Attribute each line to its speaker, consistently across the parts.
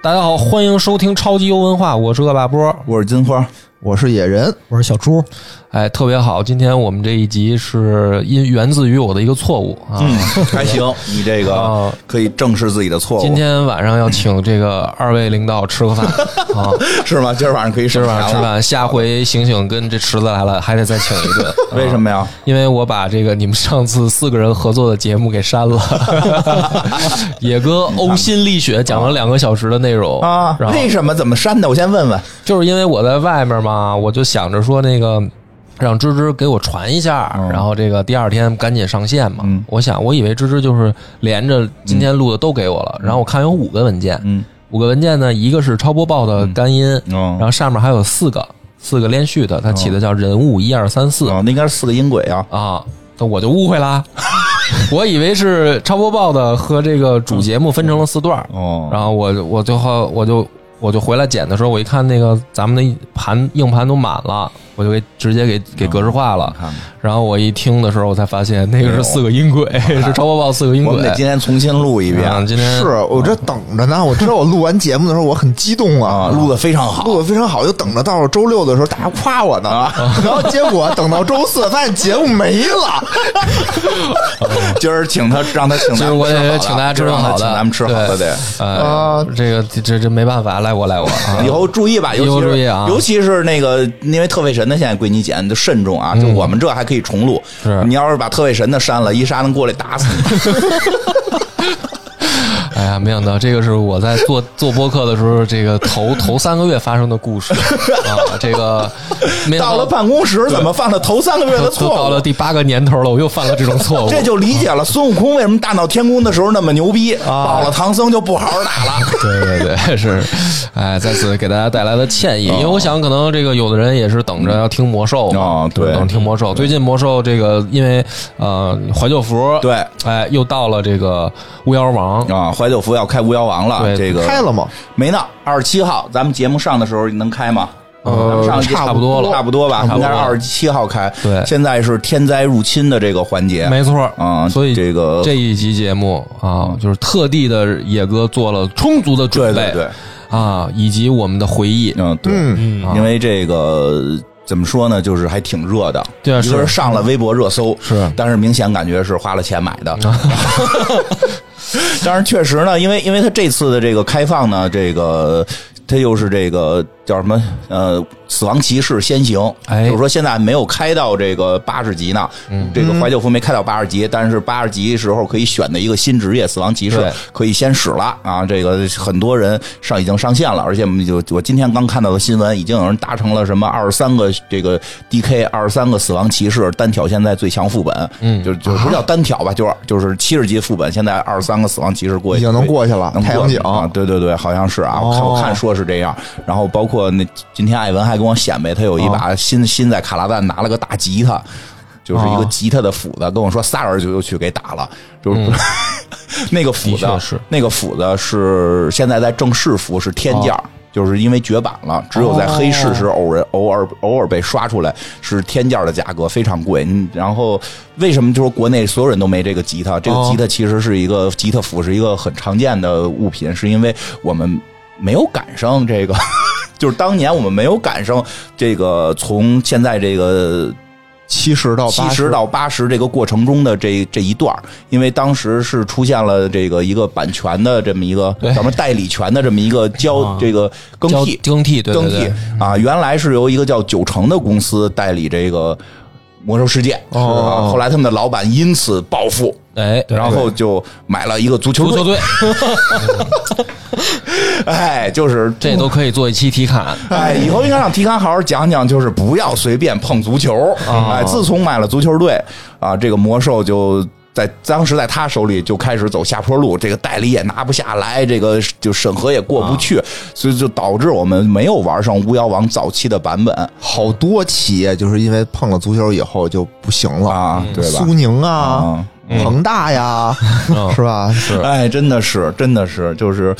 Speaker 1: 大家好，欢迎收听超级优文化，我是恶霸波。
Speaker 2: 我是金花，我是野人，
Speaker 3: 我是小猪，
Speaker 1: 哎，特别好，今天我们这一集是因源自于我的一个错误啊。
Speaker 2: 嗯， 还行，你这
Speaker 1: 啊
Speaker 2: 个可以正视自己的错误，
Speaker 1: 今天晚上要请这个二位领导吃个 饭啊，
Speaker 2: 是吗？今儿晚上可以
Speaker 1: 今
Speaker 2: 吃
Speaker 1: 儿
Speaker 2: 饭
Speaker 1: 晚上吃
Speaker 2: 了，
Speaker 1: 饭，下回醒醒跟这池子来了还得再请一 顿，
Speaker 2: 为什么呀？
Speaker 1: 因为我把这个你们上次四个人合作的节目给 删了，野哥呕心沥血讲了两个小时的内容
Speaker 2: 啊，
Speaker 1: 然后
Speaker 2: 为什么？怎么删的？我先问问。
Speaker 1: 就是因为我在外面嘛，我就想着说那个让芝芝给我传一下，然后这个第二天赶紧上线嘛。
Speaker 2: 嗯
Speaker 1: 我想我以为芝芝就是连着今天录的都给我了，然后我看有五个文件，
Speaker 2: 嗯
Speaker 1: 五个文件呢，一个是超播报的干音，
Speaker 2: 哦
Speaker 1: 然后上面还有四个四个连续的，它起的叫人物一二三四
Speaker 2: 哦，那应该是四个音轨啊。
Speaker 1: 啊，那我就误会啦。 我以为是超播报的和这个主节目分成了四段儿，
Speaker 2: 哦，
Speaker 1: 然后我我就后我就我就回来捡的时候，我一看那个咱们的盘硬盘都满了，我就给直接给给格式化了。
Speaker 2: 看看，
Speaker 1: 然后我一听的时候，我才发现那个是四个音轨，是超播报四个音
Speaker 2: 我
Speaker 1: 轨
Speaker 2: 们得。今天重新录一遍
Speaker 1: 啊今天
Speaker 3: 是我这等着呢。我知道我录完节目的时候我很激动
Speaker 2: 啊，
Speaker 3: 啊，
Speaker 2: 录的非常好。啊
Speaker 3: 录的非常好，就等着到周六的时候大家夸我呢。然后结果等到周四，发现节目没了。
Speaker 2: 今儿请他，让他请
Speaker 1: 今
Speaker 2: 咱们吃好
Speaker 1: 儿
Speaker 2: 的，
Speaker 1: 我得请大家吃顿好的
Speaker 2: 今儿让他请咱们吃好的得。
Speaker 1: 呃
Speaker 3: 啊，
Speaker 1: 这个这这这没办法，赖我赖我啊！
Speaker 2: 以后注意吧，尤
Speaker 1: 以
Speaker 2: 其
Speaker 1: 后
Speaker 2: 是
Speaker 1: 注意啊
Speaker 2: 尤其是那个，因为特费神的现在归你剪，你就慎重啊。就我们这还可以重录，
Speaker 1: 嗯是
Speaker 2: 你要是把特费神的删了，一沙能过来打死 你。
Speaker 1: 哎呀，没想到这个是我在做做播客的时候，这个头头三个月发生的故事啊。这个没想
Speaker 2: 到了办公室怎么犯了头三个月的
Speaker 1: 都都到
Speaker 2: 错
Speaker 1: 了
Speaker 2: 误？
Speaker 1: 第八个年头了，啊我又犯了这种错误。
Speaker 2: 这就理解了孙悟空为什么大闹天宫的时候那么牛逼，
Speaker 1: 啊
Speaker 2: 保了唐僧就不好好打 了。
Speaker 1: 对对对，是，哎，在此给大家带来了歉意，
Speaker 2: 哦
Speaker 1: 因为我想可能这个有的人也是等着要听魔兽嘛，
Speaker 2: 嗯哦对
Speaker 1: 等着听魔兽。最近魔兽这个因为呃怀旧服，
Speaker 2: 对
Speaker 1: 哎，又到了这个巫妖王，
Speaker 2: 啊，怀九服要开巫妖王了，
Speaker 1: 对
Speaker 2: 这个
Speaker 3: 开了吗？
Speaker 2: 没呢？二十七号，咱们节目上的时候能开吗？咱们上一集
Speaker 1: 呃差不多了
Speaker 2: 差不多吧，
Speaker 1: 差不
Speaker 2: 应
Speaker 1: 多
Speaker 2: 该
Speaker 1: 了
Speaker 2: 是二十七号开。
Speaker 1: 对
Speaker 2: 现在是天灾入侵的这个环节，
Speaker 1: 没错
Speaker 2: 啊
Speaker 1: 所以
Speaker 2: 这个
Speaker 1: 这一集节目啊，就是特地的野哥做了充足的
Speaker 2: 对
Speaker 1: 准备，
Speaker 2: 对对，
Speaker 1: 啊，以及我们的回忆，
Speaker 2: 嗯对，
Speaker 3: 嗯
Speaker 1: 啊
Speaker 2: 因为这个怎么说呢，就是还挺热的，
Speaker 1: 对啊
Speaker 2: 一个
Speaker 1: 是
Speaker 2: 是上了微博热搜，
Speaker 1: 是啊
Speaker 2: 但是明显感觉是花了钱买的。但是确实呢，因为因为它这次的这个开放呢，这个它又是这个叫什么呃，死亡骑士先行，
Speaker 1: 哎
Speaker 2: 就是说现在没有开到这个八十级呢，
Speaker 3: 嗯
Speaker 2: 这个怀旧服没开到八十级，但是八十级时候可以选的一个新职业死亡骑士
Speaker 1: 对
Speaker 2: 可以先使了啊，这个很多人上已经上线了，而且我们就我今天刚看到的新闻，已经有人达成了什么二十三个这个 DK 二十三个死亡骑士单挑现在最强副本，嗯，就就不叫单挑吧，就是就是七十级副本，现在二十三个死亡骑士过去
Speaker 3: 已经能过去了
Speaker 2: 能过
Speaker 3: 太阳井
Speaker 1: 哦
Speaker 2: 啊，对对对，好像是啊，我看
Speaker 3: 哦
Speaker 2: 我看说是这样，然后包括那今天艾文还跟我显摆，他有一
Speaker 1: 哦
Speaker 2: 把新新在卡拉赞拿了个大吉他。就是一个
Speaker 3: 哦
Speaker 2: 吉他的斧子，跟我说仨人就就去给打了，就是、 那个斧子
Speaker 1: 嗯的确是
Speaker 2: 那个斧子是现在在正式服是天
Speaker 1: 哦
Speaker 2: 价，就是因为绝版了，只有在黑市是偶然、偶尔偶尔被刷出来是天价的价格，非常贵。嗯然后为什么就是国内所有人都没这个吉他？这个
Speaker 3: 哦
Speaker 2: 吉他其实是一个、吉他斧是一个很常见的物品，是因为我们没有赶上这个。 就是当年我们没有赶上这个从现在这个
Speaker 3: 七十到
Speaker 2: 七
Speaker 3: 八
Speaker 2: 十
Speaker 3: 十
Speaker 2: 到八十这个过程中的这这一段儿，因为当时是出现了这个一个版权的这么一个咱们代理权的这么一个交
Speaker 3: 啊
Speaker 2: 这个更
Speaker 1: 交
Speaker 2: 替
Speaker 1: 更替，对
Speaker 2: 更
Speaker 1: 对
Speaker 2: 替
Speaker 1: 对，
Speaker 2: 啊，原来是由一个叫九成的公司代理这个《魔兽世界》是吧，
Speaker 3: 哦
Speaker 2: 后来他们的老板因此暴富。
Speaker 1: 哎，
Speaker 2: 然后就买了一个足球
Speaker 1: 足
Speaker 2: 队
Speaker 1: 球，队
Speaker 2: 哎，就是
Speaker 1: 这都可以做一期嗯体侃，
Speaker 2: 哎，以后应该让提康好好讲讲，就是不要随便碰足球。
Speaker 1: 哦
Speaker 2: 哎，自从买了足球队啊，这个魔兽就。在当时，在他手里就开始走下坡路，这个代理也拿不下来，这个就审核也过不去，
Speaker 1: 哦
Speaker 2: 所以就导致我们没有玩上巫妖王早期的版本
Speaker 3: 好多企业就是因为碰了足球以后就不行了，
Speaker 2: 啊，
Speaker 1: 嗯
Speaker 2: 对吧
Speaker 3: 苏？宁
Speaker 2: 啊
Speaker 3: 嗯啊，恒大呀，是吧？
Speaker 1: 嗯
Speaker 2: 哎，真的是，真的是，就是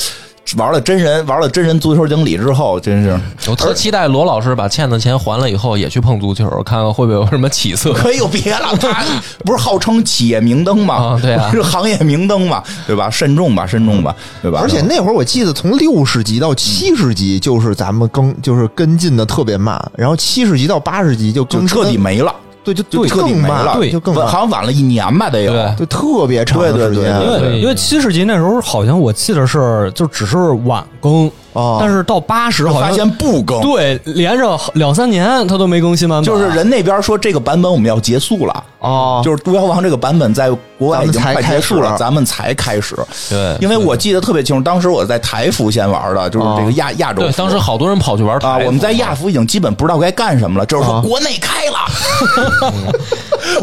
Speaker 2: 玩了真人，玩了真人足球经理之后，真是
Speaker 1: 我特期待罗老师把欠的钱还了以后，也去碰足球，看看会不会有什么起色。
Speaker 2: 可以有别了，他 不是号称企业明灯吗？
Speaker 1: 啊对啊
Speaker 2: 是行业明灯嘛，对吧？慎重吧，慎重吧，对吧？
Speaker 3: 而且那会儿我记得从六十级到七十级，就是咱们更就是跟进的特别慢，然后七十级到八十级就
Speaker 2: 就
Speaker 3: 更
Speaker 2: 彻底没了，
Speaker 3: 对就
Speaker 2: 就
Speaker 3: 对
Speaker 2: 彻底
Speaker 3: 更
Speaker 2: 没
Speaker 3: 慢
Speaker 2: 了，
Speaker 1: 对
Speaker 3: 就更慢
Speaker 2: 好像晚了一年吧，得有。
Speaker 1: 对
Speaker 3: 就特别长的时
Speaker 2: 对对
Speaker 3: 间。啊
Speaker 2: 对
Speaker 4: 因
Speaker 2: 对
Speaker 1: 对
Speaker 4: 为因为七十集那时候好像我记得是就只是晚更，
Speaker 3: 哦
Speaker 4: 但是到八十好
Speaker 2: 发
Speaker 4: 像
Speaker 2: 现不更，
Speaker 4: 对连着两三年他都没更新完版，
Speaker 2: 就是人那边说这个版本我们要结束了，
Speaker 3: 哦，
Speaker 2: 就是《毒妖王》这个版本在国外已经
Speaker 3: 咱们才
Speaker 2: 快结束
Speaker 3: 开
Speaker 2: 了，
Speaker 3: 始
Speaker 2: 咱们才开始。
Speaker 1: 对哦
Speaker 2: 因为我记得特别清楚，当时我在台服先玩的，就是这个亚亚洲 服。
Speaker 1: 对，当时好多人跑去玩台
Speaker 2: 啊，
Speaker 1: 服
Speaker 2: 我们在亚服已经基本不知道该干什么了，就是
Speaker 3: 啊
Speaker 2: 说国内开了，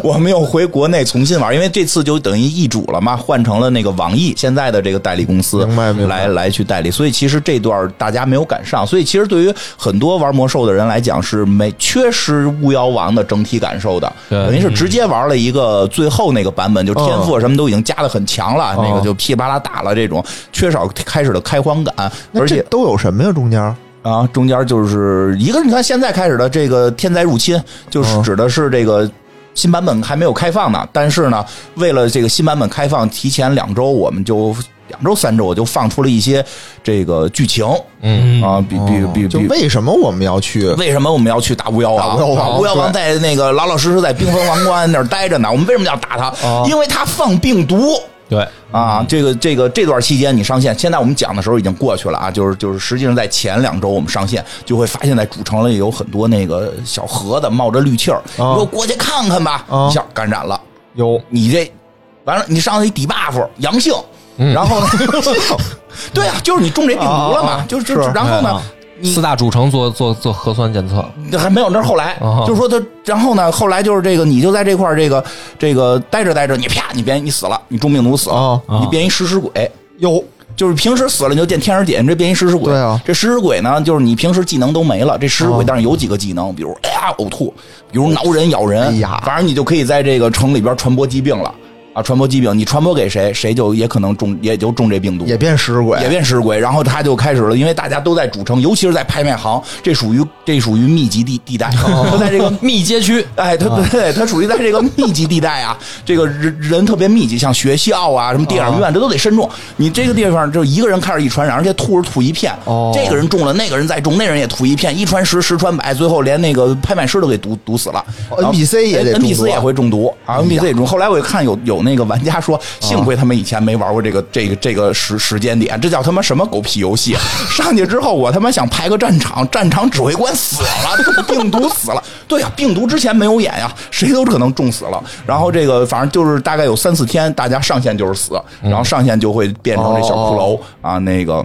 Speaker 2: 我们又回国内重新玩，因为这次就等于易主了嘛，换成了那个网易现在的这个代理公司，
Speaker 3: 明白明白
Speaker 2: 来来去代理，所以其实这段大家没有赶上，所以其实对于很多玩魔兽的人来讲是没缺失巫妖王的整体感受的，
Speaker 1: 对
Speaker 2: 等于
Speaker 3: 嗯
Speaker 2: 是直接玩了一个最后那个版本，就
Speaker 3: 哦
Speaker 2: 天赋啊什么都已经加的很强了，那个就噼里啪啦打了这种，缺少开始的开荒感，
Speaker 3: 那
Speaker 2: 而且
Speaker 3: 这都有什么呀？中间
Speaker 2: 啊，中间就是一个，你看现在开始的这个天灾入侵，就是指的是这个新版本还没有开放呢。但是呢，为了这个新版本开放，提前两周我们就两周三周我就放出了一些这个剧情
Speaker 1: 嗯
Speaker 2: 啊，比比比
Speaker 3: 就
Speaker 2: 比。
Speaker 3: 为什么我们要去？
Speaker 2: 为什么我们要去打巫妖王？
Speaker 3: 打巫妖王
Speaker 2: 啊巫妖王
Speaker 3: 对
Speaker 2: 在那个老老实实在冰封王冠那儿待着呢。我们为什么要打他？
Speaker 3: 啊
Speaker 2: 因为他放病毒。
Speaker 1: 对，
Speaker 2: 啊，这个这个这段期间你上线，现在我们讲的时候已经过去了啊，就是就是实际上在前两周我们上线就会发现，在主城里有很多那个小盒子冒着绿气儿，你
Speaker 3: 啊
Speaker 2: 说过去看看吧，
Speaker 3: 啊
Speaker 2: 一下感染了，
Speaker 3: 有
Speaker 2: 你这完了你上去一抵 buff 阳性，然后呢， 对啊，就是你中这病毒了
Speaker 3: 啊啊
Speaker 2: 嘛
Speaker 3: 啊，
Speaker 2: 就是
Speaker 3: 是
Speaker 2: 然后呢
Speaker 1: 啊。
Speaker 2: 你
Speaker 1: 四大主城做做做核酸检测，
Speaker 2: 还没有，那是后来，
Speaker 1: 哦
Speaker 2: 就是说他，然后呢，后来就是这个，你就在这块儿这个这个待着待着，你啪，你变你死了，你中病毒死了，
Speaker 3: 啊
Speaker 2: 你变一食尸鬼，
Speaker 3: 有
Speaker 2: 就是平时死了你就见天使姐，你这变一食尸鬼。
Speaker 3: 对啊哦
Speaker 2: 这食尸鬼呢，就是你平时技能都没了，这食尸鬼但是有几个技能，比如哎呀呕吐，比如挠人咬人，
Speaker 3: 哎呀
Speaker 2: 反正你就可以在这个城里边传播疾病了啊！传播疾病，你传播给谁，谁就也可能中，也就中这病毒。
Speaker 3: 也变食尸鬼，
Speaker 2: 也变食尸鬼，然后他就开始了，因为大家都在主城，尤其是在拍卖行，这属于这属于密集地地带，
Speaker 3: 哦
Speaker 2: 他在这个
Speaker 1: 密街区
Speaker 2: 哎，它对，它属于在这个密集地带啊，这个人人特别密集，像学校啊、什么电
Speaker 3: 哦
Speaker 2: 影院，这都得慎重。你这个地方就一个人开始一传染，而且吐是吐一片，
Speaker 3: 哦
Speaker 2: 这个人中了，那个人再中，那人也吐一片，一传十，十传百，最后连那个拍卖师都给毒毒死了。
Speaker 3: 哦 NPC 也得中毒
Speaker 2: NPC
Speaker 3: 啊
Speaker 2: 也会中毒啊，NPC 也中毒。后来我看有有那个玩家说，幸亏他们以前没玩过这个这个这个时时间点，这叫他妈什么狗屁游 戏啊？上去之后，我他妈想排个战场，战场指挥官死了， 这病毒死了。对呀、病毒之前没有眼呀、谁都可能中死了。然后这个反正就是大概有三四天，大家上线就是死，然后上线就会变成这小骷髅啊，那个。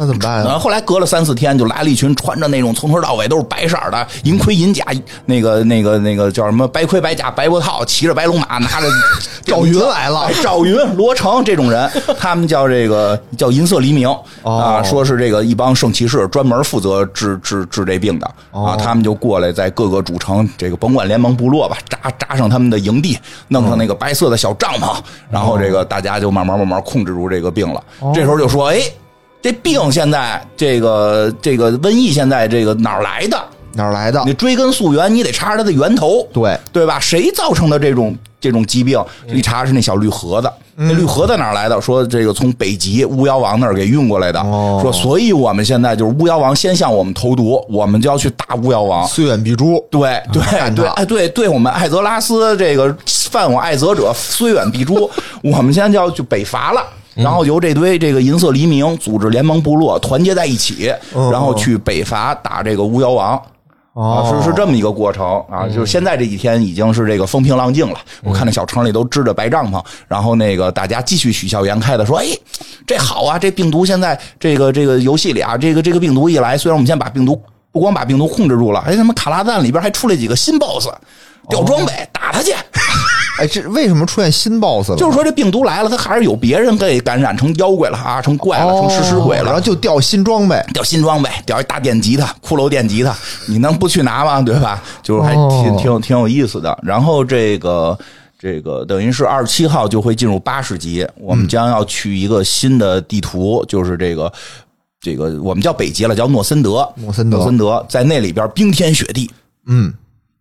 Speaker 3: 那怎么办啊
Speaker 2: 然
Speaker 3: 呀？
Speaker 2: 后后来隔了三四天，就来了一群穿着那种从头到尾都是白色儿的银盔银甲，那个那个那个叫什么白盔白甲白脖套，骑着白龙马，拿着
Speaker 3: 赵云来了
Speaker 2: 哎 赵云、罗成这种人，他们叫这个叫银色黎明、
Speaker 3: 哦
Speaker 2: 啊，说是这个一帮圣骑士专门负责治治治这病的、啊，
Speaker 3: 哦
Speaker 2: 他们就过来在各个主城，这个甭管联盟部落吧，扎扎上他们的营地，弄上那个白色的小帐篷，然后这个大家就慢慢慢慢控制住这个病了。
Speaker 3: 哦
Speaker 2: 这时候就说，哎。这病现在这个这个瘟疫现在这个哪儿来的？
Speaker 3: 哪儿来的
Speaker 2: 你？追根溯源，你得查查它的源头，
Speaker 3: 对嗯
Speaker 2: 对吧？谁造成的这种这种疾病？一查是那小绿盒子，那绿盒子哪儿来的？说这个从北极巫妖王那儿给运过来的。
Speaker 3: 哦
Speaker 2: 说，所以我们现在就是巫妖王先向我们投毒，我们就要去打巫妖王。
Speaker 3: 虽远必诛。
Speaker 2: 对对
Speaker 3: 干
Speaker 2: 对，
Speaker 3: 他
Speaker 2: 哎对对，我们艾泽拉斯这个犯我艾泽者，虽远必诛。我们现在就要去北伐了，然后由这堆这个银色黎明组织联盟部落团结在一起，
Speaker 3: 嗯
Speaker 2: 然后去北伐打这个巫妖王。啊，
Speaker 3: 哦，嗯
Speaker 2: 是是这么一个过程啊，就是现在这几天已经是这个风平浪静了。我看那小城里都支着白帐篷，然后那个大家继续喜笑颜开的说：“哎，这好啊，这病毒现在这个这个游戏里啊，这个这个病毒一来，虽然我们先把病毒不光把病毒控制住了，哎，他妈卡拉赞里边还出来几个新 BOSS，掉
Speaker 3: 哦
Speaker 2: 装备打他去。
Speaker 3: 哎，这为什么出现新 boss 了？
Speaker 2: 就是说这病毒来了，他还是有别人给感染成妖怪了啊，成怪了，成食尸鬼
Speaker 3: 哦
Speaker 2: 了
Speaker 3: 然后。就掉新装备。
Speaker 2: 掉新装备，掉一大电吉他，骷髅电吉他，你能不去拿吗？对吧？就是还挺
Speaker 3: 哦
Speaker 2: 挺有挺有意思的。然后这个这个等于是二十七号就会进入八十级，我们将要去一个新的地图，就是这个。这个我们叫北捷了，叫诺森德。
Speaker 3: 诺森德
Speaker 2: 诺森德在那里边冰天雪地，
Speaker 3: 嗯，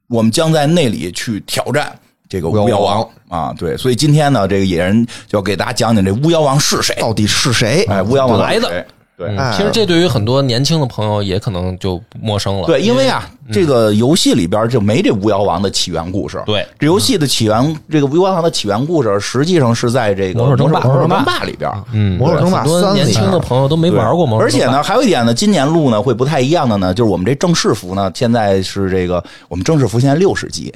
Speaker 2: 我们将在那里去挑战这个巫
Speaker 3: 巫
Speaker 2: 妖
Speaker 3: 妖
Speaker 2: 王啊。对，所以今天呢，这个野人就要给大家讲讲这巫妖王是谁。
Speaker 3: 到底是谁？
Speaker 2: 哎，巫妖王
Speaker 1: 来
Speaker 2: 是
Speaker 1: 的
Speaker 2: 谁。对，
Speaker 3: 哎
Speaker 1: 其实这对于很多年轻的朋友也可能就陌生了。嗯
Speaker 2: 对，因为啊，这个游戏里边就没这巫妖王的起源故事。
Speaker 1: 对嗯
Speaker 2: 这游戏的起源，这个巫妖王的起源故事，实际上是在这个
Speaker 4: 魔兽争霸
Speaker 2: 魔兽
Speaker 4: 魔兽
Speaker 2: 争
Speaker 4: 争
Speaker 2: 霸里边。
Speaker 1: 嗯，
Speaker 3: 魔兽争霸
Speaker 1: 很多
Speaker 3: 三
Speaker 1: 年
Speaker 3: 里
Speaker 1: 轻
Speaker 3: 边
Speaker 1: 的朋友都没玩过魔兽
Speaker 2: 而
Speaker 1: 争霸，
Speaker 2: 且呢，还有一点呢，今年录呢会不太一样的呢，就是我们这正式服呢，现在是这个我们正式服现在六十级，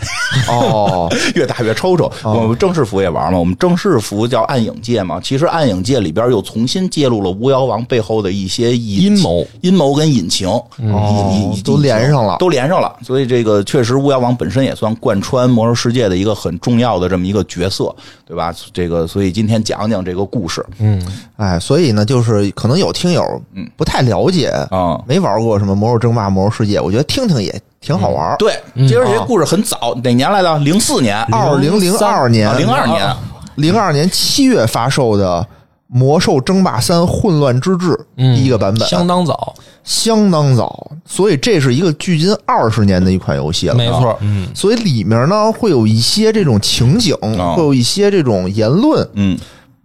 Speaker 3: 哦，
Speaker 2: 越打越抽抽。我们正式服也玩嘛，我们正式服叫暗影界嘛。其实暗影界里边又重新揭露了巫妖王背后的一些
Speaker 1: 阴
Speaker 2: 阴
Speaker 1: 谋、
Speaker 2: 阴谋跟隐情，隐隐隐
Speaker 3: 都连上了
Speaker 2: 都连上了。所以这个确实巫妖王本身也算贯穿魔兽世界的一个很重要的这么一个角色，对吧？这个所以今天讲讲这个故事
Speaker 3: 哎，所以呢，就是可能有听友不太了解，
Speaker 2: 嗯啊。
Speaker 3: 没玩过什么《魔兽争霸》《魔兽世界》，我觉得听听也挺好玩。，
Speaker 2: 对，其实这故事很早，哪年来的？嗯哦零四年，
Speaker 3: 二零零二年，
Speaker 2: 嗯零二年，哦
Speaker 3: 零二年七月发售的《魔兽争霸三：混乱之治》第一个版本，
Speaker 1: 相当早，
Speaker 3: 相当早，所以这是一个距今二十年的一款游戏了。啊
Speaker 1: 没错，嗯，
Speaker 3: 所以里面呢会有一些这种情景，
Speaker 2: 哦
Speaker 3: 会有一些这种言论，
Speaker 2: 嗯，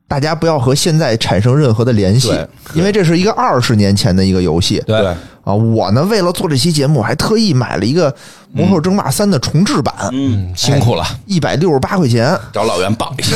Speaker 3: 大家不要和现在产生任何的联系
Speaker 2: 对，
Speaker 3: 因为这是一个二十年前的一个游戏。
Speaker 2: 对，
Speaker 3: 啊，我呢为了做这期节目，还特意买了一个《魔兽争霸三》的重制版，
Speaker 2: 嗯，
Speaker 1: 辛苦了，
Speaker 3: 一百六十八块钱，
Speaker 2: 找老袁报一 下，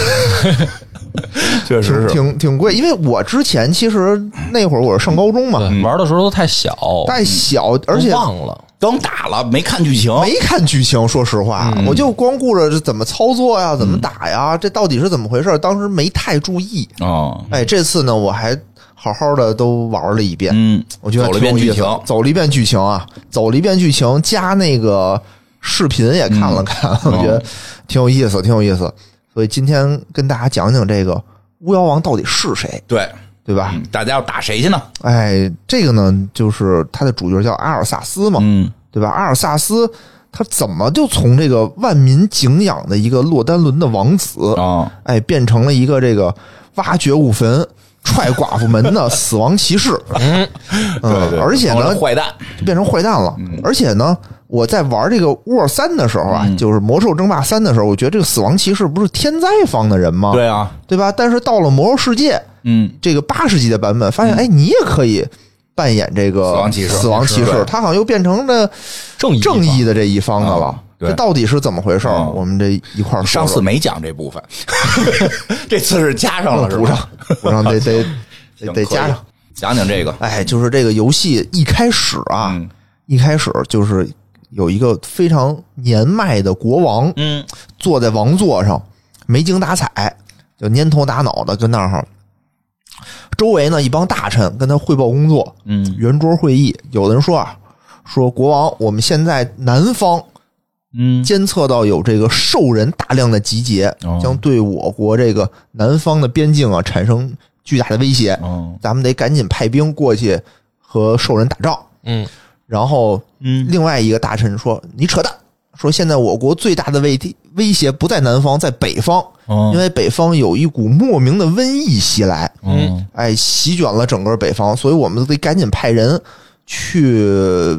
Speaker 2: 确
Speaker 3: 挺挺挺贵。因为我之前其实那会儿我是上高中嘛，
Speaker 1: 对，玩的时候都太小，
Speaker 3: 太小，
Speaker 1: 都
Speaker 3: 嗯而且
Speaker 1: 忘了，
Speaker 2: 刚打了，没看剧情，
Speaker 3: 没看剧情。说实话，
Speaker 2: 嗯
Speaker 3: 我就光顾着这怎么操作呀，怎么打呀，这到底是怎么回事？当时没太注意。
Speaker 2: 哦，
Speaker 3: 哎，这次呢，我还好好的都玩了一遍，
Speaker 2: 嗯，
Speaker 3: 我觉得
Speaker 2: 走了一遍
Speaker 3: 挺有
Speaker 2: 剧
Speaker 3: 意思
Speaker 2: 情，
Speaker 3: 走了一遍剧情啊，走了一遍剧情，加那个视频也看了看，
Speaker 2: 嗯
Speaker 3: 我觉
Speaker 2: 哦
Speaker 3: 得挺有意思，挺有意思。所以今天跟大家讲讲这个巫妖王到底是谁，
Speaker 2: 对，
Speaker 3: 对吧？
Speaker 2: 嗯大家要打谁去呢？
Speaker 3: 哎，这个呢，就是他的主角叫阿尔萨斯嘛，
Speaker 2: 嗯，
Speaker 3: 对吧？阿尔萨斯他怎么就从这个万民敬仰的一个洛丹伦的王子，
Speaker 2: 哦，
Speaker 3: 哎，变成了一个这个挖掘物坟、踹寡妇门的死亡骑士？嗯，
Speaker 2: 对对，
Speaker 3: 而且
Speaker 2: 成
Speaker 3: 呢
Speaker 2: 了，坏嗯蛋，
Speaker 3: 就变成坏蛋了。而且呢，我在玩这个 War 三的时候
Speaker 2: 嗯
Speaker 3: 啊，就是魔兽争霸三的时候，我觉得这个死亡骑士不是天灾方的人吗？
Speaker 2: 对啊，
Speaker 3: 对吧？但是到了魔兽世界
Speaker 2: 嗯，
Speaker 3: 这个八十级的版本，发现哎，你也可以扮演这个
Speaker 2: 死亡骑士
Speaker 3: 死亡骑
Speaker 2: 是
Speaker 3: 士
Speaker 2: 对
Speaker 3: 他好像又变成了
Speaker 1: 正义
Speaker 3: 正义的这一方的
Speaker 2: 啊
Speaker 3: 了。
Speaker 2: 对
Speaker 3: 这到底是怎么回事儿？
Speaker 2: 嗯
Speaker 3: 我们这一块儿说
Speaker 2: 上次
Speaker 3: 说
Speaker 2: 没讲这部分， 这次是加嗯上了，是
Speaker 3: 补上
Speaker 2: 吧？，
Speaker 3: 补上得得得
Speaker 2: 行
Speaker 3: 得加，
Speaker 2: 可
Speaker 3: 上
Speaker 2: 以。讲讲这个
Speaker 3: 哎，就是这个游戏一开始啊，
Speaker 2: 嗯
Speaker 3: 一开始就是有一个非常年迈的国王，
Speaker 2: 嗯，
Speaker 3: 坐在王座上，没精打采，就蔫头耷脑的跟那儿哈。周围呢一帮大臣跟他汇报工作，
Speaker 2: 嗯，
Speaker 3: 圆桌会议。有的人说啊，说国王，我们现在南方，
Speaker 2: 嗯，
Speaker 3: 监测到有这个兽人大量的集结
Speaker 2: 哦，
Speaker 3: 将对我国这个南方的边境啊产生巨大的威胁，
Speaker 2: 哦，
Speaker 3: 咱们得赶紧派兵过去和兽人打仗。
Speaker 1: 嗯，
Speaker 3: 然后
Speaker 2: 嗯，
Speaker 3: 另外一个大臣说：“你扯淡！说现在我国最大的危地威胁不在南方，在北方，因
Speaker 2: 哦，
Speaker 3: 为北方有一股莫名的瘟疫袭来，
Speaker 2: 嗯，
Speaker 3: 哎，席卷了整个北方，所以我们得赶紧派人去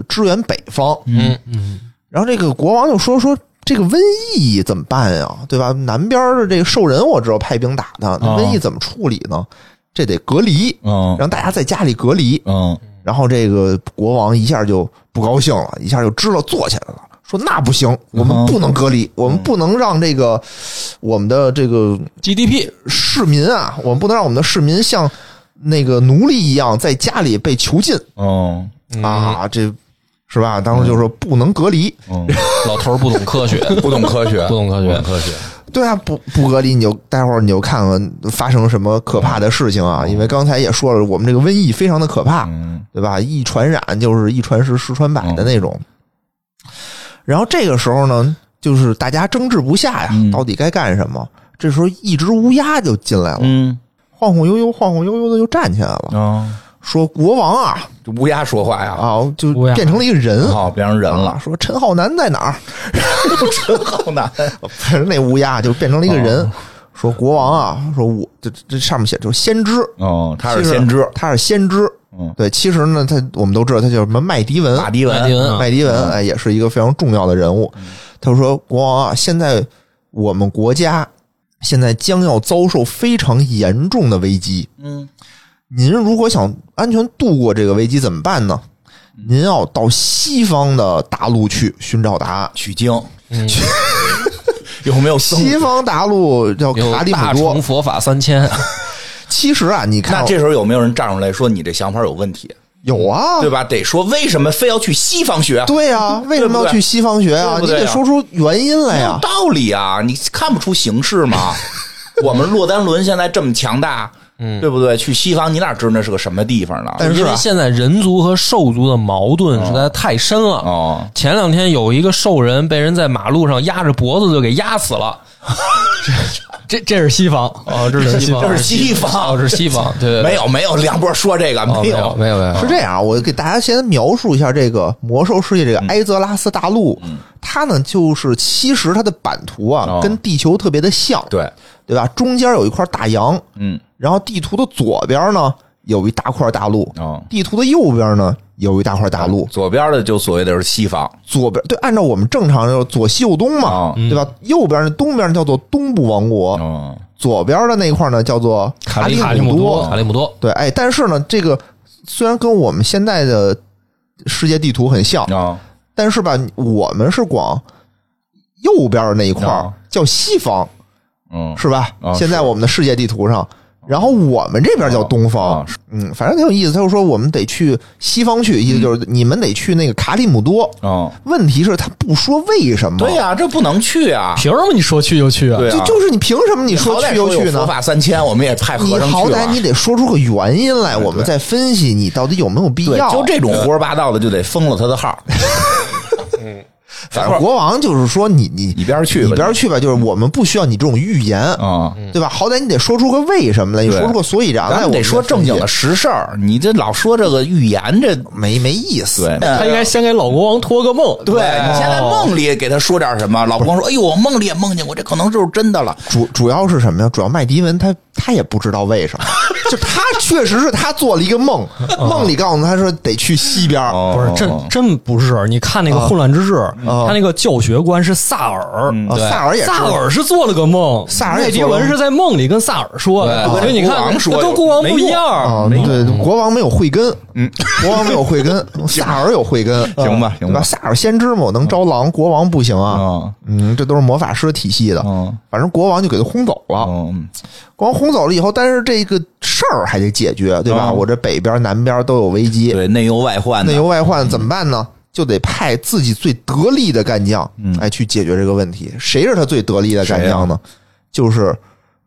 Speaker 3: 支援北方。
Speaker 1: 嗯嗯，
Speaker 3: 然后这个国王就说说。”这个瘟疫怎么办呀？对吧？南边的这个兽人，我知道派兵打他，那
Speaker 2: 啊
Speaker 3: 瘟疫怎么处理呢？这得隔离，
Speaker 2: 嗯，
Speaker 3: 让大家在家里隔离。
Speaker 2: 嗯，
Speaker 3: 然后这个国王一下就不高兴了，一下就支了坐起来了，说那不行，我们不能隔离，
Speaker 2: 嗯
Speaker 3: 我们不能让这个我们的这个
Speaker 1: GDP
Speaker 3: 市民啊，我们不能让我们的市民像那个奴隶一样在家里被囚禁
Speaker 2: 嗯，
Speaker 3: 啊，这是吧？当时就说不能隔离，
Speaker 2: 嗯，
Speaker 1: 老头儿不懂科学，
Speaker 2: 不懂科学，
Speaker 1: 不懂科学，科学，
Speaker 3: 对啊，不不隔离你就待会儿你就看看发生什么可怕的事情啊，因为刚才也说了，我们这个瘟疫非常的可怕，
Speaker 2: 嗯
Speaker 3: 对吧？一传染就是一传十，十传百的那种。然后这个时候呢，就是大家争执不下呀，
Speaker 2: 嗯
Speaker 3: 到底该干什么？这时候一只乌鸦就进来了，
Speaker 2: 嗯，
Speaker 3: 晃晃悠悠、晃晃悠悠的就站起来了，
Speaker 2: 啊，
Speaker 3: 说：“国王啊
Speaker 2: 这乌鸦说话呀，
Speaker 3: 哦啊，就
Speaker 4: 乌鸦
Speaker 3: 变成了一个人啊
Speaker 2: 好变成人了，
Speaker 3: 说陈浩南在哪儿？
Speaker 2: 真好难，
Speaker 3: 反正那乌鸦就变成了一个人，
Speaker 2: 哦
Speaker 3: 说国王啊，说我这这这上面写着先知，
Speaker 2: 哦，他是
Speaker 3: 其实
Speaker 2: 先知，
Speaker 3: 他是先知，
Speaker 2: 嗯
Speaker 3: 对，其实呢，他我们都知道他叫什么麦迪文，
Speaker 2: 马迪文，
Speaker 1: 麦迪文啊
Speaker 3: 麦迪文哎，也是一个非常重要的人
Speaker 2: 嗯
Speaker 3: 物。他说：“国王啊，现在我们国家现在将要遭受非常严重的危机。
Speaker 2: 嗯
Speaker 3: 您如果想安全度过这个危机，怎么办呢？您要到西方的大陆去寻找答案。
Speaker 2: 取 经，
Speaker 1: 嗯
Speaker 2: 有没有僧
Speaker 3: 西方大陆叫
Speaker 1: 有
Speaker 3: 卡里
Speaker 1: 大
Speaker 3: 姆
Speaker 1: 乘
Speaker 3: 多。
Speaker 1: 佛法三千，
Speaker 3: 其实啊，你看
Speaker 2: 那这时候有没有人站出来说你这想法有问题，
Speaker 3: 有啊，
Speaker 2: 对吧？得说为什么非要去西方学？
Speaker 3: 对呀、为什么要去西方学啊？
Speaker 2: 对不对
Speaker 3: 你得说出原因来
Speaker 2: 没
Speaker 3: 呀、
Speaker 2: 有道理啊！你看不出形势 吗？我们洛丹伦现在这么强大，嗯，对不对？去西方，你哪知道那是个什么地方呢？
Speaker 3: 但是
Speaker 1: 因
Speaker 3: 啊
Speaker 1: 为现在人族和兽族的矛盾实在太深了。
Speaker 2: 哦，
Speaker 1: 前两天有一个兽人被人在马路上压着脖子就给压死了。
Speaker 4: 这这是西方，
Speaker 1: 哦，这是西方，
Speaker 2: 这是西方
Speaker 1: 哦，这是西方，对对对，
Speaker 2: 没有没有，梁波说这个
Speaker 1: 哦，没有，
Speaker 2: 有，
Speaker 1: 没有，没有，
Speaker 3: 是这样啊，我给大家先描述一下这个魔兽世界这个埃泽拉斯大陆，它呢就是其实它的版图啊、
Speaker 2: 哦
Speaker 3: 跟地球特别的像，
Speaker 2: 对，
Speaker 3: 对吧？中间有一块大洋，
Speaker 2: 嗯，
Speaker 3: 然后地图的左边呢有一大块大陆，
Speaker 2: 哦，
Speaker 3: 地图的右边呢有一大块大陆，
Speaker 2: 左边的就所谓的是西方
Speaker 3: 左边对，按照我们正常就是左西右东嘛，
Speaker 2: 啊，
Speaker 3: 对吧？右边呢东边叫做东部王国，
Speaker 2: 哦，
Speaker 3: 左边的那块呢叫做卡里
Speaker 1: 卡里
Speaker 3: 姆
Speaker 1: 姆
Speaker 3: 多，
Speaker 1: 卡里姆多，
Speaker 3: 对，哎，但是呢，这个虽然跟我们现在的世界地图很像，
Speaker 2: 哦，
Speaker 3: 但是吧，我们是光右边的那一块儿
Speaker 2: 啊
Speaker 3: 叫西方，
Speaker 2: 嗯，
Speaker 3: 是吧？
Speaker 2: 啊
Speaker 3: 现在
Speaker 2: 是
Speaker 3: 我们的世界地图上，然后我们这边叫东方，
Speaker 2: 啊是
Speaker 3: 嗯，反正挺有意思。他就说我们得去西方去，意思
Speaker 2: 嗯
Speaker 3: 就是你们得去那个卡里姆多。
Speaker 2: 哦，
Speaker 3: 问题是，他不说为什么，
Speaker 2: 对、呀，这不能去啊，
Speaker 4: 凭什么你说去就去啊？
Speaker 2: 对啊
Speaker 3: 就就是你凭什么你说
Speaker 2: 好歹
Speaker 3: 去就去
Speaker 2: 有佛
Speaker 3: 呢？
Speaker 2: 法三千，我们也派
Speaker 3: 你
Speaker 2: 和尚去
Speaker 3: 好
Speaker 2: 了
Speaker 3: 歹你得说出个原因来，
Speaker 2: 对
Speaker 3: 我们再分析你到底有没有必
Speaker 2: 对，
Speaker 3: 要。
Speaker 2: 就这种胡说八道的就得封了他的号，
Speaker 3: 反正国王就是说你你
Speaker 2: 一边儿去吧
Speaker 3: 一边儿去吧，就是我们不需要你这种预言，
Speaker 2: 啊。
Speaker 3: 对吧？好歹你得说出个为什么来，你
Speaker 2: 对
Speaker 3: 说出个所以然
Speaker 2: 咱
Speaker 3: 来，
Speaker 2: 们
Speaker 3: 我
Speaker 2: 得
Speaker 3: 们
Speaker 2: 说
Speaker 3: 再
Speaker 2: 正经的
Speaker 3: 分析，
Speaker 2: 实事儿，你这老说这个预言，这
Speaker 3: 没没意思。
Speaker 2: 对
Speaker 4: 他应该先给老国王托个梦。
Speaker 2: 对
Speaker 3: 哎
Speaker 2: 你现在梦里给他说点什么，老公说：“哎呦，我梦里也梦见过，这可能就是真的了。
Speaker 3: 主主要是什么呀？主要麦迪文他他也不知道为什么，就他确实是他做了一个 梦，梦里告诉他说得去西边儿，”
Speaker 2: 哦
Speaker 4: 不是，真真不是。你看那个混乱之治，他那个教学官是萨尔，
Speaker 2: 嗯
Speaker 3: 啊
Speaker 1: 对
Speaker 3: 萨尔也知
Speaker 4: 萨
Speaker 3: 道
Speaker 4: 尔是做了个梦，
Speaker 3: 萨尔也
Speaker 4: 麦迪
Speaker 3: 做了
Speaker 4: 文是在梦里跟萨尔说的，
Speaker 1: 对
Speaker 4: 所以你
Speaker 2: 跟国
Speaker 4: 看
Speaker 2: 王，说
Speaker 4: 那跟
Speaker 2: 有
Speaker 4: 国王不
Speaker 2: 没
Speaker 4: 一
Speaker 2: 用哦
Speaker 4: 样。
Speaker 3: 啊，对，国王没有慧根，嗯，国王没有 慧根，萨尔有慧根，嗯
Speaker 2: 行吧行吧
Speaker 3: 对萨尔先知嘛，我能招狼，国王不行啊
Speaker 2: 嗯，
Speaker 3: 嗯，这都是魔法师体系的
Speaker 2: 嗯，
Speaker 3: 反正国王就给他轰走了，
Speaker 2: 嗯，
Speaker 3: 国王轰走了以后，但是这个事儿还得解决，对吧？
Speaker 2: 嗯
Speaker 3: 我这北边南边都有危机，
Speaker 2: 对，嗯内忧外患
Speaker 3: 内
Speaker 2: 的，
Speaker 3: 忧外患怎么办呢？就得派自己最得力的干将，哎，去解决这个问题。谁是他最得力的干将呢？就是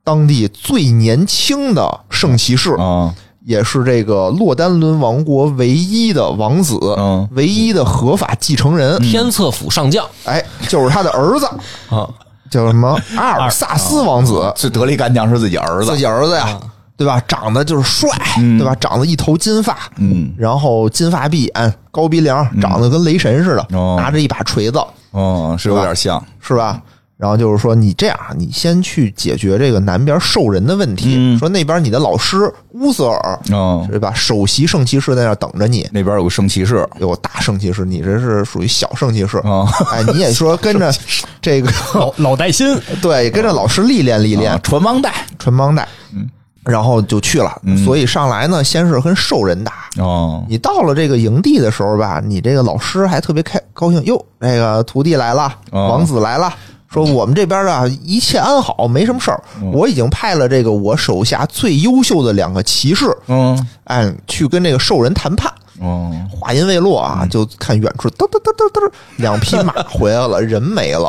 Speaker 3: 当地最年轻的圣骑士，
Speaker 2: 啊，
Speaker 3: 也是这个洛丹伦王国唯一的王子，
Speaker 2: 嗯
Speaker 3: 唯一的合法继承人，
Speaker 1: 天策府上将
Speaker 3: 哎，就是他的儿子，
Speaker 1: 嗯啊，
Speaker 3: 叫什么阿尔萨斯王子，
Speaker 2: 最得力干将是自己儿
Speaker 3: 自
Speaker 2: 子，
Speaker 3: 己儿子呀，对吧？长得就是帅，
Speaker 2: 嗯
Speaker 3: 对吧？长得一头金发，
Speaker 2: 嗯，
Speaker 3: 然后金发碧眼，高鼻梁，长得跟雷神似的，
Speaker 2: 哦
Speaker 3: 拿着一把锤子，
Speaker 2: 哦，是有点像，
Speaker 3: 是吧？然后就是说，你这样，你先去解决这个南边兽人的问题。
Speaker 2: 嗯
Speaker 3: 说那边你的老师乌瑟尔，
Speaker 2: 哦，
Speaker 3: 对吧？首席圣骑士在那儿等着你。
Speaker 2: 那边有个圣骑士，
Speaker 3: 有大圣骑士，你这是属于小圣骑士。
Speaker 2: 哦
Speaker 3: 哎，你也说 跟着这个，
Speaker 4: 老老带新，
Speaker 3: 对，跟着老师历练历练
Speaker 2: 啊，传帮带，嗯
Speaker 3: 传帮带。然后就去了。所以上来呢，先是跟兽人打，
Speaker 2: 哦，
Speaker 3: 你到了这个营地的时候吧，你这个老师还特别开高兴，哟，那个徒弟来了，
Speaker 2: 哦
Speaker 3: 王子来了，说我们这边啊一切安好，没什么事儿。
Speaker 2: 哦
Speaker 3: 我已经派了这个我手下最优秀的两个骑士，
Speaker 2: 嗯，
Speaker 3: 哎，去跟这个兽人谈判。
Speaker 2: 哦，
Speaker 3: 话音未落啊，就看远处嘚嘚嘚嘚嘚，两匹 马回来了，人没了。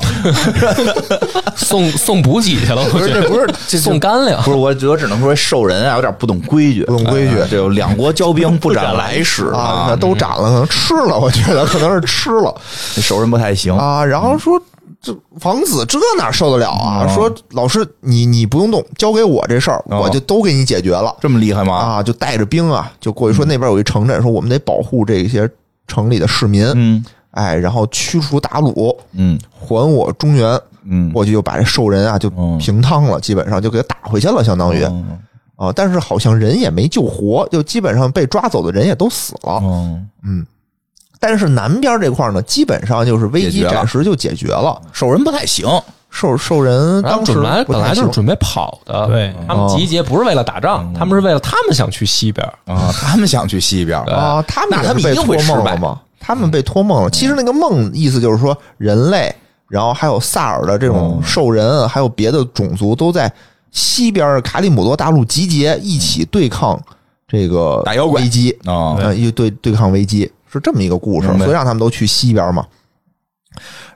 Speaker 1: 送送补给去了，我
Speaker 2: 不是，
Speaker 1: 觉
Speaker 2: 这
Speaker 1: 得
Speaker 2: 不 是这
Speaker 1: 送干粮
Speaker 2: 不。是我，我只能说兽人啊，有点啊不懂规矩，
Speaker 3: 不懂规矩
Speaker 2: 哎这有两国交兵不斩来使
Speaker 3: 啊，那，都
Speaker 2: 嗯
Speaker 3: 斩了，可能吃了，我觉得可能是吃了。
Speaker 2: 这兽人不太行，
Speaker 3: 啊，然后说这王子这哪受得了啊？
Speaker 2: 嗯
Speaker 3: 说老师，你你不用动，交给我这事儿，
Speaker 2: 哦
Speaker 3: 我就都给你解决了
Speaker 2: 这么厉害吗？
Speaker 3: 啊，就带着兵啊，就过
Speaker 2: 嗯
Speaker 3: 去说那边有一城镇，说我们得保护这些城里的市民，
Speaker 2: 嗯
Speaker 3: 哎，然后驱除鞑虏，
Speaker 2: 嗯
Speaker 3: 还我中原。
Speaker 2: 嗯，
Speaker 3: 过去就把这兽人啊就
Speaker 2: 嗯
Speaker 3: 平汤了，基本上就给他打回去了，相当于。
Speaker 2: 嗯
Speaker 3: 啊，但是好像人也没救活，就基本上被抓走的人也都死了。
Speaker 2: 嗯，
Speaker 3: 嗯，但是南边这块呢，基本上就是危
Speaker 2: 解
Speaker 3: 机
Speaker 2: 决了
Speaker 3: 暂时就解决了。
Speaker 2: 兽人不太行，
Speaker 3: 兽兽人
Speaker 1: 然后
Speaker 3: 当时
Speaker 1: 准来
Speaker 3: 不
Speaker 1: 本来
Speaker 3: 太
Speaker 1: 就是
Speaker 3: 行
Speaker 1: 准备跑的，
Speaker 4: 对
Speaker 1: 他们集结不是为了打仗，他们是为了他们想去西边，
Speaker 2: 啊，他们想去西边儿，
Speaker 3: 啊，他们
Speaker 2: 那
Speaker 3: 也
Speaker 2: 他们
Speaker 3: 是被
Speaker 2: 一定会
Speaker 3: 托梦
Speaker 2: 失败嗯
Speaker 3: 了嘛？他们被托梦了。其实那个梦意思就是说，人类，然后还有萨尔的这种兽人，还有别的种族，都在西边卡里姆多大陆集结，一起对抗这个
Speaker 2: 打妖怪
Speaker 3: 危机。
Speaker 2: 啊，
Speaker 3: 呃，一对对抗危机是这么一个故事，
Speaker 2: 明白
Speaker 3: 所以让他们都去西边嘛。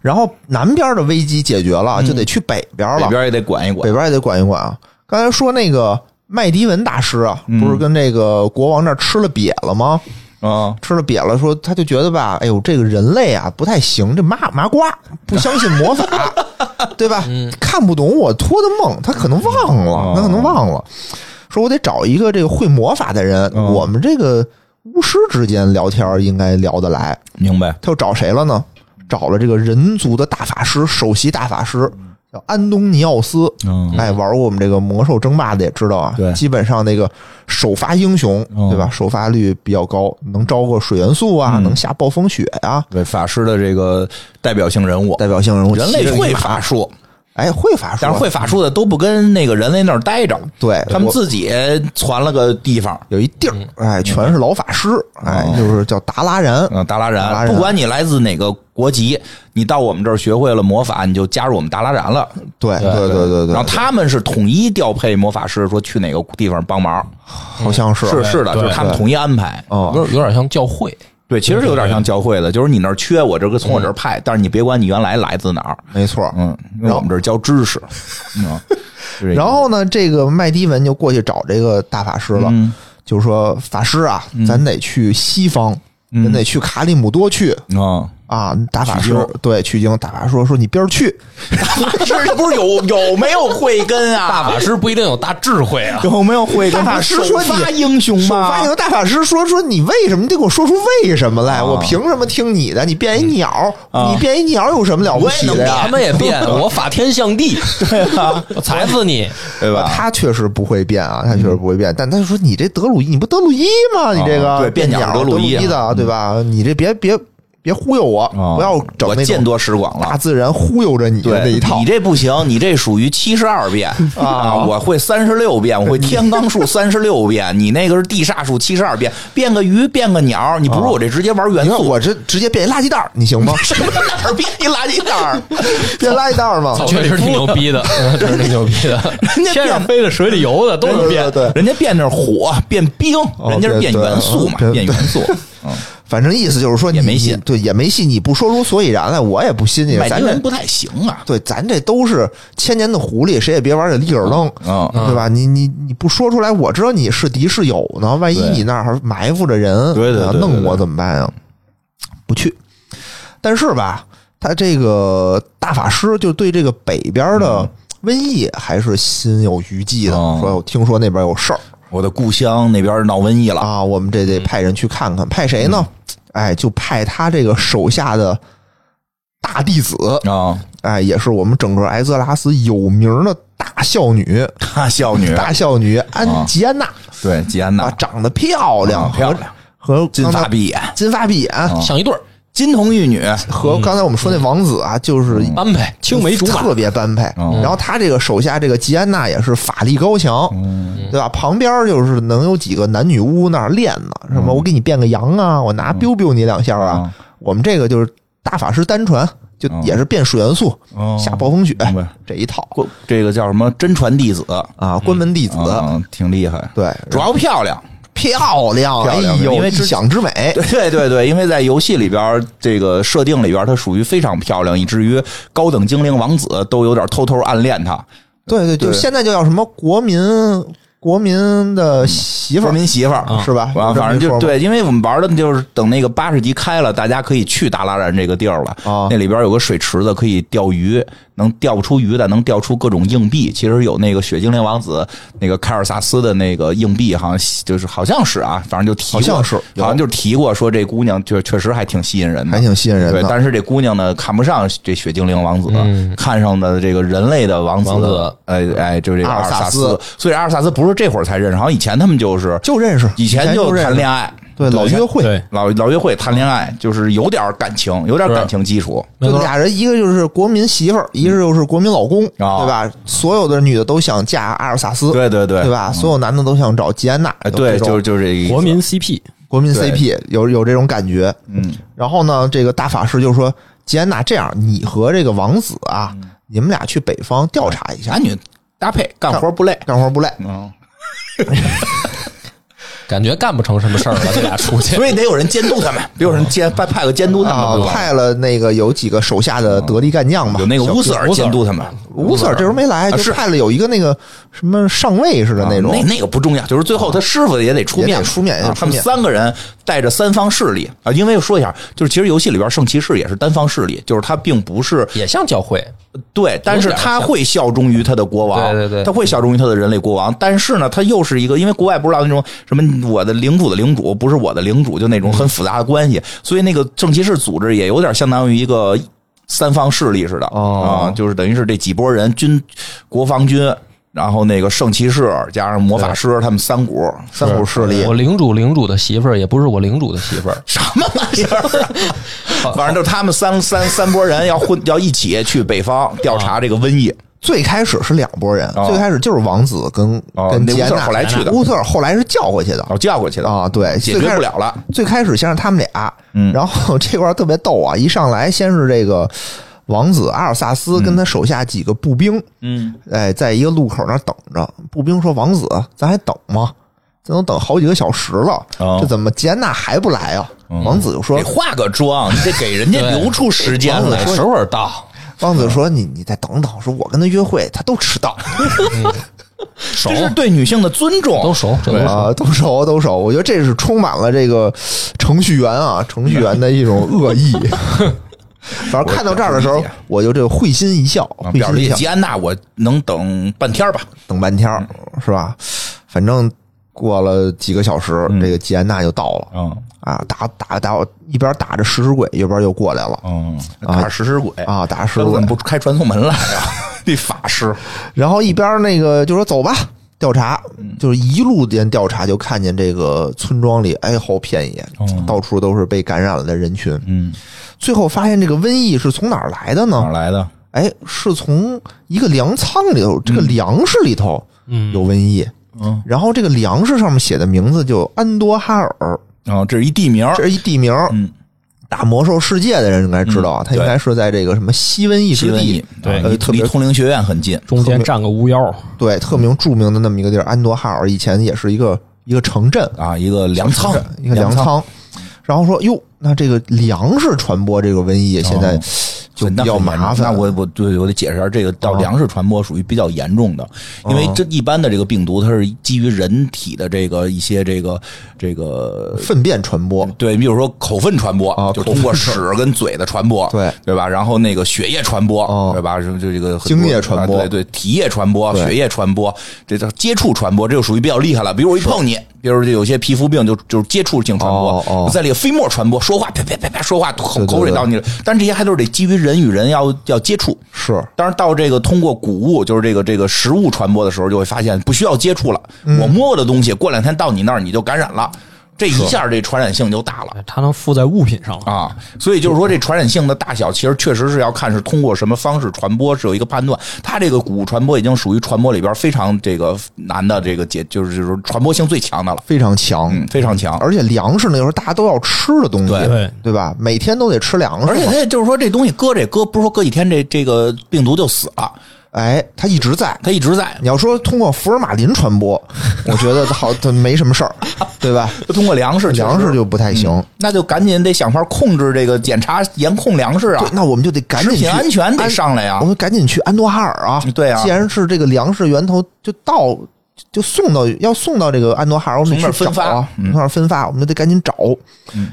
Speaker 3: 然后南边的危机解决了，就得去北边了，
Speaker 2: 嗯北边也得管一管
Speaker 3: 北，边也得管一管啊。刚才说那个麦迪文大师啊，
Speaker 2: 嗯
Speaker 3: 不是跟这个国王那儿吃了瘪了吗？
Speaker 2: 啊，
Speaker 3: 吃了瘪了，说他就觉得吧，哎呦，这个人类啊不太行，这麻麻瓜不相信魔 法，对吧？
Speaker 2: 嗯
Speaker 3: 看不懂我托的梦，他可能忘了，他可能忘了。说我得找一个这个会魔法的人，
Speaker 2: 嗯
Speaker 3: 我们这个巫师之间聊天应该聊得来。
Speaker 2: 明白，
Speaker 3: 他又找谁了呢？找了这个人族的大法师，首席大法师叫安东尼奥斯。
Speaker 2: 嗯
Speaker 3: 哎，玩过我们这个魔兽争霸的也知道啊，
Speaker 2: 对
Speaker 3: 基本上那个首发英雄，
Speaker 2: 嗯
Speaker 3: 对吧？首发率比较高，能招个水元素啊，
Speaker 2: 嗯
Speaker 3: 能下暴风雪啊，
Speaker 2: 对，法师的这个代表性人物，
Speaker 3: 代表性人物。
Speaker 2: 人
Speaker 3: 骑着
Speaker 2: 类
Speaker 3: 一
Speaker 2: 会
Speaker 3: 马
Speaker 2: 法术，
Speaker 3: 哎，会法术，
Speaker 2: 但是会法术的都不跟那个人类那儿待着，
Speaker 3: 对
Speaker 2: 他们
Speaker 3: 我
Speaker 2: 自己传了个地方，
Speaker 3: 有一地
Speaker 2: 嗯
Speaker 3: 儿，哎，全是老法师，哎，就是叫达拉然，
Speaker 2: 哦嗯，达拉
Speaker 3: 达拉
Speaker 2: 然，
Speaker 3: 然
Speaker 2: 不管你来自哪个国籍，你到我们这儿学会了魔法，你就加入我们达拉然了。
Speaker 3: 对对对对对对，
Speaker 2: 然后他们是统一调配魔法师，说去哪个地方帮忙，
Speaker 3: 好像是
Speaker 2: 是是的，
Speaker 4: 对
Speaker 2: 就是他们统一安排。
Speaker 3: 哦，
Speaker 1: 有点有点像教会，
Speaker 2: 对，其实有点像教会的，就是你那儿缺，我这个从我这
Speaker 3: 嗯
Speaker 2: 儿派，但是你别管你原来来自哪儿，
Speaker 3: 没错，
Speaker 2: 嗯，因为我们这儿教知识， 嗯，是这意思
Speaker 3: 然后呢，这个麦迪文就过去找这个大法师了，
Speaker 2: 嗯
Speaker 3: 就是说法师啊，咱得去西方，
Speaker 2: 嗯
Speaker 3: 咱得去卡里姆多去
Speaker 2: 啊，
Speaker 3: 啊。大法
Speaker 2: 取
Speaker 3: 师
Speaker 2: 经
Speaker 3: 对取经，大法师说说你边儿去，
Speaker 2: 这不是有有没有慧根啊？
Speaker 1: 大法师不一定有大智慧啊，
Speaker 2: 有没有慧根？
Speaker 3: 大法师说你
Speaker 2: 首发英雄
Speaker 3: 首
Speaker 2: 吗
Speaker 3: 发？行大法师说说你为什么？你得给我说出为什么来，我凭什么听你的？你变一鸟，
Speaker 2: 啊
Speaker 3: 你变一鸟有什么了不起的
Speaker 1: 他
Speaker 3: 呀？
Speaker 1: 们也变，我法天象地，对啊，我裁死你，
Speaker 2: 对吧？
Speaker 3: 他确实不会变啊，他确实不会变，但他就说你这德鲁伊，你不德鲁伊吗？你这
Speaker 2: 嗯
Speaker 3: 个、
Speaker 2: 啊对
Speaker 3: 变
Speaker 2: 变鸟
Speaker 3: 德
Speaker 2: 德鲁伊
Speaker 3: 伊
Speaker 2: 啊
Speaker 3: 的，对吧？你这别别别忽悠我，
Speaker 2: 啊
Speaker 3: 不要整
Speaker 2: 我
Speaker 3: 那
Speaker 2: 见
Speaker 3: 种
Speaker 2: 多识广了
Speaker 3: 大。自然忽悠着你的
Speaker 2: 对
Speaker 3: 那一套
Speaker 2: 你。这不行，你这属于七十二变啊！我会三十六变，我会天罡术三十六变，你那个是地煞术七十二变，变个鱼，变个鸟，你不如我这直接玩元
Speaker 3: 哦你看
Speaker 2: 素，
Speaker 3: 我这直接变一垃圾袋儿，你 行吗？
Speaker 2: 什么哪儿变一垃圾袋儿？
Speaker 3: 变垃圾袋儿吗？
Speaker 1: 哦确实挺牛逼 的，嗯确实挺牛逼的， 天上飞的，水里游的都能变，
Speaker 3: 对对，
Speaker 2: 人家变成火，变冰，人家是变元素嘛，
Speaker 3: 对对
Speaker 2: 变元素。嗯
Speaker 3: 反正意思就是说你
Speaker 2: 也没信
Speaker 3: 你对，也没戏。你不说出所以然来，我也不信你。
Speaker 2: 麦
Speaker 3: 咱
Speaker 2: 迪
Speaker 3: 这
Speaker 2: 文不太行啊，
Speaker 3: 对，咱这都是千年的狐狸，谁也别玩这立耳愣，
Speaker 2: 嗯
Speaker 3: 对吧？你你你不说出来，我知道你是敌是友呢。万一
Speaker 2: 对
Speaker 3: 你那儿还埋伏着人，
Speaker 2: 对对对
Speaker 3: 啊
Speaker 2: 对
Speaker 3: 弄
Speaker 2: 对
Speaker 3: 我怎么办呀？不去。但是吧，他这个大法师就对这个北边的瘟疫还是心有余悸的，
Speaker 2: 嗯哦
Speaker 3: 说我听说那边有事儿
Speaker 2: 我的故乡那边闹瘟疫了，
Speaker 3: 啊，我们这得派人去看看。派谁呢？
Speaker 2: 嗯
Speaker 3: 哎，就派他这个手下的大弟子
Speaker 2: 啊，
Speaker 3: 哎，也是我们整个艾泽拉斯有名的大孝女，
Speaker 2: 大孝女，
Speaker 3: 大孝女
Speaker 2: 啊
Speaker 3: 安吉安娜
Speaker 2: 对吉安
Speaker 3: 啊，
Speaker 2: 娜
Speaker 3: 长得漂亮，
Speaker 2: 啊漂亮
Speaker 3: 和，和
Speaker 2: 金
Speaker 3: 刚
Speaker 2: 发
Speaker 3: 才
Speaker 2: 碧眼，啊嗯
Speaker 3: 金发碧眼，
Speaker 1: 像一对儿
Speaker 2: 金童玉 女，
Speaker 3: 和刚才我们说那王子啊，就是
Speaker 2: 嗯
Speaker 1: 般配，青梅竹马，
Speaker 3: 特别般配。然后他这个手下这个吉安娜也是法力高强，
Speaker 2: 嗯
Speaker 3: 对吧？旁边就是能有几个男女巫那儿练呢，
Speaker 2: 嗯
Speaker 3: 什么我给你变个羊啊，我拿 biu biu 你两下啊。我们这个就是大法师单传，就也是变水元素，下暴风雪
Speaker 2: 嗯明白
Speaker 3: 这一套
Speaker 2: 过这个叫什么真传弟子，
Speaker 3: 啊，关门弟子。
Speaker 2: 嗯，挺厉害。
Speaker 3: 对，
Speaker 2: 主要漂亮。
Speaker 3: 漂亮，
Speaker 2: 漂亮
Speaker 3: 哎呦，
Speaker 2: 因为
Speaker 3: 异
Speaker 2: 之
Speaker 3: 想之美，
Speaker 2: 对对对对，因为在游戏里边儿，这个设定里边儿，她属于非常漂亮，以至于高等精灵王子都有点偷偷暗恋她。
Speaker 3: 对对，就是
Speaker 2: 对
Speaker 3: 现在就叫什么国民国民的媳
Speaker 2: 嗯
Speaker 3: 妇
Speaker 2: 国
Speaker 3: 儿
Speaker 2: 民媳妇儿
Speaker 3: 是吧？
Speaker 2: 啊，
Speaker 3: 有这么
Speaker 2: 反正
Speaker 3: 一说
Speaker 2: 就
Speaker 3: 吗，
Speaker 2: 对，因为我们玩的就是等那个八十级开了，大家可以去达拉然这个地儿了。
Speaker 3: 啊
Speaker 2: 那里边有个水池子，可以钓鱼，能钓不出鱼的，能钓出各种硬币。其实有那个雪精灵王子那个凯尔萨斯的那个硬币，好像就是好像是啊，反正就提过
Speaker 3: 好像是有
Speaker 2: 好像就是提过说这姑娘确确实还挺吸引人的，
Speaker 3: 还挺吸引人
Speaker 2: 对，
Speaker 3: 的。
Speaker 2: 但是这姑娘呢，看不上这雪精灵王子，看上的这个人类的王子，
Speaker 1: 嗯王子
Speaker 2: 哎哎，就是这个
Speaker 3: 阿
Speaker 2: 阿
Speaker 3: 尔
Speaker 2: 尔
Speaker 3: 萨
Speaker 2: 萨
Speaker 3: 斯
Speaker 2: 斯。所以阿尔萨斯不是是这会儿才认识，好像以前他们就是
Speaker 3: 就认识，
Speaker 2: 以前就
Speaker 3: 认
Speaker 2: 谈
Speaker 3: 识
Speaker 2: 恋爱，
Speaker 3: 对老约会，
Speaker 4: 对，
Speaker 2: 老老约会谈恋爱，就是有点感情，有点感情基础。
Speaker 4: 没
Speaker 3: 就
Speaker 4: 错
Speaker 3: 俩人，一个就是国民媳妇儿，一个就是国民老公，
Speaker 2: 嗯啊
Speaker 3: 对吧？所有的女的都想嫁阿尔萨斯，
Speaker 2: 对对对
Speaker 3: 对吧？所有男的都想找吉安娜，
Speaker 2: 哎，
Speaker 3: 有这
Speaker 2: 对，
Speaker 3: 种
Speaker 2: 就是就是这意思
Speaker 4: 国民 CP，
Speaker 3: 国民
Speaker 2: 对
Speaker 3: CP 有有这种感觉。
Speaker 2: 嗯，
Speaker 3: 然后呢，这个大法师就说：“吉安娜，这样你和这个王子啊，
Speaker 2: 嗯
Speaker 3: 你们俩去北方调查一下
Speaker 2: 男，女搭配干活不累。
Speaker 3: 干活不累。
Speaker 2: 嗯，
Speaker 1: 感觉干不成什么事儿 了，这俩出去
Speaker 2: 所以得有人监督 他们，得有人监派派个监督他
Speaker 3: 啊
Speaker 2: 们，对，吧？
Speaker 3: 派了那个有几个手下的得力干将吧，
Speaker 2: 嗯有那个
Speaker 3: 小
Speaker 2: 乌瑟尔监督他们。
Speaker 3: 乌瑟尔这时候没来，
Speaker 2: 啊
Speaker 3: 就是派了有一个那个什么上尉似的
Speaker 2: 啊
Speaker 3: 那种啊
Speaker 2: 那，那个不重要，就是最后他师傅也得出
Speaker 3: 也
Speaker 2: 面
Speaker 3: 得
Speaker 2: 嘛，
Speaker 3: 出面也得
Speaker 2: 啊
Speaker 3: 出
Speaker 2: 他们
Speaker 3: 面
Speaker 2: 三个人带着三方势力啊，因为说一下，就是其实游戏里边圣骑士也是单方势力，就是他并不是
Speaker 1: 也像教会，
Speaker 2: 对，但是他会效忠于他的国王，
Speaker 1: 对对对
Speaker 2: 他会效忠于他的人类国王。但是呢，他又是一个，因为国外不知道那种什么我的领主的领主不是我的领主，就那种很复杂的关
Speaker 1: 嗯
Speaker 2: 系，所以那个圣骑士组织也有点相当于一个三方势力似的、
Speaker 3: 哦
Speaker 2: 啊，就是等于是这几拨人军国防军。然后那个圣骑士加上魔法师，他们三股三股势力，
Speaker 1: 嗯我领主领主的媳妇儿也不是我领主的媳妇儿，
Speaker 2: 什么玩意儿啊？反正就是他们三三三拨人要混，要一起去北方调查这个瘟疫。
Speaker 3: 最开始是两拨人，
Speaker 2: 哦
Speaker 3: 最开始就是王子跟、
Speaker 2: 哦
Speaker 3: 跟
Speaker 2: 那
Speaker 3: 吉
Speaker 2: 乌
Speaker 3: 安
Speaker 2: 瑟
Speaker 3: 娜，
Speaker 2: 尔后来去的
Speaker 3: 乌瑟尔后来是叫回去的
Speaker 2: 哦，叫过去的
Speaker 3: 啊，对，
Speaker 2: 解
Speaker 3: 最
Speaker 2: 决
Speaker 3: 开
Speaker 2: 不
Speaker 3: 始
Speaker 2: 了了。
Speaker 3: 最开始先是他们俩，
Speaker 2: 嗯
Speaker 3: 然后这块儿特别逗啊，一上来先是这个王子阿尔萨斯跟他手下几个步兵，
Speaker 2: 嗯，
Speaker 3: 哎，在一个路口那儿等着，步兵说：“王子，咱还等吗？咱都等好几个小时了，
Speaker 2: 哦嗯哎
Speaker 3: 这怎么吉安娜还不来啊？”王子就说
Speaker 2: 得化个妆，你得给人家留出时间
Speaker 1: 哪
Speaker 2: 来。
Speaker 1: 时候到？：“
Speaker 3: 王子说你你再等等，说我跟他约会，他都迟到。”
Speaker 2: 这是对女性的尊重。
Speaker 1: 都熟，这都熟。
Speaker 3: 啊，都熟都熟，我觉得这是充满了这个程序员啊，程序员的一种恶 意。反正看到这儿的时
Speaker 2: 我
Speaker 3: 候
Speaker 2: 理解，
Speaker 3: 我就这个会心一笑，
Speaker 2: 啊
Speaker 3: 会
Speaker 2: 表
Speaker 3: 心
Speaker 2: 弟
Speaker 3: 一
Speaker 2: 吉
Speaker 3: 笑，
Speaker 2: 安娜，我能等半天吧？
Speaker 3: 等半天儿
Speaker 2: 嗯
Speaker 3: 是吧？反正过了几个小时，这个吉安娜就到了
Speaker 2: 嗯
Speaker 3: 啊，打打打，一边打着食尸鬼，一边又过来了
Speaker 2: 嗯，打食尸鬼
Speaker 3: 啊，打食
Speaker 2: 他
Speaker 3: 尸
Speaker 2: 怎
Speaker 3: 鬼
Speaker 2: 么，不开传送门 来啊？那法师，
Speaker 3: 然后一边那个就说走吧。调查
Speaker 2: 嗯
Speaker 3: 就是一路间调查，就看见这个村庄里哎哀嚎遍野，
Speaker 2: 哦
Speaker 3: 到处都是被感染了的人群。
Speaker 2: 嗯，
Speaker 3: 最后发现这个瘟疫是从哪儿来的呢？
Speaker 2: 来的？
Speaker 3: 哎，是从一个粮仓里头，这个粮食里头有瘟疫。
Speaker 2: 嗯，
Speaker 3: 然后这个粮食上面写的名字就安多哈尔，
Speaker 2: 啊，这是一地名儿。
Speaker 3: 嗯这是一地名。
Speaker 2: 嗯，
Speaker 3: 打魔兽世界的人应该知道啊，
Speaker 2: 嗯
Speaker 3: 他应该是在这个什么西瘟疫
Speaker 2: 西
Speaker 3: 之
Speaker 2: 瘟疫
Speaker 3: 地，
Speaker 4: 对
Speaker 2: 啊
Speaker 3: 呃
Speaker 2: 离
Speaker 3: 特
Speaker 2: 离
Speaker 3: 别
Speaker 2: 通灵学院很近。
Speaker 4: 中间站个巫妖，
Speaker 3: 对
Speaker 2: 嗯
Speaker 3: 特名著名的那么一个地儿。安多哈尔以前也是一个一个城镇，
Speaker 2: 啊，一个粮仓，
Speaker 3: 一个粮仓。然后说哟，那这个粮食传播这个瘟疫现在
Speaker 2: 哦
Speaker 3: 就
Speaker 2: 很
Speaker 3: 比较麻烦。
Speaker 2: 那我我对我得解释一下，这个到粮食传播属于比较严重的，因为这一般的这个病毒它是基于人体的这个一些这个这个。
Speaker 3: 粪便传播，
Speaker 2: 对，你比如说口粪传播，
Speaker 3: 啊
Speaker 2: 就通过屎跟嘴的传播，
Speaker 3: 对
Speaker 2: 对吧？然后那个血液传播，
Speaker 3: 哦
Speaker 2: 对吧？就就这个很多
Speaker 3: 精液传播
Speaker 2: 啊对对，体液传播、
Speaker 3: 对
Speaker 2: 血液传播，这叫接触传播，这就属于比较厉害了。比如我一碰你，比如就有些皮肤病就就是接触性传播，
Speaker 3: 哦哦
Speaker 2: 在这个飞沫传播，说话啪啪啪啪说话口
Speaker 3: 对对
Speaker 2: 口水
Speaker 3: 对
Speaker 2: 到你，但这些还都是得基于人与人要要接触，
Speaker 3: 是
Speaker 2: 当然，到这个通过谷物，就是这个这个食物传播的时候，就会发现不需要接触了。我摸过的东西，过两天到你那儿你就感染了，这一下这传染性就大了
Speaker 4: 它能附在物品上了。
Speaker 2: 啊！所以就是说，这传染性的大小，其实确实是要看是通过什么方式传播，是有一个判断。它这个谷物传播已经属于传播里边非常这个难的这个解，就是就是传播性最强的了，
Speaker 3: 非常强。
Speaker 2: 嗯，非常强。
Speaker 3: 而且粮食那时候大家都要吃的东西，
Speaker 4: 对
Speaker 3: 吧？每天都得吃粮食嘛，
Speaker 2: 而且它就是说，这东西搁这搁，不是说搁几天这这个病毒就死了，
Speaker 3: 哎，它一直在。
Speaker 2: 它一直在，
Speaker 3: 你要说通过福尔马林传播， 我觉得好，它没什么事儿，对 吧？
Speaker 2: 就通过粮食确实嗯
Speaker 3: 粮食就不太行。
Speaker 2: 那就赶紧得想法控制这个检查严控粮食啊
Speaker 3: 对，，那我们就得赶
Speaker 2: 食
Speaker 3: 紧去
Speaker 2: 品安全得上来呀
Speaker 3: 我。们赶紧去安多哈尔啊！
Speaker 2: 对啊
Speaker 3: 既然是这个粮食源头，就到就送到要送到这个安多哈尔，我们
Speaker 2: 从那
Speaker 3: 得
Speaker 2: 儿
Speaker 3: 去
Speaker 2: 分
Speaker 3: 找啊
Speaker 2: 发，嗯
Speaker 3: 从那儿分发，我们就得赶紧找。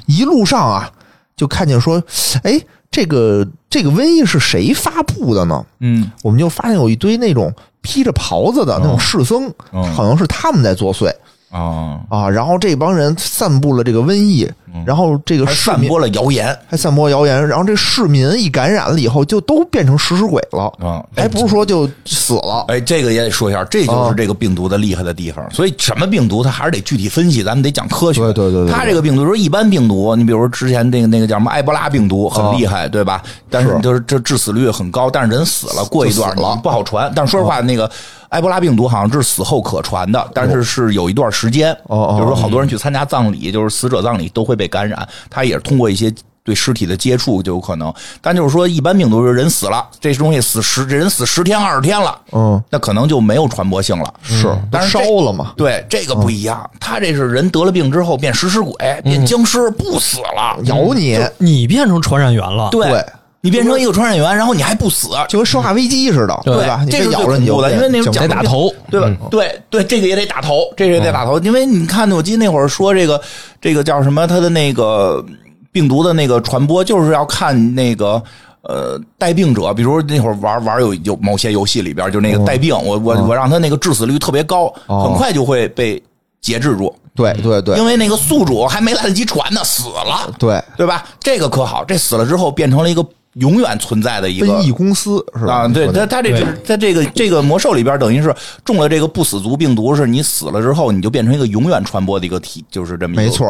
Speaker 3: 一路上啊，就看见说，哎，这个这个瘟疫是谁发布的呢？
Speaker 2: 嗯，
Speaker 3: 我们就发现有一堆那种披着袍子的那种士僧，
Speaker 2: 嗯
Speaker 3: 好像是他们在作祟
Speaker 2: 哦，
Speaker 3: 啊。然后这帮人散布了这个瘟疫，然后这个
Speaker 2: 嗯还
Speaker 3: 市
Speaker 2: 散
Speaker 3: 民
Speaker 2: 播了谣言
Speaker 3: 还散播谣言，然后这市民一感染了以后，就都变成食尸鬼了
Speaker 2: 啊
Speaker 3: 哎，不是说就死了，
Speaker 2: 哎，这个也得说一下，这
Speaker 3: 啊
Speaker 2: 就是这个病毒的厉害的地方。所以什么病毒，它还是得具体分析，咱们得讲科学。
Speaker 3: 对对对对对
Speaker 2: 它这个病毒，说一般病毒，你比如说之前那个那个叫什么埃博拉病
Speaker 3: 啊
Speaker 2: 毒，很厉害，对吧？但是就是这致死率很高，但是人死了，过一段
Speaker 3: 就死了啊
Speaker 2: 你不好传。但是说实话，那个埃博拉病毒好像是死后可传的，但是是有一段时间，
Speaker 3: 哦哦
Speaker 2: 就是说好多人去参加葬礼，就是死者葬礼都会被感染，它也是通过一些。对尸体的接触就有可能，但就是说，一般病毒就是人死了，这东西死十，这人死十天二十天了，
Speaker 3: 嗯，
Speaker 2: 那可能就没有传播性了。是
Speaker 3: 都
Speaker 2: 但是
Speaker 3: 烧
Speaker 2: 这嗯
Speaker 3: 了嘛，
Speaker 2: 对这个不一样，他这是人得了病之后变食尸鬼，变僵尸，不死了。
Speaker 3: 咬你，
Speaker 4: 你变成传染源了，
Speaker 2: 嗯对
Speaker 3: 对，
Speaker 2: 你变成一个传染源，然后你还不死，
Speaker 3: 就跟生化危机似的，
Speaker 1: 对
Speaker 3: 吧？你
Speaker 2: 这
Speaker 3: 被
Speaker 2: 是最
Speaker 3: 咬了
Speaker 2: 恐
Speaker 3: 你就
Speaker 2: 怖的，因为那
Speaker 3: 就
Speaker 2: 种
Speaker 1: 得打头
Speaker 2: 对
Speaker 3: 嗯
Speaker 2: 吧？对对，这个也得打头，这个也得打头，因为你看，我记得那会儿说这个这个叫什么，它的那个病毒的那个传播，就是要看那个。呃，带病者，比如那会儿玩玩有有某些游戏里边，就那个带病，我我我让他那个致死率特别高，
Speaker 3: 哦
Speaker 2: 很快就会被节制住，
Speaker 3: 对对对
Speaker 2: 因为那个宿主还没来得及传呢，死了，
Speaker 3: 对，
Speaker 2: 对吧？这个可好，这死了之后变成了一个永远存在的一个
Speaker 3: 瘟疫公司是吧？
Speaker 2: 啊，对
Speaker 3: 你说
Speaker 2: 他他
Speaker 3: 那
Speaker 2: 这就是他这个这个魔兽里边，等于是中了这个不死族病毒，是你死了之后，你就变成一个永远传播的一个体，就是这么一个
Speaker 3: 没错，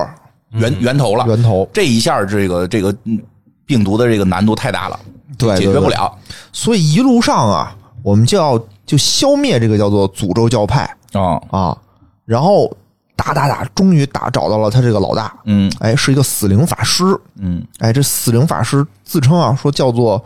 Speaker 3: 嗯
Speaker 2: 源源头了。
Speaker 3: 源头
Speaker 2: 这一下，这个这个嗯病毒的这个难度太大了，
Speaker 3: 对
Speaker 2: 解
Speaker 3: 对
Speaker 2: 决
Speaker 3: 对
Speaker 2: 不了
Speaker 3: 所以一路上啊，我们就要就消灭这个叫做诅咒教派
Speaker 2: 啊。
Speaker 3: 啊，然后打打打，终于打找到了他这个老大，
Speaker 2: 嗯
Speaker 3: 哎，是一个死灵法师，
Speaker 2: 嗯
Speaker 3: 哎，这死灵法师自称啊，说叫做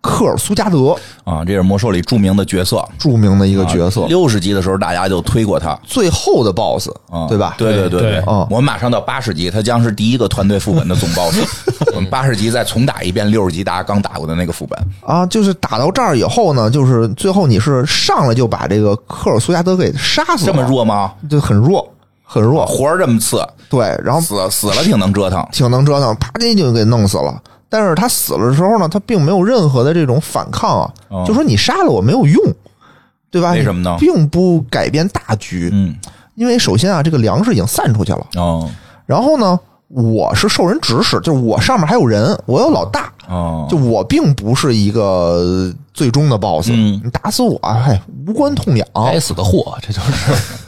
Speaker 3: 科尔苏加德，
Speaker 2: 啊，这是魔兽里著名的角色
Speaker 3: 著名的一个角色，
Speaker 2: 六十级的时候，大家就推过他
Speaker 3: 最后的 BOSS，、
Speaker 2: 啊，
Speaker 3: 对吧？
Speaker 2: 对对对
Speaker 4: 对
Speaker 2: 对，
Speaker 3: 哦
Speaker 2: 我们马上到八十级，他将是第一个团队副本的总 BOSS。我们八十级再重打一遍六十级大家刚打过的那个副本。
Speaker 3: 啊，就是打到这儿以后呢，就是最后你是上来就把这个科尔苏加德给杀死
Speaker 2: 这
Speaker 3: 了，
Speaker 2: 么，弱啊吗？
Speaker 3: 就很弱，很弱，
Speaker 2: 活儿这么次，
Speaker 3: 对，然后
Speaker 2: 死死了挺能折腾。
Speaker 3: 挺能折腾，啪叽就给弄死了。但是他死了之后呢，他并没有任何的这种反抗啊，
Speaker 2: 哦
Speaker 3: 就说你杀了我没有用，对吧？
Speaker 2: 为什么呢
Speaker 3: 你并不改变大局，
Speaker 2: 嗯，
Speaker 3: 因为首先啊，这个粮食已经散出去了，
Speaker 2: 哦
Speaker 3: 然后呢，我是受人指使，就是我上面还有人，我有老大，
Speaker 2: 哦
Speaker 3: 就我并不是一个最终的 boss，、
Speaker 2: 嗯
Speaker 3: 你打死我，哎，无关痛痒。
Speaker 4: 哎
Speaker 1: 该死的货，这就是。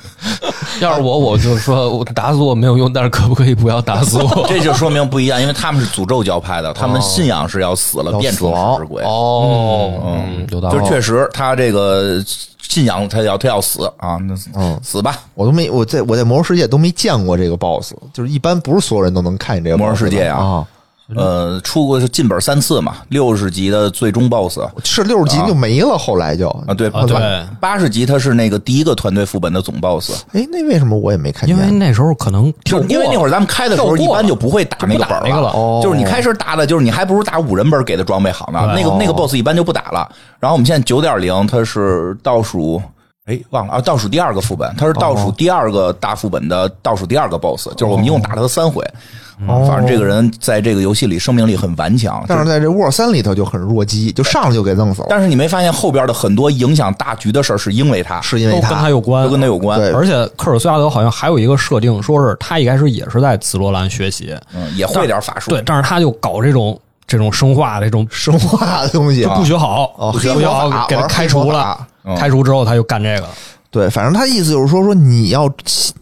Speaker 1: 要是我，我就说我打死我没有用，但是可不可以不要打死我？
Speaker 2: 这就说明不一样，因为他们是诅咒教派的，他们信仰哦是要死了
Speaker 3: 要
Speaker 2: 变成
Speaker 3: 死亡
Speaker 2: 食尸鬼。
Speaker 1: 哦，嗯，有道理
Speaker 2: 就是。确实，他这个信仰他要他要死啊，那
Speaker 3: 嗯
Speaker 2: 死吧。
Speaker 3: 我都没我在我在魔兽世界都没见过这个 boss，就是一般不是所有人都能看见这个
Speaker 2: 魔兽
Speaker 3: boss 的
Speaker 2: 世界啊
Speaker 3: 啊，
Speaker 4: 嗯
Speaker 2: 呃，出过进本三次嘛，六十级的最终 BOSS
Speaker 3: 是六十级就没了，后来就
Speaker 2: 啊，对
Speaker 4: 啊对
Speaker 2: 八十级他是那个第一个团队副本的总 BOSS，
Speaker 3: 哎，那为什么我也没看
Speaker 4: 因
Speaker 3: 见？
Speaker 4: 为那时候可能
Speaker 2: 就
Speaker 4: 跳过
Speaker 2: 是因为那会儿咱们开的时候
Speaker 4: 跳
Speaker 2: 一
Speaker 4: 过了
Speaker 2: 般就不会打那
Speaker 1: 不
Speaker 2: 个
Speaker 1: 打
Speaker 2: 本
Speaker 1: 那个了
Speaker 3: 哦
Speaker 2: 就是你开始打的，就是你还不如打五人本给的装备好呢。
Speaker 4: 对哦
Speaker 2: 那个那个 BOSS 一般就不打了。然后我们现在九点零，它是倒数，哎，忘了啊，倒数第二个副本，它是倒
Speaker 4: 哦
Speaker 2: 数第二个大副本的倒数第二个 BOSS，就是我们一共打了他三回。
Speaker 3: 哦
Speaker 2: 反正这个人在这个游戏里生命力很顽强，
Speaker 3: 但是在这 War 三里头就很弱鸡，就上来就给弄死了，
Speaker 2: 但是你没发现后边的很多影响大局的事儿是因为他，
Speaker 3: 是因
Speaker 4: 都
Speaker 3: 为
Speaker 4: 跟他有关，
Speaker 2: 都跟他有关，
Speaker 3: 对
Speaker 4: 而且科尔苏亚德好像还有一个设定，说是他一开始也是在紫罗兰学习，
Speaker 2: 嗯，也会点法术，
Speaker 4: 对，但是他就搞这种这种生化这 种
Speaker 3: 生化的东西
Speaker 4: 就不学好，
Speaker 3: 哦
Speaker 4: 不学
Speaker 3: 黑魔法
Speaker 4: 好给
Speaker 3: 玩
Speaker 4: 他
Speaker 3: 黑
Speaker 4: 开除
Speaker 3: 魔
Speaker 4: 了
Speaker 3: 法，
Speaker 2: 嗯哦
Speaker 4: 开除之后他就干这个了，
Speaker 3: 对，反正他意思就是说说你要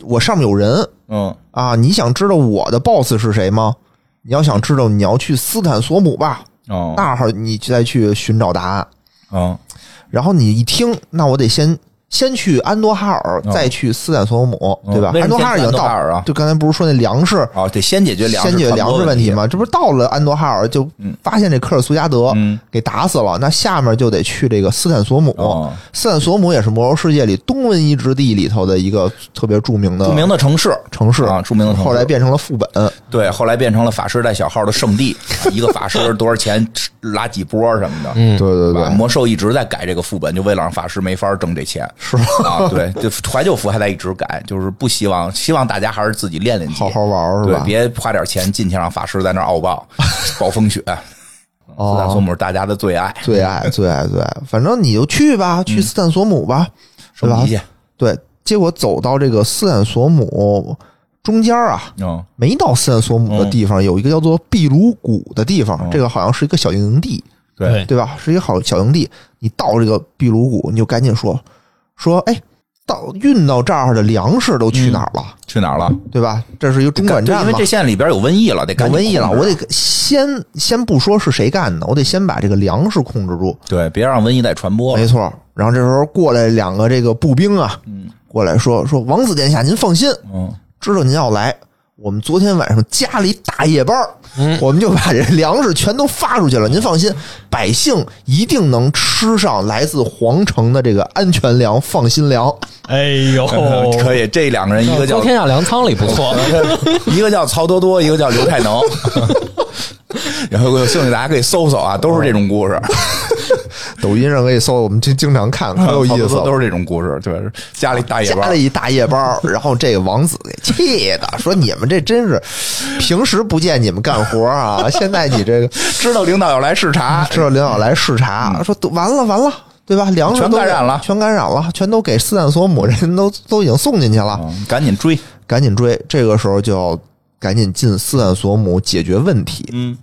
Speaker 3: 我上面有人
Speaker 2: 嗯，
Speaker 3: 啊，你想知道我的 boss 是谁吗？你要想知道，你要去斯坦索姆吧，
Speaker 2: 哦，
Speaker 3: 那儿你再去寻找答案。
Speaker 2: 嗯，
Speaker 3: 然后你一听，那我得先先去安多哈尔，
Speaker 2: 嗯
Speaker 3: 再去斯坦索姆，
Speaker 2: 嗯
Speaker 3: 对吧？
Speaker 2: 为什
Speaker 3: 安
Speaker 2: 么
Speaker 3: 多哈尔已经
Speaker 2: 先去
Speaker 3: 到
Speaker 2: 安多哈尔啊
Speaker 3: 就刚才不是说那粮食
Speaker 2: 哦，得先解决粮食
Speaker 3: 先解决
Speaker 2: 传播
Speaker 3: 粮食问
Speaker 2: 题
Speaker 3: 题？嘛，这不是到了安多哈尔就发现这科尔苏加德
Speaker 2: 嗯
Speaker 3: 给打死了，那下面就得去这个斯坦索姆。
Speaker 2: 哦
Speaker 3: 斯坦索姆也是魔兽世界里东瘟疫之地里头的一个特别著名的
Speaker 2: 著名的城市，
Speaker 3: 城市
Speaker 2: 啊著名的城市
Speaker 3: 后来变成了副本。
Speaker 2: 对，后来变成了法师带小号的圣地， 啊一个法师多少钱拉几波什么的。
Speaker 3: 对对
Speaker 2: 嗯对吧？
Speaker 3: 对，
Speaker 2: 魔兽一直在改这个副本，就为了让法师没法挣这钱，是啊，对，这怀旧服还在一直改，就是不希望，希望大家还是自己练练级，
Speaker 3: 好好玩儿是
Speaker 2: 对
Speaker 3: 吧，？
Speaker 2: 别花点钱进去让法师在那儿傲 爆，暴风雪，
Speaker 3: 哦
Speaker 2: 斯坦索姆是大家的最爱，
Speaker 3: 最爱最爱最爱，反正你就去吧，
Speaker 2: 嗯
Speaker 3: 去斯坦索姆吧，
Speaker 2: 升级去，
Speaker 3: 对，结果走到这个斯坦索姆中间啊，
Speaker 2: 嗯
Speaker 3: 没到斯坦索姆的地方，有一个叫做壁卢谷的地
Speaker 2: 哦
Speaker 3: 方，这个好像是一个小营地，
Speaker 2: 对，
Speaker 3: 对吧？是一个好小营地。你到这个壁卢谷，你就赶紧说说，哎，到运到这儿的粮食都去哪儿了，
Speaker 2: 去哪儿了？
Speaker 3: 对吧？这是一个中转
Speaker 2: 嗯对
Speaker 3: 站
Speaker 2: 因为
Speaker 3: 嘛
Speaker 2: 这，县里边有瘟疫了，得
Speaker 3: 有
Speaker 2: 赶紧
Speaker 3: 瘟疫了，
Speaker 2: 控制
Speaker 3: 我得先先不说是谁干的，我得先把这个粮食控制住。
Speaker 2: 对，别让瘟疫再传播了
Speaker 3: 没。错。然后这时候过来两个这个步兵啊，
Speaker 2: 嗯
Speaker 3: 过来说说王子殿下，您放心，
Speaker 2: 嗯，
Speaker 3: 知道您要来。我们昨天晚上加了一大夜班儿，
Speaker 2: 嗯
Speaker 3: 我们就把这粮食全都发出去了。您放心，百姓一定能吃上来自皇城的这个安全粮、放心粮。
Speaker 4: 哎呦，
Speaker 2: 可以，这两个人一个
Speaker 1: 高
Speaker 2: 叫
Speaker 1: 哦天下粮仓里不 错，
Speaker 2: 一个叫曹多多，一个叫刘太能。 然后有兴趣大家可以搜搜啊，都是这种故事，
Speaker 3: 抖音上可以搜，我们经经常看，可 哦有
Speaker 2: 曹
Speaker 3: 意
Speaker 2: 多
Speaker 3: 思
Speaker 2: 多
Speaker 3: 了。
Speaker 2: 都是这种故事，对，家里大夜
Speaker 3: 加了
Speaker 2: 班。
Speaker 3: 一大夜班儿，然后这个王子给气的说：“你们这真是，平时不见你们干 活啊，现在你这个
Speaker 2: 知道领导要来视察，
Speaker 3: 知道领导来视察，说都完了完了，对吧？粮
Speaker 2: 嗯
Speaker 3: 食
Speaker 2: 全
Speaker 3: 都
Speaker 2: 感
Speaker 3: 给
Speaker 2: 染了
Speaker 3: 全感染了，全都给斯坦索姆人都都已经送进去了，
Speaker 2: 嗯赶紧追。
Speaker 3: 赶紧追！这个时候就要赶紧进斯坦索姆解决问题。
Speaker 2: 嗯，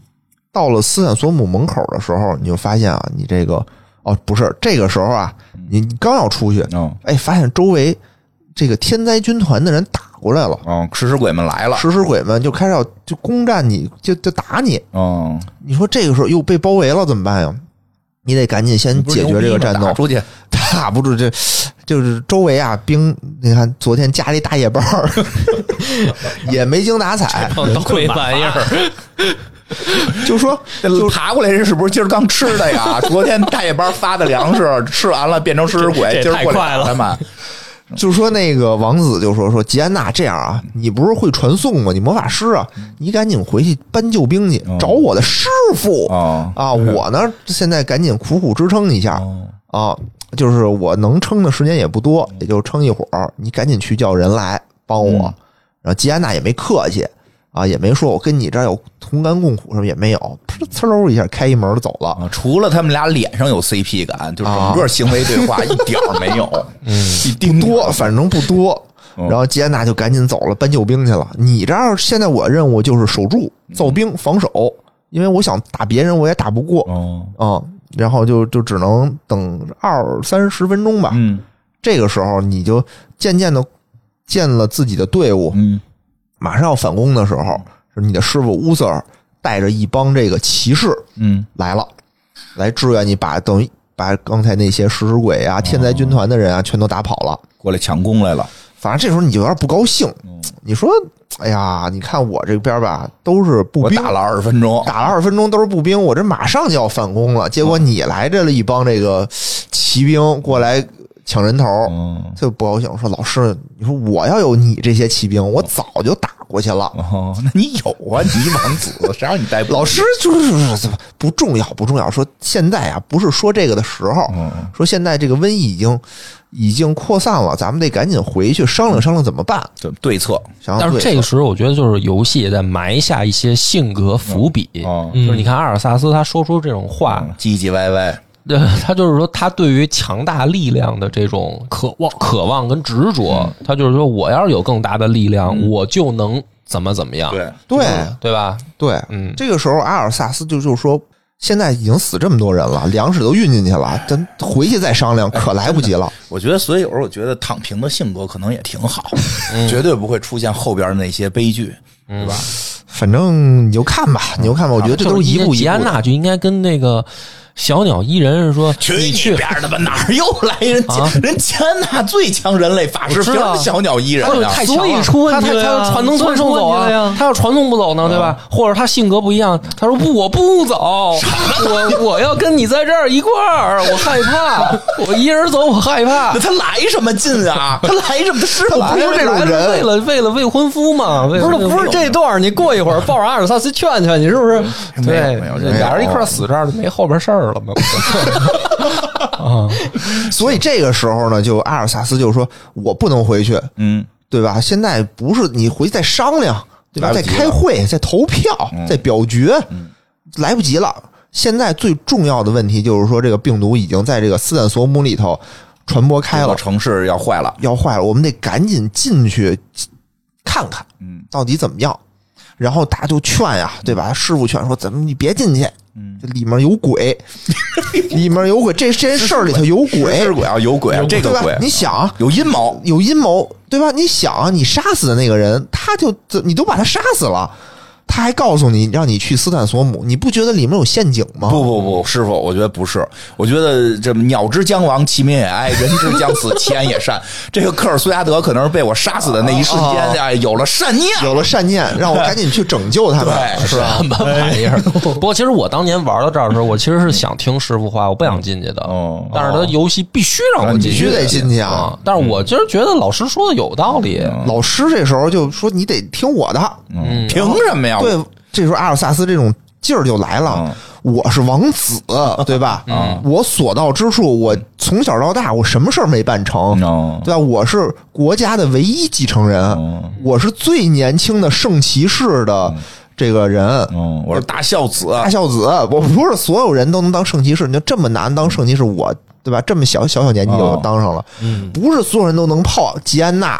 Speaker 3: 到了斯坦索姆门口的时候，你就发现啊，你这个哦，不是这个时候啊，你你刚要出去，
Speaker 2: 嗯
Speaker 3: 哎，发现周围这个天灾军团的人打过来了，
Speaker 2: 嗯，吃食鬼们来了。
Speaker 3: 食尸鬼们就开始要就攻占你，就就打你。
Speaker 2: 嗯，
Speaker 3: 你说这个时候又被包围了怎么办呀？你得赶紧先解决这个战斗
Speaker 2: 打，出去，
Speaker 3: 打不住这，就是周围啊兵，你看昨天家里大夜班儿， 也没精打采，
Speaker 1: 都没玩意 儿，
Speaker 3: 就说
Speaker 2: 这爬过来人是不是今儿刚吃的呀？昨天大夜班发的粮食吃完了变成食尸鬼，
Speaker 4: 这这
Speaker 2: 今儿
Speaker 4: 太
Speaker 2: 过
Speaker 4: 快
Speaker 2: 来
Speaker 4: 了
Speaker 2: 打他们。
Speaker 3: 就说那个王子就说说吉安娜这样啊，你不是会传送吗？你魔法师啊，你赶紧回去搬救兵去
Speaker 2: 哦，
Speaker 3: 找我的师傅
Speaker 2: 哦
Speaker 3: 啊！我呢现在赶紧苦苦支撑一
Speaker 2: 嗯
Speaker 3: 下啊，就是我能撑的时间也不多，也就撑一会儿，你赶紧去叫人来帮我。
Speaker 2: 嗯
Speaker 3: 然后吉安娜也没客气啊，也没说我跟你这儿有同甘共苦什么也没有，噗呲溜一下开一门走了。
Speaker 2: 啊，除了他们俩脸上有 CP 感，就整
Speaker 3: 啊
Speaker 2: 个行为对 话一点儿没有，一丁点儿
Speaker 3: 嗯多，反正不多。
Speaker 2: 嗯
Speaker 3: 然后吉安娜就赶紧走了，搬救兵去了。你这儿现在我任务就是守住、
Speaker 2: 嗯
Speaker 3: 造兵、防守，因为我想打别人，我也打不过
Speaker 2: 哦，
Speaker 3: 啊、嗯。然后就就只能等二三十分钟吧。
Speaker 2: 嗯
Speaker 3: 这个时候你就渐渐的建了自己的队伍，
Speaker 2: 嗯
Speaker 3: 马上要反攻的时候，是你的师傅乌瑟尔带着一帮这个骑士
Speaker 2: 嗯，
Speaker 3: 来了，来支援你把，等于把刚才那些食尸鬼
Speaker 2: 哦
Speaker 3: 啊、天灾军团的人啊全都打跑了。
Speaker 2: 过来抢功来了，嗯
Speaker 3: 反正这时候你就有点不高兴，你说：“哎呀，你看我这边吧，都是步
Speaker 2: 我
Speaker 3: 兵，
Speaker 2: 打了二十分钟，
Speaker 3: 打了二十分钟都是步兵，我这马上就要反攻了。结果你来这了一帮这个骑兵过来抢人头，
Speaker 2: 嗯，
Speaker 3: 他就不高兴，说老师，你说我要有你这些骑兵，我早就打过去了。
Speaker 2: 哦，那你有啊，你一王子，谁让你带
Speaker 3: 老师就是不重要，不重要。说现在啊，不是说这个的时候，
Speaker 2: 嗯
Speaker 3: 说现在这个瘟疫已经已经扩散了，咱们得赶紧回去商量商量怎么办。
Speaker 2: 对对策，
Speaker 3: 想想
Speaker 1: 但是
Speaker 3: 啊对
Speaker 1: 这个时候，我觉得就是游戏在埋下一些性格伏笔。
Speaker 2: 哦嗯
Speaker 1: 就是你看阿尔萨斯他说出这种话，
Speaker 3: 啊
Speaker 2: 唧唧歪歪，
Speaker 1: 对，他就是说他对于强大力量的这种渴望、渴望跟执着，
Speaker 2: 嗯
Speaker 1: 他就是说我要是有更大的力量，我就能怎么怎么样，
Speaker 3: 啊
Speaker 2: 对，
Speaker 3: 对
Speaker 1: 对吧？
Speaker 3: 对，
Speaker 1: 嗯
Speaker 3: 这个时候阿尔萨斯就就说，现在已经死这么多人了，粮食都运进去了，咱回去再商量，可来不及了。
Speaker 2: 我觉得，所以有时候我觉得躺平的性格可能也挺好，
Speaker 3: 嗯
Speaker 2: 绝对不会出现后边那些悲剧，对吧？
Speaker 3: 反正你就看吧，你就看吧，我觉得这都是一步
Speaker 1: 吉
Speaker 3: 一
Speaker 1: 安
Speaker 3: 步的。
Speaker 1: 娜就应该跟那个小鸟依人是说，
Speaker 2: 去
Speaker 1: 你
Speaker 2: 你
Speaker 1: 去。
Speaker 2: 边儿的吧！哪 儿又来人？
Speaker 1: 啊
Speaker 2: 人加纳最强人类法师，
Speaker 1: 我知
Speaker 2: 凭
Speaker 1: 道
Speaker 2: 什么小鸟依人
Speaker 1: 他
Speaker 2: 啊？
Speaker 1: 哎太所以出问题了呀，
Speaker 4: 他他他要
Speaker 1: 传
Speaker 4: 传
Speaker 1: 能
Speaker 4: 送
Speaker 1: 传送走
Speaker 4: 所以出问题了
Speaker 1: 啊
Speaker 4: 呀，
Speaker 1: 他要传送不走呢，对吧？或者他性格不一样，他说不，我不走，我我要跟你在这儿一块儿，我害怕，我一人走，我害怕哎
Speaker 2: 那。他来什么劲 啊？他来什么？他啊师傅
Speaker 3: 他不是这种人
Speaker 1: 来了为了为了未婚夫嘛，为了
Speaker 4: 不是
Speaker 1: 未婚夫
Speaker 4: 不是这段儿，你过一会儿抱着阿尔萨斯劝劝，你是不是？
Speaker 1: 对
Speaker 2: 没有，没有
Speaker 1: 俩人一块儿死这儿就没后边事儿了嘛。
Speaker 3: 所以这个时候呢，就阿尔萨斯就说，我不能回去，
Speaker 2: 嗯，
Speaker 3: 对吧？现在不是你回去再商量，对吧？
Speaker 2: 来
Speaker 3: 再
Speaker 2: 不及了嗯
Speaker 3: 开会，再投票，再表决，来不及了。现在最重要的问题就是说，这个病毒已经在这个斯坦索姆里头传播开
Speaker 2: 这
Speaker 3: 了
Speaker 2: 个，城市要坏了，
Speaker 3: 要坏了，我们得赶紧进去看看
Speaker 2: 嗯
Speaker 3: 到底怎么样。然后大家就劝呀，对吧？师傅劝说：“怎么你别进去？
Speaker 2: 嗯
Speaker 3: 这里面有 鬼，里面有鬼，这这事儿里头有鬼，
Speaker 2: 是鬼啊，有鬼啊，这
Speaker 3: 对
Speaker 2: 个
Speaker 3: 吧
Speaker 2: 鬼？
Speaker 3: 你想，啊
Speaker 2: 有阴谋，
Speaker 3: 有阴谋，对吧？你想啊，你杀死的那个人，他就你都把他杀死了，他还告诉你让你去斯坦索姆，你不觉得里面有陷阱吗？
Speaker 2: 不不不，师傅，我觉得不是，我觉得这鸟之将亡，其民也哀；人之将死，其言也善。 这个科尔苏加德可能是被我杀死的那一瞬间，
Speaker 3: 啊
Speaker 2: 哎，有了善念。哎
Speaker 3: 有了善念，让我赶紧去拯救他们，
Speaker 2: 对
Speaker 3: 是吧？
Speaker 1: 什么玩意儿？不过其实我当年玩到这儿的时候，我其实是想听师傅话，我不想进去的。
Speaker 2: 哦
Speaker 1: 但是他游戏必须让我
Speaker 2: 啊你
Speaker 1: 进
Speaker 3: 必
Speaker 1: 去，
Speaker 3: 须得进去啊！嗯
Speaker 1: 啊！但是我今儿觉得老师说的有道理，
Speaker 3: 老师这时候就说：“你得听我的。
Speaker 2: 嗯，凭什么呀？
Speaker 3: 对，这时候阿尔萨斯这种劲儿就来
Speaker 2: 嗯
Speaker 3: 了。我是王子，对吧？我所到之处，我从小到大，我什么事儿没办成，
Speaker 2: 哦
Speaker 3: 对吧？我是国家的唯一继承人，
Speaker 2: 嗯
Speaker 3: 我是最年轻的圣骑士的这个人。
Speaker 2: 嗯，我是大孝子，
Speaker 3: 大孝子，我不是所有人都能当圣骑士，你就这么难当圣骑士，我对吧？这么小小小年纪就
Speaker 2: 哦
Speaker 3: 当上了，不是所有人都能泡吉安娜，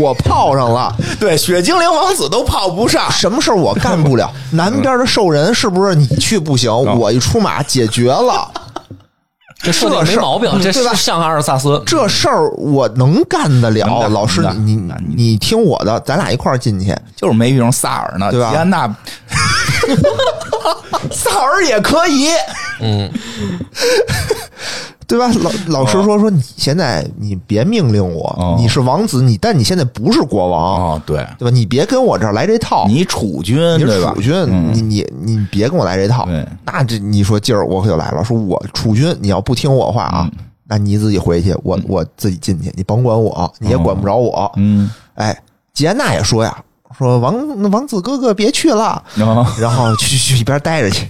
Speaker 3: 我泡上了，
Speaker 2: 对，雪精灵王子都泡不上。
Speaker 3: 什么事儿我干 不了。
Speaker 2: 嗯
Speaker 3: 南边的兽人是不是你去不行？我一出马解决了
Speaker 2: 嗯
Speaker 1: 这设定没毛病，这是像阿尔萨斯。
Speaker 3: 这事儿，我能干得
Speaker 2: 能
Speaker 3: 了。
Speaker 2: 干
Speaker 3: 老师
Speaker 2: 能，干
Speaker 3: 你
Speaker 2: 能
Speaker 3: 你
Speaker 2: 干
Speaker 3: 你听我的，咱俩一块儿进去。
Speaker 2: 就是没遇上萨尔呢，
Speaker 3: 对吧
Speaker 2: 吉安 娜，萨尔也可以，
Speaker 1: 嗯
Speaker 3: 对吧？老老师说说，你现在你别命令我
Speaker 2: 哦，
Speaker 3: 你是王子，你但你现在不是国王，
Speaker 2: 哦，对
Speaker 3: 对吧？你别跟我这儿来这套，
Speaker 2: 你楚军
Speaker 3: 你
Speaker 2: 嗯对
Speaker 3: 是
Speaker 2: 吧
Speaker 3: 楚？军，你你你别跟我来这套
Speaker 2: 对。
Speaker 3: 那这你说今儿我可就来了，说我楚军，你要不听我话啊，
Speaker 2: 嗯
Speaker 3: 那你自己回去，我我自己进去，你甭管我，你也管不着我。
Speaker 2: 哦嗯，
Speaker 3: 哎，吉安娜也说呀，说王王子哥哥别去了，
Speaker 2: 然后
Speaker 3: 然后去去去一边待着去。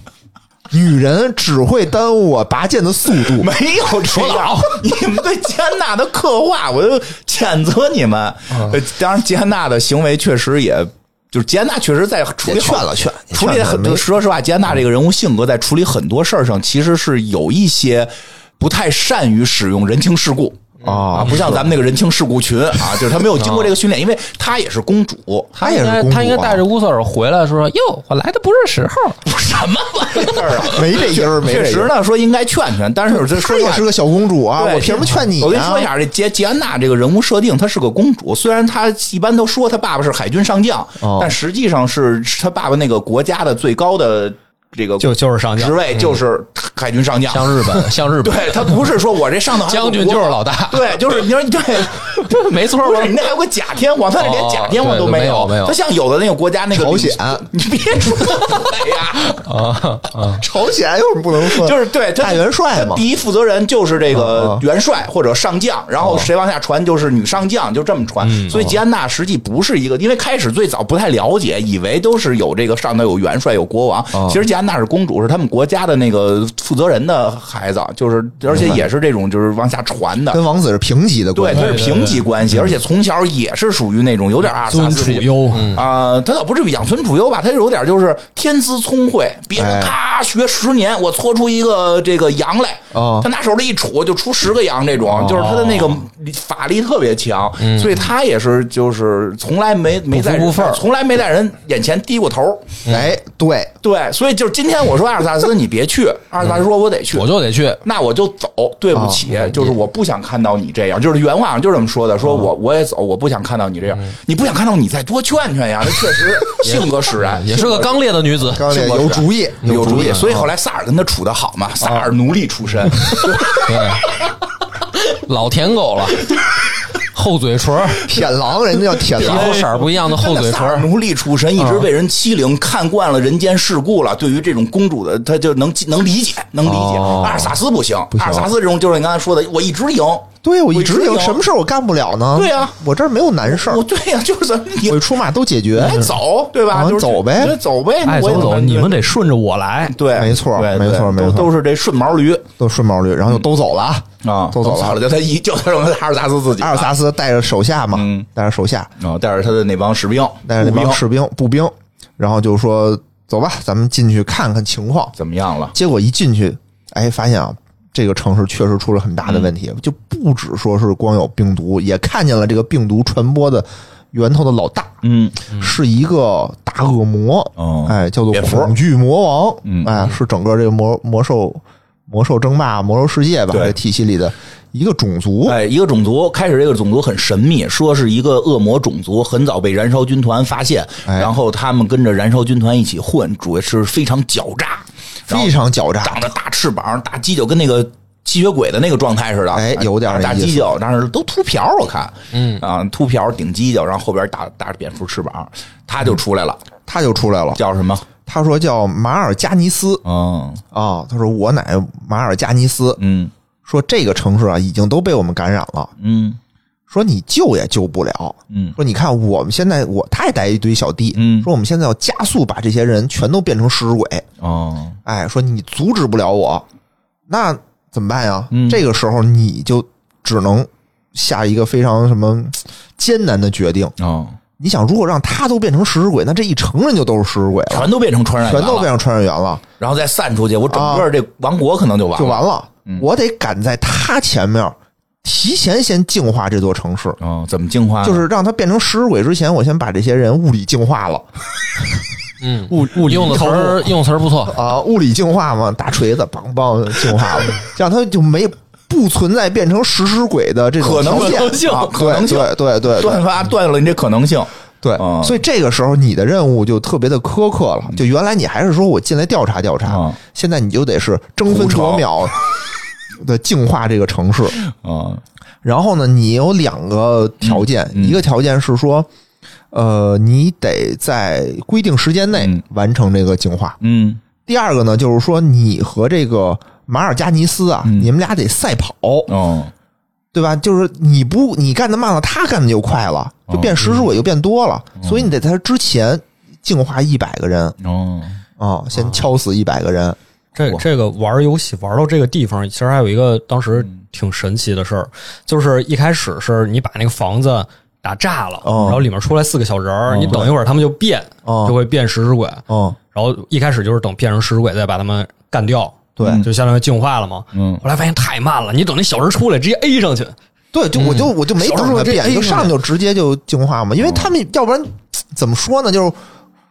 Speaker 3: 女人只会耽误我拔剑的速度，
Speaker 2: 没有这样，你们对吉安娜的刻画，我就谴责你们。
Speaker 3: 哦
Speaker 2: 呃当然，吉安娜的行为确实也，就是吉安娜确实在处理
Speaker 3: 也
Speaker 2: 好
Speaker 3: 劝了劝也
Speaker 2: 处
Speaker 3: 劝
Speaker 2: 理
Speaker 3: 了
Speaker 2: 很
Speaker 3: 没
Speaker 2: 多。说实话，吉安娜这个人物性格在处理很多事儿上，其实是有一些不太善于使用人情世故。
Speaker 3: 啊
Speaker 2: 嗯不像咱们那个人情世故群啊， 就是他没有经过这个训练，因为她也是公主，
Speaker 3: 她也是
Speaker 1: 应该
Speaker 3: 公主啊
Speaker 1: 他应该带着乌瑟尔回来，说：“哟，我来的不是时候。
Speaker 2: 什么玩意儿啊？
Speaker 3: 没这音儿，没
Speaker 2: 确
Speaker 3: 这音
Speaker 2: 实
Speaker 3: 儿。
Speaker 2: 呢，说应该劝劝，但是这
Speaker 3: 她
Speaker 2: 说实
Speaker 3: 也
Speaker 2: 话
Speaker 3: 是个小公主啊，
Speaker 2: 对
Speaker 3: 我凭什么劝你啊？
Speaker 2: 我跟你说一下，这杰杰安娜这个人物设定，她是个公主。虽然她一般都说她爸爸是海军上将，
Speaker 3: 哦
Speaker 2: 但实际上是是她爸爸那个国家的最高的这个
Speaker 4: 就就是上将
Speaker 2: 职，
Speaker 3: 嗯
Speaker 2: 位就是海军上将。
Speaker 1: 像日本，像日本
Speaker 2: 对他不是说我这上头还有
Speaker 1: 将
Speaker 2: 个
Speaker 1: 军
Speaker 2: 国
Speaker 1: 就是老 大
Speaker 2: 对，就是你说对，
Speaker 1: 没错
Speaker 2: 不
Speaker 1: 吧
Speaker 2: 是，你那还有个假天皇，他这连假天皇都
Speaker 1: 哦对对
Speaker 2: 有，
Speaker 1: 没有没有
Speaker 2: 他像有的那个国家那个
Speaker 3: 朝鲜
Speaker 2: 你别说了呀，
Speaker 1: 啊啊！
Speaker 3: 朝鲜有什么不能说？
Speaker 2: 就是对他
Speaker 3: 大元帅嘛
Speaker 2: 他第一负责人就是这
Speaker 3: 哦
Speaker 2: 个元帅或者上将，然后谁往下传就是女上将，就这么传。所以吉安娜实际不是一个，因为开始最早不太了解，以为都是有这个上头有元帅有国王，其实吉安娜是公主，是他们国家的那个负责人的孩子，就是而且也是这种就是往下传的。
Speaker 3: 跟王子是平级的
Speaker 2: 对，
Speaker 3: 关系
Speaker 2: 他。是平级关系，而且从小也是属于那种有点阿尔萨
Speaker 4: 尊
Speaker 2: 斯
Speaker 4: 楚
Speaker 2: 这种
Speaker 4: 优，
Speaker 2: 啊、他倒不至于养尊处优吧，他有点就是天资聪慧，别人
Speaker 3: 哎
Speaker 2: 咔学十年，我搓出一个这个羊来，
Speaker 3: 哦
Speaker 2: 他拿手里一杵就出十个羊，这种、就是他的那个法力特别强，所以他也是就是从来没没在呃
Speaker 1: 不服不忿儿
Speaker 2: 从来没在人眼前低过头。
Speaker 3: 哎，对，
Speaker 2: 对，所以就是今天我说阿尔萨斯你别去，阿尔萨斯说我得去，
Speaker 1: 我就得去。
Speaker 2: 那我就走，对不起，就是我不想看到你这样，就是原话上就是这么说的，说我我也走，我不想看到你这样，你不想看到你再多劝劝呀，这确实性格使 然，
Speaker 1: 也是个刚烈的女子，
Speaker 3: 刚才
Speaker 2: 性格
Speaker 3: 有
Speaker 2: 使然
Speaker 3: 主意，
Speaker 2: 有主
Speaker 3: 意啊
Speaker 2: 意，，所以后来萨尔跟他处的好嘛，萨尔奴隶出身，
Speaker 1: 老舔狗了，厚嘴唇儿，
Speaker 3: 舔狼人 家叫舔
Speaker 1: 皮
Speaker 2: 啊
Speaker 3: 狼，
Speaker 1: 肤色儿不一样的厚嘴
Speaker 2: 萨
Speaker 1: 唇
Speaker 2: 尔
Speaker 1: 儿。
Speaker 2: 奴隶出身，一直被人欺凌，看惯了人间世故了，对于这种公主的，他就能能理解，能理解。阿尔萨斯不行，阿尔萨斯这种就是你刚才说的，我一直赢，
Speaker 3: 对我一
Speaker 2: 一
Speaker 3: 直
Speaker 2: 直
Speaker 3: 有
Speaker 2: 有
Speaker 3: 什么事儿我干不了呢？
Speaker 2: 对呀
Speaker 3: 我这儿没有难事儿
Speaker 2: 我，对呀，就是咱你
Speaker 3: 我一出马都解决。
Speaker 2: 爱走，对吧？
Speaker 3: 啊
Speaker 2: 就是
Speaker 3: 走呗
Speaker 2: 对走呗，
Speaker 4: 爱
Speaker 2: 我也
Speaker 4: 走走，
Speaker 2: 能
Speaker 4: 你们得顺着我来。
Speaker 2: 对，
Speaker 3: 没错
Speaker 2: 对
Speaker 3: 没
Speaker 2: 对
Speaker 3: 错没错
Speaker 2: 都都是这顺毛驴
Speaker 3: 都顺毛驴，然后
Speaker 2: 嗯
Speaker 3: 就都走了啊
Speaker 2: 啊
Speaker 3: 都走了。
Speaker 2: 就他一就他剩阿尔萨斯自己
Speaker 3: 阿尔萨斯带着手下嘛，带着手下，
Speaker 2: 啊，带着他的那帮士兵，
Speaker 3: 带着那
Speaker 2: 嗯步
Speaker 3: 帮
Speaker 2: 兵
Speaker 3: 士兵、步兵，然后就说：“走吧，咱们进去看看情况。
Speaker 2: 怎么样了”？
Speaker 3: 结果一进去，哎，发现啊，这个城市确实出
Speaker 2: 嗯
Speaker 3: 了很大的问题，就不只说是光有病毒，也看见了这个病毒传播的源头的老大，
Speaker 2: 嗯
Speaker 3: 是一个大恶魔，
Speaker 2: 哦
Speaker 3: 哎，叫做
Speaker 2: 蝙蝠
Speaker 3: 恐惧魔王，
Speaker 2: 嗯
Speaker 3: 哎，是整个这个魔魔兽魔兽争霸、魔兽世界吧
Speaker 2: 对
Speaker 3: 这体系里的一个种族，
Speaker 2: 哎，一个种族开始，这个种族很神秘，说是一个恶魔种族，很早被燃烧军团发现，
Speaker 3: 哎
Speaker 2: 然后他们跟着燃烧军团一起混，主要是非常狡诈，然后
Speaker 3: 非常狡诈，
Speaker 2: 长着大翅膀、大犄角，跟那个吸血鬼的那个状态似的，啊
Speaker 3: 哎有点儿
Speaker 2: 大
Speaker 3: 那意
Speaker 2: 犄
Speaker 3: 思
Speaker 2: 角，但是都秃瓢，我看，嗯啊，秃瓢顶犄角，然后后边打打着蝙蝠翅膀，他就出来了，
Speaker 3: 他就出来了。
Speaker 2: 叫什么？
Speaker 3: 他说叫马尔加尼斯
Speaker 2: 嗯
Speaker 3: 啊，他说我乃马尔加尼斯，
Speaker 2: 嗯
Speaker 3: 说这个城市啊已经都被我们感染了，
Speaker 2: 嗯
Speaker 3: 说你救也救不了。
Speaker 2: 嗯
Speaker 3: 说你看我们现在我他也带一堆小弟，
Speaker 2: 嗯
Speaker 3: 说我们现在要加速把这些人全都变成食尸鬼，
Speaker 2: 哦，
Speaker 3: 哎，说你阻止不了我，那怎么办呀？
Speaker 2: 嗯
Speaker 3: 这个时候你就只能下一个非常什么艰难的决定。
Speaker 2: 哦，
Speaker 3: 你想，如果让他都变成食尸鬼，那这一城人就都是食尸鬼了，
Speaker 2: 全都变成传染
Speaker 3: 全
Speaker 2: 源
Speaker 3: 都变
Speaker 2: 了，
Speaker 3: 成传染源了，
Speaker 2: 然后再散出去，我整个这王国可能就完
Speaker 3: 就
Speaker 2: 了。嗯
Speaker 3: 完了。我得赶在他前面，提前先净化这座城市。
Speaker 2: 哦，怎么净化呢？
Speaker 3: 就是让他变成食尸鬼之前，我先把这些人物理净化了
Speaker 1: 嗯，
Speaker 4: 物物理
Speaker 1: 用的词儿用词儿不错，
Speaker 3: 啊，物理净化嘛，大锤子梆梆净 化了，这样他就没不存在变成食尸鬼的这种
Speaker 2: 可能
Speaker 3: 条件
Speaker 2: 性
Speaker 3: 啊
Speaker 2: 可能性
Speaker 3: 对对对对
Speaker 2: 断发断了你这可能性。
Speaker 3: 对
Speaker 2: 啊，嗯
Speaker 3: 所以这个时候你的任务就特别的苛刻了，就原来你还是说我进来调查调查
Speaker 2: 啊，
Speaker 3: 现在你就得是争分 夺秒的净化这个城市，
Speaker 2: 啊，
Speaker 3: 然后呢，你有两个条件，
Speaker 2: 嗯嗯
Speaker 3: 一个条件是说，呃，你得在规定时间内
Speaker 2: 嗯
Speaker 3: 完成这个净化；
Speaker 2: 嗯
Speaker 3: 第二个呢，就是说你和这个马尔加尼斯啊，
Speaker 2: 嗯
Speaker 3: 你们俩得赛跑，
Speaker 2: 哦
Speaker 3: 对吧？就是你不你干的慢了，他干的就快了，就变食尸鬼就变多了，所以你得在他之前净化一百个人
Speaker 2: 哦，
Speaker 3: 啊、先敲死一百个人。
Speaker 4: 这
Speaker 2: 哇
Speaker 4: 这个玩游戏玩到这个地方，其实还有一个当时
Speaker 3: 嗯
Speaker 4: 挺神奇的事儿，就是一开始是你把那个房子打炸了，
Speaker 3: 哦
Speaker 4: 然后里面出来四个小人儿，你等一会儿他们就变，
Speaker 3: 哦
Speaker 4: 就会变食尸鬼。
Speaker 3: 嗯，
Speaker 4: 然后一开始就是等变成食尸鬼再把他们干掉，
Speaker 3: 对
Speaker 4: 就相当于净化了嘛。
Speaker 2: 嗯
Speaker 4: 后来发现太慢了，你等那小人出来直接 A 上去，
Speaker 3: 对，就我就我就没
Speaker 4: 小时
Speaker 3: 等
Speaker 4: 候
Speaker 3: 他
Speaker 4: 这哎
Speaker 3: 变，
Speaker 4: 呦
Speaker 3: 就上去就直接就净化嘛，因为他们要不然怎么说呢？就是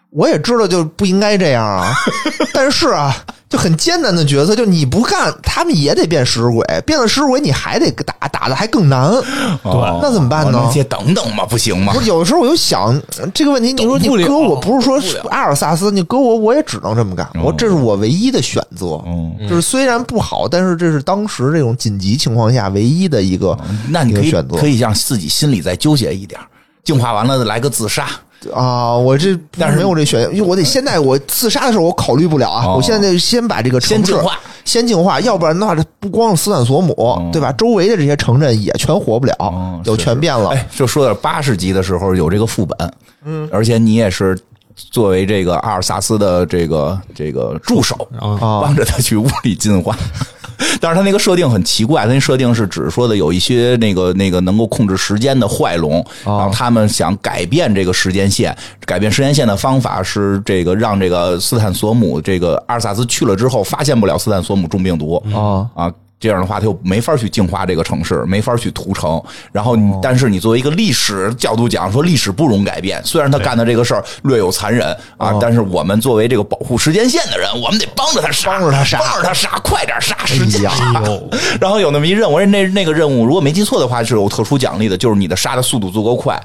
Speaker 3: 我也知道就不应该这样啊，但是啊，就很艰难的角色，就你不干，他们也得变食尸鬼，变了食尸鬼你还得打，打的还更难，
Speaker 2: 哦
Speaker 3: 那怎么办呢
Speaker 2: 我那先等等吧，不行吗
Speaker 3: 不？是，有的时候我就想嗯这个问题，你说你
Speaker 4: 懂不了
Speaker 3: 搁我不是说阿尔萨斯，你搁我我也只能这么干，我这是我唯一的选择。
Speaker 2: 嗯，
Speaker 3: 就是虽然不好，但是这是当时这种紧急情况下唯一的一个
Speaker 2: 那你可
Speaker 3: 一
Speaker 2: 以
Speaker 3: 个选择
Speaker 2: 可以让自己心里再纠结一点儿，净化完了来个自杀。
Speaker 3: 啊，我这
Speaker 2: 但是
Speaker 3: 没有这选项，因为我得现在我自杀的时候我考虑不了啊，
Speaker 2: 哦
Speaker 3: 我现在得先把这个城市
Speaker 2: 先净化，
Speaker 3: 先净化，要不然的话，这不光是斯坦索姆、对吧？周围的这些城镇也全活不了，
Speaker 2: 哦
Speaker 3: 就是全变了。
Speaker 2: 哎，就说到八十集的时候有这个副本，嗯，而且你也是作为这个阿尔萨斯的这个这个助手，
Speaker 4: 啊
Speaker 2: 帮着他去物理进化。 但是他那个设定很奇怪，他那设定是只说的有一些那个那个能够控制时间的坏龙，
Speaker 3: 啊
Speaker 2: 然后他们想改变这个时间线，改变时间线的方法是这个让这个斯坦索姆这个阿尔萨斯去了之后发现不了斯坦索姆中病毒
Speaker 1: 哦
Speaker 3: 啊
Speaker 2: 啊。这样的话，他又没法去净化这个城市，没法去屠城。然后你，但是你作为一个历史角度讲，说历史不容改变。虽然他干的这个事儿略有残忍啊，但是我们作为这个保护时间线的人，我们得帮着他杀，哎
Speaker 3: 帮着他杀
Speaker 2: 帮着他杀，快点杀，时间
Speaker 3: 呀
Speaker 2: 杀。然后有那么一任务，而且那那个任务如果没记错的话是有特殊奖励的，就是你的杀的速度足够快。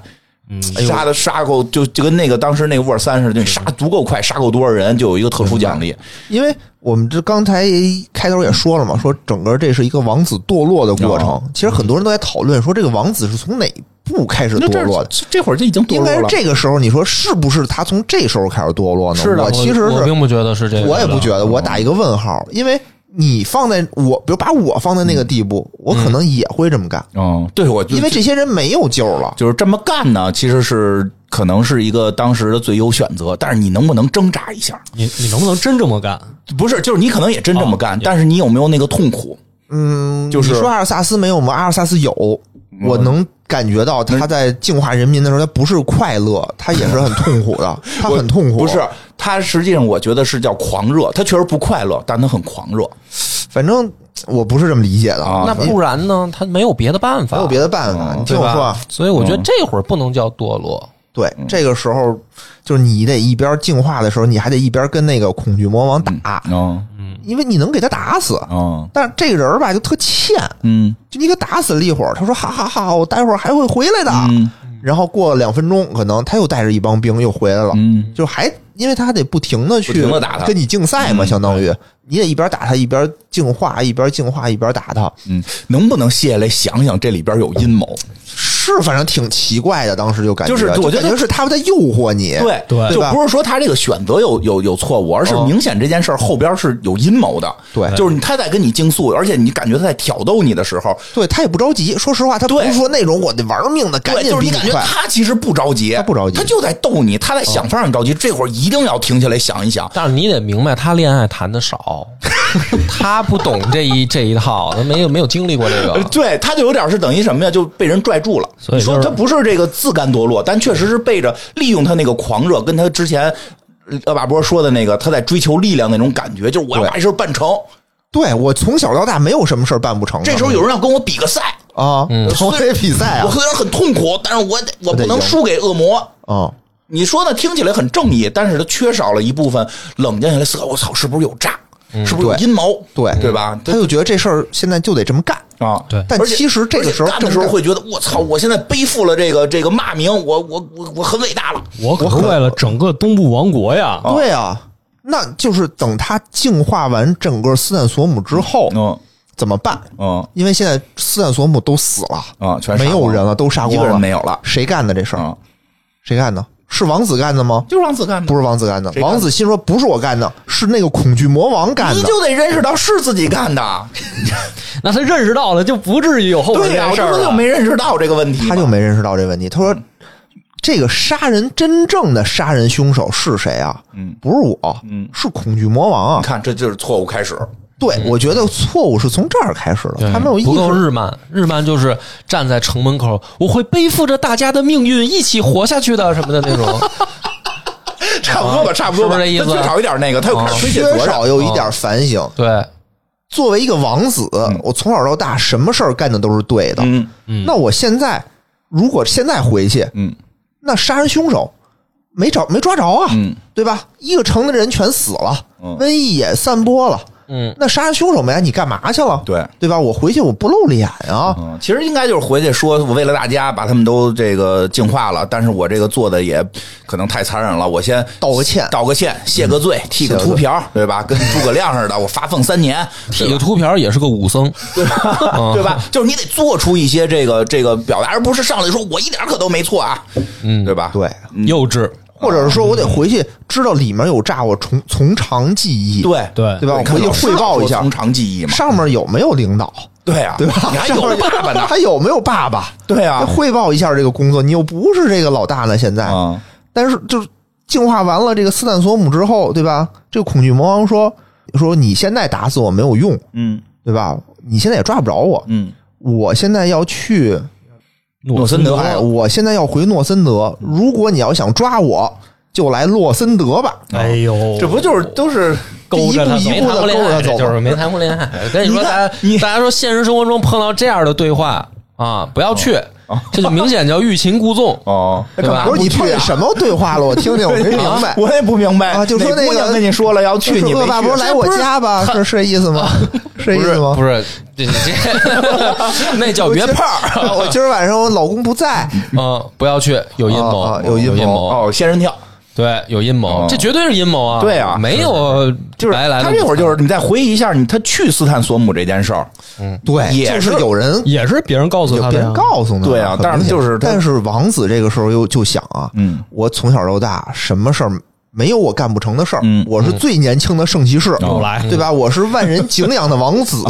Speaker 2: 杀的杀够就就跟那个当时那个沃尔三似的，就你杀足够快，杀够多少人就有一个特殊奖励。
Speaker 3: 因为我们这刚才开头也说了嘛，说整个这是一个王子堕落的过程
Speaker 2: 哦。
Speaker 3: 其实很多人都在讨论说，这个王子是从哪一步开始
Speaker 2: 那
Speaker 3: 堕
Speaker 2: 这
Speaker 3: 落的？
Speaker 2: 这会儿就已经堕
Speaker 3: 应
Speaker 2: 落
Speaker 3: 该是
Speaker 2: 了。
Speaker 3: 这个时候，你说是不是他从这时候开始堕落呢？
Speaker 1: 是的，
Speaker 3: 我其实
Speaker 1: 我
Speaker 3: 是
Speaker 1: 并不觉得是这个，
Speaker 3: 我也不觉得，
Speaker 2: 嗯
Speaker 3: 我打一个问号，因为你放在我，比如把我放在那个地步，我可能也会这么干，
Speaker 2: 嗯，对，我嗯就
Speaker 3: 因为这些人没有救了。
Speaker 2: 就是这么干呢，其实是可能是一个当时的最优选择，但是你能不能挣扎一下？
Speaker 4: 你你能不能真这么干？
Speaker 2: 不是，就是你可能也真这么干，但是你有没有那个痛苦？
Speaker 3: 嗯，
Speaker 2: 就是嗯
Speaker 3: 你说阿尔萨斯没有吗？阿尔萨斯有，我能感觉到他在净化人民的时候，他不是快乐，他也是很痛苦 的，他很痛苦。
Speaker 2: 不是，，他实际上我觉得是叫狂热，他确实不快乐，但他很狂热。
Speaker 3: 反正我不是这么理解的
Speaker 2: 啊嗯
Speaker 1: 那不然呢？他没有别的办法，
Speaker 3: 没有别的办法。你听我说啊，
Speaker 1: 所以我觉得这会儿不能叫堕落，
Speaker 3: 对，
Speaker 2: 嗯
Speaker 3: 这个时候就是你得一边净化的时候，你还得一边跟那个恐惧魔王打，
Speaker 2: 嗯
Speaker 3: 因为你能给他打死。
Speaker 2: 嗯
Speaker 3: 但是这个人吧，就特欠，
Speaker 2: 嗯
Speaker 3: 就你给打死了一会儿，他说哈哈哈，我待会儿还会回来的。
Speaker 2: 嗯
Speaker 3: 然后过了两分钟，可能他又带着一帮兵又回来了，
Speaker 2: 嗯
Speaker 3: 就还因为他还得不停的去
Speaker 2: 不停地打他嗯
Speaker 3: 跟你竞赛嘛，相当于你得一边打他一边净化，一边净化一边打他，
Speaker 2: 嗯，能不能卸下来想想这里边有阴谋？
Speaker 3: 是反正挺奇怪的，当时就感觉
Speaker 2: 就是
Speaker 3: 就
Speaker 2: 我觉得
Speaker 3: 感觉是他们在诱惑你，
Speaker 2: 对
Speaker 4: 对
Speaker 2: 就
Speaker 3: 对吧
Speaker 2: 不是说他这个选择有有有错误，而是明显这件事儿后边是有阴谋的。
Speaker 3: 对
Speaker 2: 就是他在跟你竞速，而且你感觉他在挑逗你的时候，
Speaker 3: 对他也不着急，说实话，他不
Speaker 2: 对
Speaker 3: 是说那种我得玩命的赶
Speaker 2: 对，
Speaker 3: 紧
Speaker 2: 就是
Speaker 3: 比
Speaker 2: 你感觉
Speaker 3: 快，
Speaker 2: 他其实不着急，
Speaker 3: 他不着急哦
Speaker 2: 他就在逗你，他在想法让你着急。这会儿一定要停下来想一
Speaker 3: 啊
Speaker 2: 想。
Speaker 1: 但是你得明白，他恋爱谈的少，他不懂这一这一套，他没有没有经历过这
Speaker 2: 呃
Speaker 1: 个。
Speaker 2: 对，他就有点是等于什么呀？就被人拽住了。
Speaker 4: 所以
Speaker 2: 你说
Speaker 4: 就是
Speaker 2: 他不是这个自甘堕落，但确实是背着利用他那个狂热，跟他之前恶霸波说的那个他在追求力量那种感觉，就是我要把这事儿办成。
Speaker 3: 嗯对我从小到大没有什么事儿办不成的，
Speaker 2: 这时候有人要跟我比个赛，
Speaker 3: 啊，同学比 赛
Speaker 2: 我
Speaker 3: 啊，
Speaker 2: 虽然很痛苦，但是我得我不
Speaker 3: 我得
Speaker 2: 能
Speaker 3: 赢
Speaker 2: 输给恶魔。
Speaker 3: 啊，
Speaker 2: 你说呢？听起来很正义，但是它缺少了一部分冷静下来思考。我操，是不是有诈？是不是有
Speaker 3: 嗯对
Speaker 2: 阴谋？
Speaker 3: 对嗯
Speaker 2: 对吧？
Speaker 3: 他就觉得这事儿现在就得这么干，
Speaker 2: 啊，
Speaker 4: 对
Speaker 3: 但
Speaker 2: 而且
Speaker 3: 其实这个时候
Speaker 2: 而且干
Speaker 3: 正
Speaker 2: 的时候
Speaker 3: 干
Speaker 2: 会觉得，我操，我现在背负了这个这个骂名，我我我我很伟大了。
Speaker 4: 我可是为了整个东部王国呀，
Speaker 3: 对啊，那就是等他净化完整个斯坦索姆之后
Speaker 2: 嗯
Speaker 3: 怎么办？
Speaker 2: 嗯
Speaker 3: 因为现在斯坦索姆都死了，
Speaker 2: 啊，全
Speaker 3: 没有人了，都杀
Speaker 2: 一
Speaker 3: 光
Speaker 2: 个
Speaker 3: 了，
Speaker 2: 人没有了。
Speaker 3: 谁干的这事儿？
Speaker 2: 啊，
Speaker 3: 谁干的？是王子干的吗？
Speaker 2: 就是王子干的，
Speaker 3: 不是王子干的。
Speaker 2: 谁干的
Speaker 3: 王子心说：“不是我干的，是那个恐惧魔王干
Speaker 2: 你
Speaker 3: 的。
Speaker 2: 就得认识到是自己干的。
Speaker 4: 那他认识到了，就不至于有后边
Speaker 2: 对
Speaker 4: 这
Speaker 2: 呀、
Speaker 4: 件
Speaker 2: 我
Speaker 4: 事
Speaker 2: 这
Speaker 4: 儿
Speaker 2: 不就
Speaker 4: 了。
Speaker 2: 没认识到这个问”题吗？
Speaker 3: 他就没认识到这问题。
Speaker 2: 嗯
Speaker 3: 他说：“这个杀人真正的杀人凶手是谁啊？
Speaker 2: 嗯
Speaker 3: 不是我，
Speaker 2: 嗯
Speaker 3: 是恐惧魔王
Speaker 2: 你
Speaker 3: 啊。
Speaker 2: 看，这就是错误开始。”
Speaker 3: 对，我觉得错误是从这儿开始的。他没有意
Speaker 1: 不够
Speaker 3: 识
Speaker 1: 日漫，日漫就是站在城门口，我会背负着大家的命运一起活下去的什么的那种。
Speaker 2: 差不多吧，差不多吧，
Speaker 1: 是不是这意思
Speaker 2: 他缺少一点那个，他又开始推卸
Speaker 3: 缺
Speaker 2: 责任。
Speaker 3: 少有一点反省。
Speaker 1: 对，
Speaker 3: 作为一个王子，我从小到大什么事儿干的都是对的。
Speaker 2: 嗯
Speaker 3: 那我现在如果现在回去，
Speaker 2: 嗯
Speaker 3: 那杀人凶手没找没抓着啊，
Speaker 2: 嗯
Speaker 3: 对吧？一个城的人全死了，
Speaker 2: 嗯
Speaker 3: 瘟疫也散播了。
Speaker 1: 嗯，
Speaker 3: 那杀人凶手没哎来，你干嘛去了？
Speaker 2: 对
Speaker 3: 对吧？我回去我不露脸啊，
Speaker 2: 嗯，其实应该就是回去说，我为了大家把他们都这个净化了，但是我这个做的也可能太残忍了，我先
Speaker 3: 道个歉嗯
Speaker 2: 道个歉，谢个罪，剃个
Speaker 3: 谢个
Speaker 2: 秃
Speaker 3: 罪
Speaker 2: 瓢，对吧？跟诸葛亮似的，我发俸三年，
Speaker 1: 剃个秃瓢也是个武僧，
Speaker 2: 对吧？对吧？就是你得做出一些这个这个表达，而不是上来就说我一点可都没错啊，嗯，对吧？
Speaker 3: 对，
Speaker 1: 幼稚。
Speaker 3: 或者是说我得回去知道里面有诈，我从从长计议，
Speaker 2: 对
Speaker 4: 对
Speaker 3: 对吧？我
Speaker 2: 你看
Speaker 3: 回去
Speaker 2: 老师
Speaker 3: 汇报一
Speaker 2: 说
Speaker 3: 下
Speaker 2: 从，长计议嘛，
Speaker 3: 上面有没有领导，
Speaker 2: 对啊，
Speaker 3: 对吧？
Speaker 2: 你还
Speaker 3: 上
Speaker 2: 有
Speaker 3: 面
Speaker 2: 爸爸呢，
Speaker 3: 还有没有爸爸？
Speaker 2: 对啊，
Speaker 3: 汇报一下这个工作，你又不是这个老大了，现在。
Speaker 2: 啊，
Speaker 3: 但是就是净化完了这个斯坦索姆之后，对吧？这个恐惧魔王说说你现在打死我没有用，
Speaker 2: 嗯
Speaker 3: 对吧？你现在也抓不着我，
Speaker 2: 嗯，
Speaker 3: 我现在要去，
Speaker 2: 诺森德
Speaker 3: 哎，我现在要回诺森德。如果你要想抓我，就来洛森德吧。
Speaker 4: 哎呦，
Speaker 2: 这不就是都是
Speaker 4: 勾着他
Speaker 3: 一步
Speaker 4: 走
Speaker 3: 一
Speaker 1: 没谈过
Speaker 3: 步地
Speaker 1: 恋
Speaker 3: 勾
Speaker 1: 爱，
Speaker 3: 着
Speaker 1: 这
Speaker 3: 走
Speaker 1: 就是
Speaker 3: 吧。
Speaker 1: 没谈过恋爱。 跟你说，
Speaker 2: 你看
Speaker 1: 大家大家说，现实生活中碰到这样的对话啊，不要去，这就明显叫欲擒故纵。
Speaker 2: 哦，
Speaker 1: 对吧
Speaker 3: 哎不是你碰见什么对话了？我听听，哦我没明 白。
Speaker 2: 啊我也不明白
Speaker 3: 啊就说那个
Speaker 2: 哪姑娘跟你说了要去，你
Speaker 3: 恶
Speaker 2: 没
Speaker 3: 霸
Speaker 2: 去
Speaker 3: 波来我家吧，是是这意思吗？是这意
Speaker 1: 不
Speaker 3: 思
Speaker 1: 是
Speaker 3: 吗？
Speaker 1: 不是，这这那叫约炮儿。
Speaker 3: 啊我今儿晚上我老公不在，
Speaker 1: 嗯，不要去，有阴谋，
Speaker 3: 啊啊
Speaker 1: 哦有
Speaker 3: 有阴谋
Speaker 1: 谋，
Speaker 2: 哦，仙人跳
Speaker 1: 对，有阴谋
Speaker 2: 哦，
Speaker 1: 这绝对是阴谋啊！
Speaker 2: 对啊
Speaker 1: 没有，
Speaker 2: 就是
Speaker 1: 白来的
Speaker 2: 他这会儿就是你再回忆一下，你他去斯坦索姆这件事儿，
Speaker 3: 对
Speaker 2: 也
Speaker 3: 就是是有人
Speaker 4: 也是别人告诉
Speaker 3: 有
Speaker 4: 他
Speaker 3: 别
Speaker 4: 的
Speaker 3: 人
Speaker 4: 呀。
Speaker 3: 告诉呢，
Speaker 2: 对啊
Speaker 3: 很
Speaker 2: 但是
Speaker 3: 明显
Speaker 2: 就是他
Speaker 3: 但是王子这个时候又就想啊，
Speaker 2: 嗯，
Speaker 3: 我从小到大什么事儿没有我干不成的事儿，
Speaker 2: 嗯
Speaker 3: 我是最年轻的圣骑士，
Speaker 4: 又来
Speaker 3: 对吧？我是万人敬仰的王子，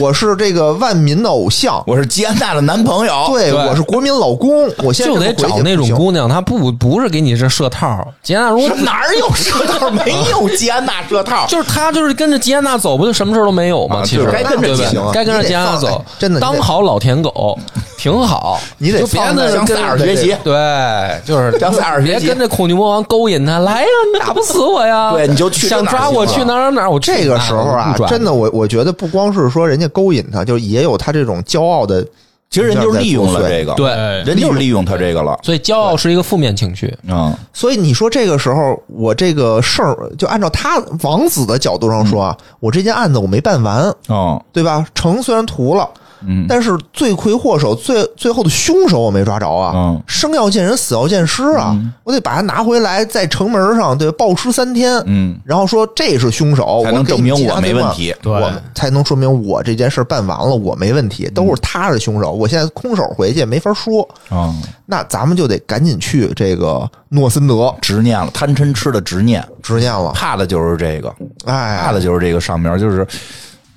Speaker 3: 我是这个万民的偶像，
Speaker 2: 我是吉安娜的男朋友，
Speaker 3: 对我是国民老公，我现在
Speaker 1: 就得
Speaker 3: 这么
Speaker 1: 找
Speaker 3: 回去
Speaker 1: 那
Speaker 3: 不
Speaker 1: 种
Speaker 3: 行
Speaker 1: 姑娘，她不不是给你这设套。吉安娜如果
Speaker 2: 是哪儿有这套？没有吉安娜这套，
Speaker 1: 就是她就是跟着吉安娜走，不就什么事儿都没有吗？
Speaker 2: 啊
Speaker 1: 其实
Speaker 2: 就是该跟着
Speaker 1: 对不对
Speaker 2: 就行
Speaker 1: 该跟着吉安娜
Speaker 3: 你得
Speaker 1: 走
Speaker 3: 放哎，真的你得
Speaker 1: 当好老舔狗，挺好。
Speaker 3: 你得
Speaker 1: 就别
Speaker 3: 放在
Speaker 1: 那
Speaker 2: 向
Speaker 1: 跟
Speaker 2: 塞尔学习
Speaker 1: 对，就是
Speaker 2: 向塞尔学
Speaker 1: 别
Speaker 2: 习
Speaker 1: 跟着恐惧魔王勾引他，来呀，你打不死我呀！
Speaker 2: 对你就去
Speaker 1: 想
Speaker 2: 哪儿
Speaker 1: 抓
Speaker 2: 行
Speaker 1: 我
Speaker 2: 了
Speaker 1: 去哪儿哪儿，我去
Speaker 3: 这个时候
Speaker 1: 哪儿我
Speaker 3: 啊
Speaker 1: 不，抓
Speaker 3: 真的我我觉得不光是说人家勾引他，就是也有他这种骄傲的，
Speaker 2: 其实人就是利用了这个，，
Speaker 1: 对，
Speaker 2: 人就是利用他这个了，
Speaker 1: 所以骄傲是一个负面情绪。
Speaker 2: 嗯，
Speaker 3: 所以你说这个时候，我这个事儿就按照他王子的角度上说
Speaker 2: 嗯
Speaker 3: 啊，我这件案子我没办完，
Speaker 2: 哦，
Speaker 3: 对吧？成虽然屠了，
Speaker 2: 嗯，
Speaker 3: 但是罪魁祸首、最最后的凶手我没抓着啊，
Speaker 2: 嗯
Speaker 3: 生要见人，死要见尸啊，我得把他拿回来，在城门上对暴尸三天，
Speaker 2: 嗯，
Speaker 3: 然后说这是凶手，
Speaker 2: 才能
Speaker 3: 给
Speaker 2: 证
Speaker 3: 你
Speaker 2: 明
Speaker 3: 揭
Speaker 2: 我
Speaker 3: 发
Speaker 2: 没
Speaker 3: 罪
Speaker 2: 问
Speaker 3: 嘛
Speaker 2: 题，
Speaker 4: 对
Speaker 3: 我才能说明我这件事儿办完了，我没问题，都是他是凶手，我现在空手回去也没法说，
Speaker 2: 嗯，
Speaker 3: 那咱们就得赶紧去这个诺森德
Speaker 2: 执念了，贪嗔痴的执念，
Speaker 3: 执念了，
Speaker 2: 怕的就是这个，怕
Speaker 3: 哎，
Speaker 2: 的就是这个上面就是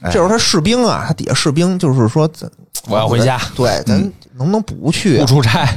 Speaker 3: 这时候他士兵啊，他底下士兵就是说，咱
Speaker 1: 我要回家，
Speaker 3: 对，咱能不能不去
Speaker 1: 不
Speaker 3: 啊？
Speaker 1: 出 差，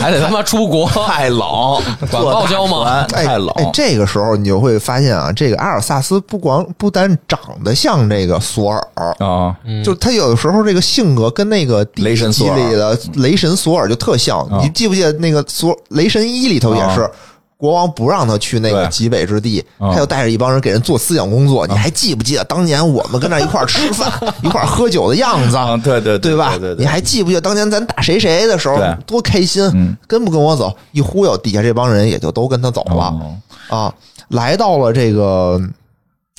Speaker 1: 还得他妈出国，
Speaker 2: 太冷，
Speaker 1: 管
Speaker 2: 坐
Speaker 1: 报
Speaker 2: 大
Speaker 1: 销吗
Speaker 2: 船太冷，
Speaker 3: 哎。这个时候你就会发现啊，这个阿尔萨斯不光不单长得像这个索尔，
Speaker 2: 啊，
Speaker 3: 就他有的时候这个性格跟那个第一
Speaker 2: 雷神索尔
Speaker 3: 集里的雷神索尔就特像。
Speaker 2: 啊
Speaker 3: 你记不记得那个索雷神一里头也是？
Speaker 2: 啊
Speaker 3: 国王不让他去那个
Speaker 2: 对嗯
Speaker 3: 极北之地，
Speaker 2: 啊
Speaker 3: 他又带着一帮人给人做思想工作。你还记不记得当年我们跟那一块儿吃 饭、一块儿喝酒的样子？
Speaker 2: 啊，对对
Speaker 3: 对吧？
Speaker 2: 对对
Speaker 3: 你
Speaker 2: 对，
Speaker 3: 还记不记得当年咱打谁谁的时候
Speaker 2: 对
Speaker 3: 多开心？
Speaker 2: 嗯
Speaker 3: 跟不跟我走？一忽悠，底下这帮人也就都跟他走了、
Speaker 2: 哦
Speaker 3: 啊。来到了这个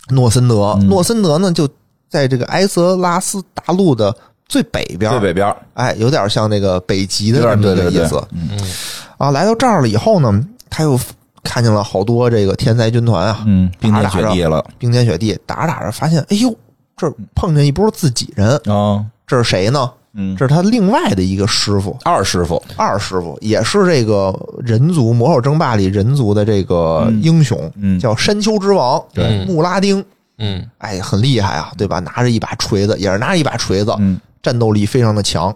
Speaker 3: 诺森德，
Speaker 2: 嗯
Speaker 3: 诺森德呢就在这个埃泽拉斯大陆的最北边，
Speaker 2: 最北边儿，
Speaker 3: 哎，有点像那个北极的
Speaker 2: 有
Speaker 3: 这
Speaker 2: 点
Speaker 3: 么
Speaker 2: 对
Speaker 3: 一
Speaker 2: 对
Speaker 3: 个
Speaker 2: 对嗯
Speaker 3: 意思。啊，来到这儿了以后呢，他又看见了好多这个天灾军团啊，
Speaker 2: 嗯，冰
Speaker 3: 打着
Speaker 2: 天雪
Speaker 3: 打着
Speaker 2: 地了，
Speaker 3: 冰天雪地，打着打着发现，哎呦，这儿碰见一波自己人，
Speaker 2: 啊，
Speaker 3: 这是谁呢？
Speaker 2: 嗯，
Speaker 3: 这是他另外的一个师傅，
Speaker 2: 二师傅，
Speaker 3: 二师傅也是这个人族魔兽争霸里人族的这个英雄，
Speaker 2: 嗯
Speaker 3: 叫山丘之王，
Speaker 1: 对
Speaker 3: 穆拉丁，
Speaker 1: 嗯，
Speaker 3: 哎，很厉害啊，对吧？拿着一把锤子，也是拿着一把锤子，
Speaker 2: 嗯
Speaker 3: 战斗力非常的强。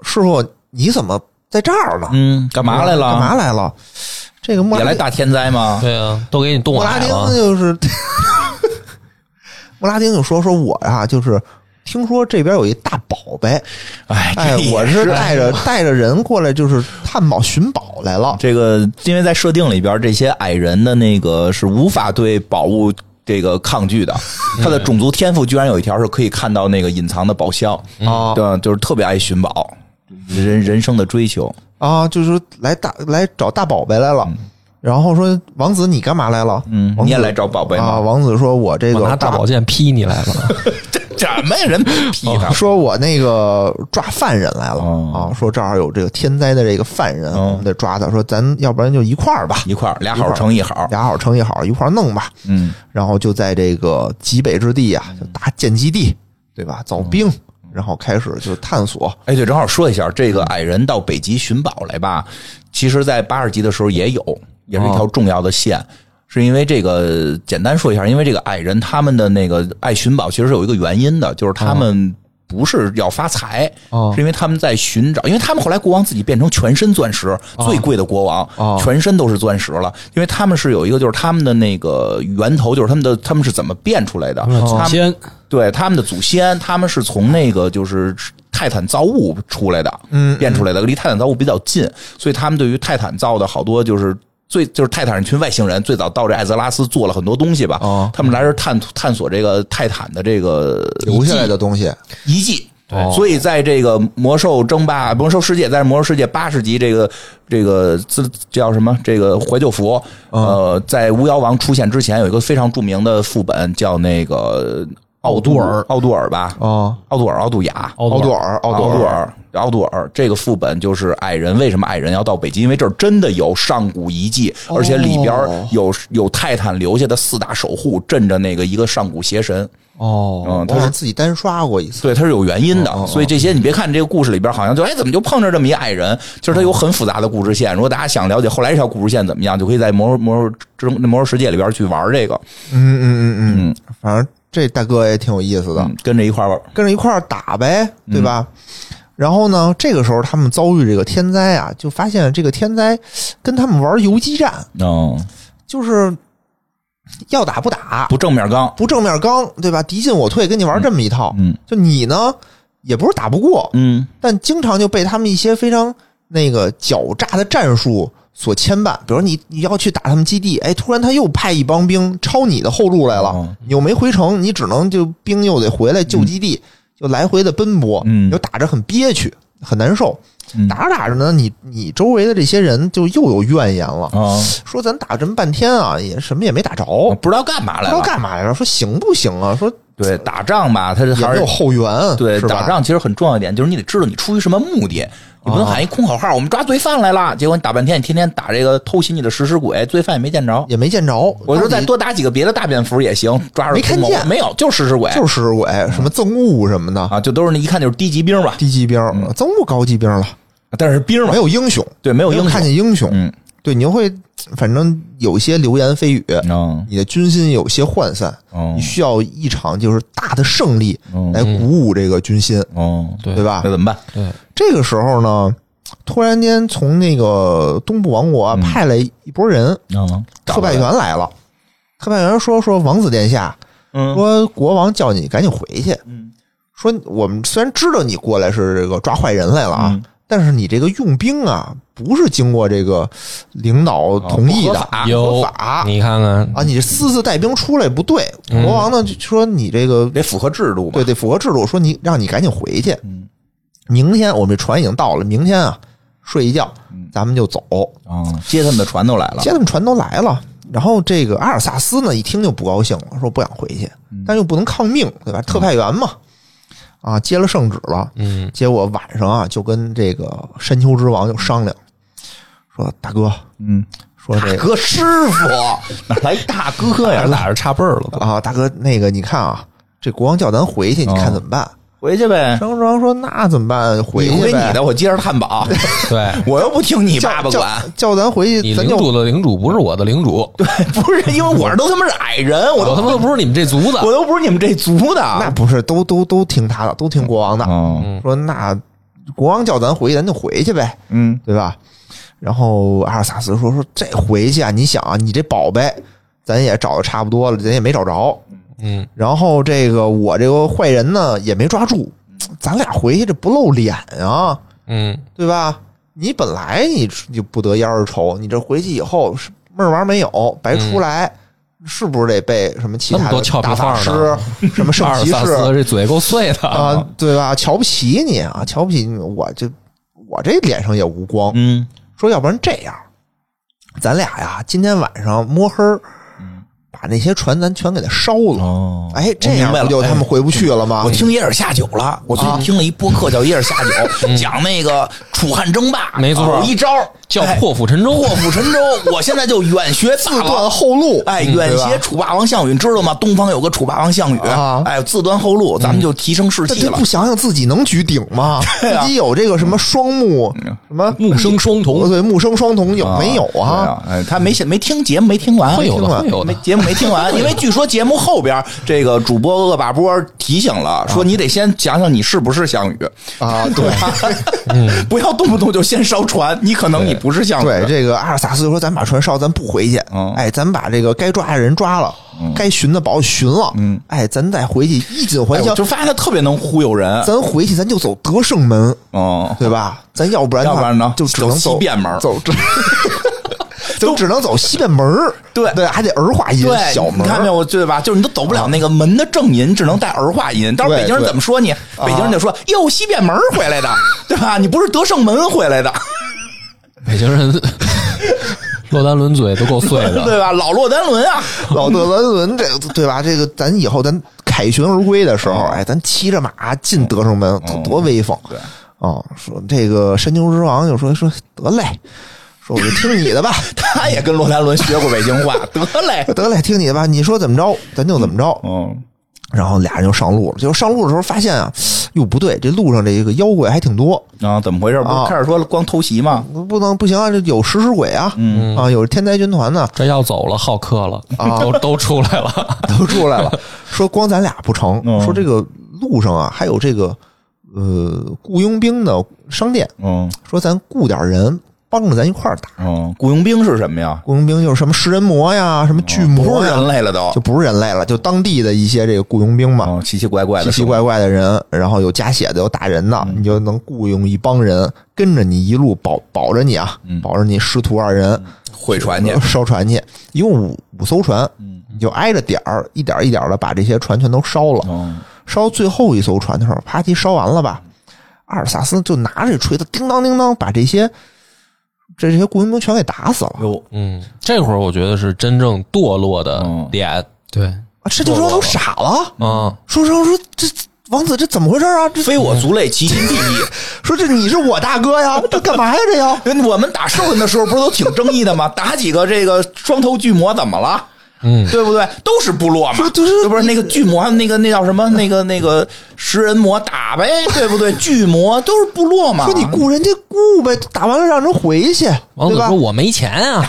Speaker 3: 师傅，你怎么在这儿呢？
Speaker 2: 嗯，干嘛来了？
Speaker 3: 干嘛来了？这个穆
Speaker 2: 也
Speaker 3: 拉
Speaker 2: 来
Speaker 3: 丁，
Speaker 2: 大天灾 吗？
Speaker 1: 对啊，都给你冻
Speaker 3: 穆拉
Speaker 1: 坏
Speaker 3: 丁
Speaker 1: 了。
Speaker 3: 就是 穆拉丁就说说我呀、就是听说这边有一大宝贝，
Speaker 2: 哎
Speaker 3: 哎，我是带着带着人过来，就是探宝寻宝来了。
Speaker 2: 这个，因为在设定里边，这些矮人的那个是无法对宝物这个抗拒的。
Speaker 3: 嗯
Speaker 2: 他的种族天赋居然有一条是可以看到那个隐藏的宝箱
Speaker 3: 啊
Speaker 2: 对，就是特别爱寻宝，人人生的追求。
Speaker 3: 啊，就是说来大来找大宝贝来了，然后说王子你干嘛来了？
Speaker 2: 嗯，
Speaker 3: 王
Speaker 2: 你
Speaker 3: 子
Speaker 2: 也来找宝贝
Speaker 3: 啊？
Speaker 2: 吗？
Speaker 3: 王子说我这
Speaker 1: 我
Speaker 3: 个
Speaker 1: 拿大宝剑劈你来 了，
Speaker 2: 什么呀？人屁
Speaker 3: 抓
Speaker 2: 他！
Speaker 3: 说我那个抓犯人来了啊
Speaker 2: 哦，
Speaker 3: 说这儿有这个天灾的这个犯人，
Speaker 2: 哦
Speaker 3: 我们得抓他。说咱要不然就一块儿吧，
Speaker 2: 一块儿俩
Speaker 3: 一块
Speaker 2: 好
Speaker 3: 儿
Speaker 2: 乘一好，
Speaker 3: 俩好乘一好，一块儿弄吧。
Speaker 2: 嗯，
Speaker 3: 然后就在这个极北之地啊，就搭建基地，对吧？造兵，
Speaker 2: 嗯
Speaker 3: 然后开始就探索。
Speaker 2: 哎，对，正好说一下，这个矮人到北极寻宝来吧，其实，在八十集的时候也有，也是一
Speaker 3: 哦
Speaker 2: 条重要的线。是因为这个，简单说一下，因为这个矮人他们的那个爱寻宝，其实是有一个原因的，就是他们不是要发财，
Speaker 3: 哦
Speaker 2: 是因为他们在寻找，因为他们后来国王自己变成全身钻石，最贵的国王、
Speaker 3: 哦
Speaker 2: 全身都是钻石了，因为他们是有一个，就是他们的那个源头，就是他们的他们是怎么变出来的，他们
Speaker 4: 先
Speaker 2: 对他们的祖先，他们是从那个就是泰坦造物出来的，嗯，变出来的，离泰坦造物比较近，所以他们对于泰坦造的好多就是。最就是泰坦人群外星人最早到这艾泽拉斯做了很多东西吧，
Speaker 3: 哦
Speaker 2: 他们来这儿探探索这个泰坦的这个
Speaker 3: 留下来的东西，
Speaker 2: 遗迹。
Speaker 4: 对
Speaker 3: 哦
Speaker 2: 所以在这个魔兽争霸、魔兽世界，在魔兽世界八十级这个这个自叫什么？这个怀旧服，
Speaker 3: 嗯
Speaker 2: 呃，在巫妖王出现之前，有一个非常著名的副本叫那个奥杜尔，奥杜尔吧，
Speaker 3: 哦，
Speaker 2: 奥杜尔，奥杜雅，
Speaker 4: 奥
Speaker 3: 杜
Speaker 4: 杜
Speaker 3: 尔，
Speaker 2: 嗯奥
Speaker 3: 奥杜
Speaker 2: 杜，尔，奥杜尔这个副本就是矮人为什么矮人要到北极？因为这儿真的有上古遗迹，而且里边
Speaker 3: 哦
Speaker 2: 有有泰坦留下的四大守护镇着那个一个上古邪神。
Speaker 3: 哦
Speaker 2: 嗯他是
Speaker 3: 我好像自己单刷过一次。
Speaker 2: 对，它是有原因
Speaker 3: 哦
Speaker 2: 的。所以这些你别看这个故事里边好像就哎怎么就碰着这么一矮人，就是它有很复杂的故事线。如果大家想了解后来这条故事线怎么样，就可以在魔兽魔兽之魔兽世界里边去玩这个，
Speaker 3: 嗯嗯嗯嗯，反正这大哥也挺有意思的，
Speaker 2: 嗯，跟着一块玩。
Speaker 3: 跟着一块儿打呗，对吧？
Speaker 2: 嗯
Speaker 3: 然后呢，这个时候他们遭遇这个天灾啊，就发现这个天灾跟他们玩游击战，
Speaker 2: 嗯，
Speaker 3: 就是要打不打，
Speaker 2: 不正面刚，
Speaker 3: 不正面刚，对吧？敌进我退，跟你玩这么一套。
Speaker 2: 嗯，
Speaker 3: 就你呢，也不是打不过，
Speaker 2: 嗯，
Speaker 3: 但经常就被他们一些非常那个狡诈的战术所牵绊。比如你你要去打他们基地，哎，突然他又派一帮兵抄你的后路来了
Speaker 2: 哦，
Speaker 3: 你又没回城，你只能就兵又得回来救基地，就来回的奔波，
Speaker 2: 嗯
Speaker 3: 你就打着很憋屈，很难受。
Speaker 2: 嗯
Speaker 3: 打着打着呢，你你周围的这些人就又有怨言了，
Speaker 2: 啊，
Speaker 3: 说咱打这么半天啊，也什么也没打着，
Speaker 2: 我
Speaker 3: 不
Speaker 2: 哦不知道干嘛
Speaker 3: 知
Speaker 2: 来
Speaker 3: 道
Speaker 2: 了。
Speaker 3: 干嘛来着，说行不行啊？说
Speaker 2: 对，打仗吧，它是
Speaker 3: 也
Speaker 2: 还
Speaker 3: 没
Speaker 2: 是
Speaker 3: 有后援，
Speaker 2: 对
Speaker 3: 是吧？
Speaker 2: 打仗其实很重要一点，就是你得知道你出于什么目的。你
Speaker 3: 哦
Speaker 2: 不能喊一空口号，我们抓罪犯来啦！结果你打半天，你天天打这个偷袭你的食尸鬼，罪犯也没见着。
Speaker 3: 也没见着，
Speaker 2: 我说
Speaker 3: 到
Speaker 2: 再
Speaker 3: 底
Speaker 2: 多打几个别的大蝙蝠也行，抓着
Speaker 3: 没看
Speaker 2: 图谋
Speaker 3: 见
Speaker 2: 没有，就是食尸鬼，
Speaker 3: 就是食尸鬼，什么憎恶什么的，
Speaker 2: 嗯啊，就都是那一看就是低级兵吧，
Speaker 3: 低级兵，憎恶高级兵了，
Speaker 2: 但是兵嘛
Speaker 3: 没，有英雄，
Speaker 2: 对，没有
Speaker 3: 没
Speaker 2: 英
Speaker 3: 有
Speaker 2: 雄
Speaker 3: 看，见英雄，
Speaker 2: 嗯，
Speaker 3: 对，你就会反正有一些流言蜚语，
Speaker 2: 哦，
Speaker 3: 你的军心有些涣散，
Speaker 2: 哦
Speaker 3: 你，需要一场就是大的胜利
Speaker 2: 嗯
Speaker 3: 来鼓舞这个军心，
Speaker 2: 哦，
Speaker 4: 对
Speaker 3: 对吧
Speaker 2: 那？怎么办？
Speaker 3: 这个时候呢，突然间从那个东部王国啊派来一拨人，
Speaker 2: 嗯，
Speaker 3: 特派员来了。特派员说：“说王子殿下，
Speaker 2: 嗯
Speaker 3: 说国王叫你赶紧回去。
Speaker 2: 嗯
Speaker 3: 说我们虽然知道你过来是这个抓坏人来了啊，
Speaker 2: 嗯
Speaker 3: 但是你这个用兵啊，不是经过这个领导同意的，
Speaker 2: 哦不合法
Speaker 3: 不合
Speaker 1: 有
Speaker 3: 法
Speaker 1: 你看看，
Speaker 3: 啊！你私自带兵出来不对。国王呢就说你这个
Speaker 2: 得符合制度吧？
Speaker 3: 对，得符合制度，说你让你赶紧回去。
Speaker 2: 嗯
Speaker 3: 明天我们这船已经到了，明天啊睡一觉，
Speaker 2: 嗯
Speaker 3: 咱们就走。
Speaker 2: 啊，接他们的船都来了
Speaker 3: 接，他们船都来了，然后这个阿尔萨斯呢一听就不高兴了，说不想回去，
Speaker 2: 嗯
Speaker 3: 但又不能抗命，对吧？特派员嘛，啊，接了圣旨了，
Speaker 1: 嗯，
Speaker 3: 结果晚上啊就跟这个山丘之王就商量，说大哥，
Speaker 2: 嗯，
Speaker 3: 说这个
Speaker 2: 哥师傅哪 来大哥呀？
Speaker 1: 俩人差辈儿 了都，
Speaker 3: 啊，大哥那个你看啊，这国王叫咱回去，你看
Speaker 2: 哦
Speaker 3: 怎么办？
Speaker 2: 回去呗，
Speaker 3: 山丘之王说那怎么办？回
Speaker 2: 你
Speaker 3: 去
Speaker 2: 回
Speaker 3: 呗
Speaker 2: 你的，我接着汉 堡，
Speaker 1: 对。
Speaker 2: 我又不听你
Speaker 3: 叫
Speaker 2: 爸爸
Speaker 3: 叫
Speaker 2: 管。
Speaker 3: 叫咱回去，
Speaker 1: 你
Speaker 3: 咱
Speaker 1: 领
Speaker 3: 就
Speaker 1: 主的领主不是我的领主，
Speaker 2: 不是，因为我都他妈是矮人，我
Speaker 1: 我
Speaker 2: 都
Speaker 1: 他妈都不是你们这族的。
Speaker 2: 我都不是你们这族
Speaker 3: 啊那
Speaker 2: 的。
Speaker 3: 不是都都都听他的，都听国王的。
Speaker 2: 哦，
Speaker 3: 说那国王叫咱回去，咱就回去呗，
Speaker 2: 嗯
Speaker 3: 对吧？然后阿尔萨斯说说这回去啊，你想啊，你这宝贝咱也找的差不多了，咱也没找着，
Speaker 1: 嗯，
Speaker 3: 然后这个我这个坏人呢也没抓住，咱俩回去这不露脸啊，
Speaker 1: 嗯，
Speaker 3: 对吧？你本来你你就不得烟儿愁，你这回去以后是闷儿玩没有，白出来。是不是得被什么其
Speaker 1: 嗯那么
Speaker 3: 他
Speaker 1: 多
Speaker 3: 的
Speaker 1: 俏皮
Speaker 3: 大法
Speaker 1: 话
Speaker 3: 师
Speaker 1: 呢、
Speaker 3: 什么圣
Speaker 1: 阿尔
Speaker 3: 骑
Speaker 1: 萨
Speaker 3: 士
Speaker 1: 斯这嘴够碎的
Speaker 3: 啊，对吧？瞧不起你啊，瞧不起你，我这我这脸上也无光。
Speaker 2: 嗯
Speaker 3: 说要不然这样，咱俩呀，今天晚上摸黑儿，把那些船咱全给它烧了。
Speaker 2: 嗯哦
Speaker 3: 哎，这样
Speaker 2: 我明白
Speaker 3: 不
Speaker 2: 了
Speaker 3: 就他们回不去了吗？
Speaker 2: 我听耶尔下酒了，我最近听了一播客叫《耶尔下酒》， 讲那个楚汉争霸，
Speaker 1: 没错
Speaker 2: 有一招
Speaker 1: 叫
Speaker 2: 哎
Speaker 1: 破釜沉舟。
Speaker 2: 破釜沉舟。我现在就远学自
Speaker 3: 自断后路，
Speaker 2: 哎，
Speaker 3: 嗯
Speaker 2: 远
Speaker 3: 对吧
Speaker 2: 邪楚霸王项羽，你知道吗？东方有个楚霸王项羽
Speaker 3: 啊，
Speaker 2: 哎，自断后路，咱们就提升士
Speaker 3: 这
Speaker 2: 气
Speaker 3: 这
Speaker 2: 了啊
Speaker 3: 不。想想自己能举鼎 吗？自己有这个什么双目
Speaker 2: 嗯
Speaker 3: 什么呃
Speaker 1: 木生双瞳
Speaker 3: 对，木生双瞳有没有啊？
Speaker 2: 对？哎，他没没听节目，没听完，
Speaker 1: 会有
Speaker 2: 没听
Speaker 1: 的，
Speaker 2: 完
Speaker 1: 会有
Speaker 2: 没
Speaker 1: 的。
Speaker 2: 节目没听完，因为据说节目后边这个主播恶霸波提醒了，说你得先想想你是不是项羽
Speaker 3: 啊
Speaker 2: 对吧？ 不要动不动就先烧船，你可能你不是项羽。
Speaker 3: 对，这个阿尔萨斯就说：“咱把船烧，咱不回去
Speaker 2: 啊嗯。
Speaker 3: 哎，咱把这个该抓的人抓了，该寻的宝寻了。
Speaker 2: 嗯
Speaker 3: 哎，咱再回去衣锦还
Speaker 2: 哎
Speaker 3: 乡
Speaker 2: 我就。发现他特别能忽悠人。
Speaker 3: 咱回去，咱就走德胜门，
Speaker 2: 哦，
Speaker 3: 对吧？咱要不然
Speaker 2: 要不然呢
Speaker 3: 就只能
Speaker 2: 走西便门
Speaker 3: 走 只就只能走西便门儿
Speaker 2: 对
Speaker 3: 对，还得儿化音
Speaker 2: 对，
Speaker 3: 小门
Speaker 2: 你
Speaker 3: 儿
Speaker 2: 看没有，对吧？就是你都走不了那个门的正音，只能带儿化音。但是
Speaker 3: 对
Speaker 2: 北京人
Speaker 3: 对啊
Speaker 2: 怎么说你？北京人就说：“哟，西便门回来的，对吧？你不是德胜门回来
Speaker 3: 啊
Speaker 2: 的，
Speaker 1: 北京人 洛丹伦嘴都够碎的。
Speaker 2: 对吧？老洛丹伦啊，
Speaker 3: 老德伦伦这个对吧？这个咱以后咱凯旋而归的时候，哎，咱骑着马进德胜门，多多威风！
Speaker 2: 嗯对
Speaker 3: 哦，说这个山丘之王就说说得嘞，说我就听你的吧，
Speaker 2: 他也跟洛丹伦学过北京话，得 嘞。
Speaker 3: 说得嘞，听你的吧，你说怎么着，咱就怎么着。
Speaker 2: 嗯
Speaker 3: 然后俩人就上路了，就上路的时候发现啊，哟不对，这路上这个妖怪还挺多，
Speaker 2: 啊，怎么回事？不
Speaker 3: 啊
Speaker 2: 是开始说光偷袭吗？
Speaker 3: 不能不行啊，这有食尸鬼啊，
Speaker 2: 嗯哦
Speaker 3: 啊，有天灾军团呢、
Speaker 1: 这要走了，好客了，
Speaker 3: 啊
Speaker 1: 都都出来了。
Speaker 3: 都出来了，说光咱俩不成，
Speaker 2: 嗯
Speaker 3: 说这个路上啊还有这个呃雇佣兵的商店，
Speaker 2: 嗯
Speaker 3: 说咱雇点人帮着咱一块儿打。
Speaker 2: 嗯，雇佣兵是什么呀？
Speaker 3: 雇佣兵就是什么食人魔呀，什么巨魔
Speaker 2: 哦不是
Speaker 3: 呀，
Speaker 2: 人类了都
Speaker 3: 啊就，不是人类了，就当地的一些这个雇佣兵嘛。
Speaker 2: 嗯，奇奇怪怪的，
Speaker 3: 奇奇怪怪的人，然后有加血的，有打人的，
Speaker 2: 嗯
Speaker 3: 你就能雇佣一帮人跟着你一路保保着你啊，
Speaker 2: 嗯
Speaker 3: 保着你师徒二人
Speaker 2: 会传去，
Speaker 3: 烧船去，一共五五艘船，
Speaker 2: 嗯
Speaker 3: 你就挨着点儿一点儿一点的把这些船全都烧了，
Speaker 2: 嗯，
Speaker 3: 烧最后一艘船的时候，啪叽烧完了吧，阿尔萨斯就拿着锤子叮当叮当把这些这这些雇佣兵全给打死了。
Speaker 2: 哟，
Speaker 1: 嗯，这会儿我觉得是真正堕落的
Speaker 2: 嗯
Speaker 1: 点
Speaker 4: 对，
Speaker 3: 啊这就说都傻了，
Speaker 1: 啊，
Speaker 3: 说说说这王子这怎么回事啊？这
Speaker 2: 非我族类，其心必异。
Speaker 3: 说这你是我大哥呀，这干嘛呀？这 要。
Speaker 2: 我们打兽人的时候不是都挺正义的吗？打几个这个双头巨魔怎么了？
Speaker 1: 嗯，
Speaker 2: 对不对？都是部落嘛，
Speaker 3: 是就是
Speaker 2: 不是那个巨魔，那个那叫什么？那个那个食人魔打呗，对不对？巨魔都是部落嘛。
Speaker 3: 说你雇人家雇呗，打完了让人回去，
Speaker 1: 王
Speaker 3: 对
Speaker 1: 子
Speaker 3: 吧
Speaker 1: 说：“？我没钱 啊，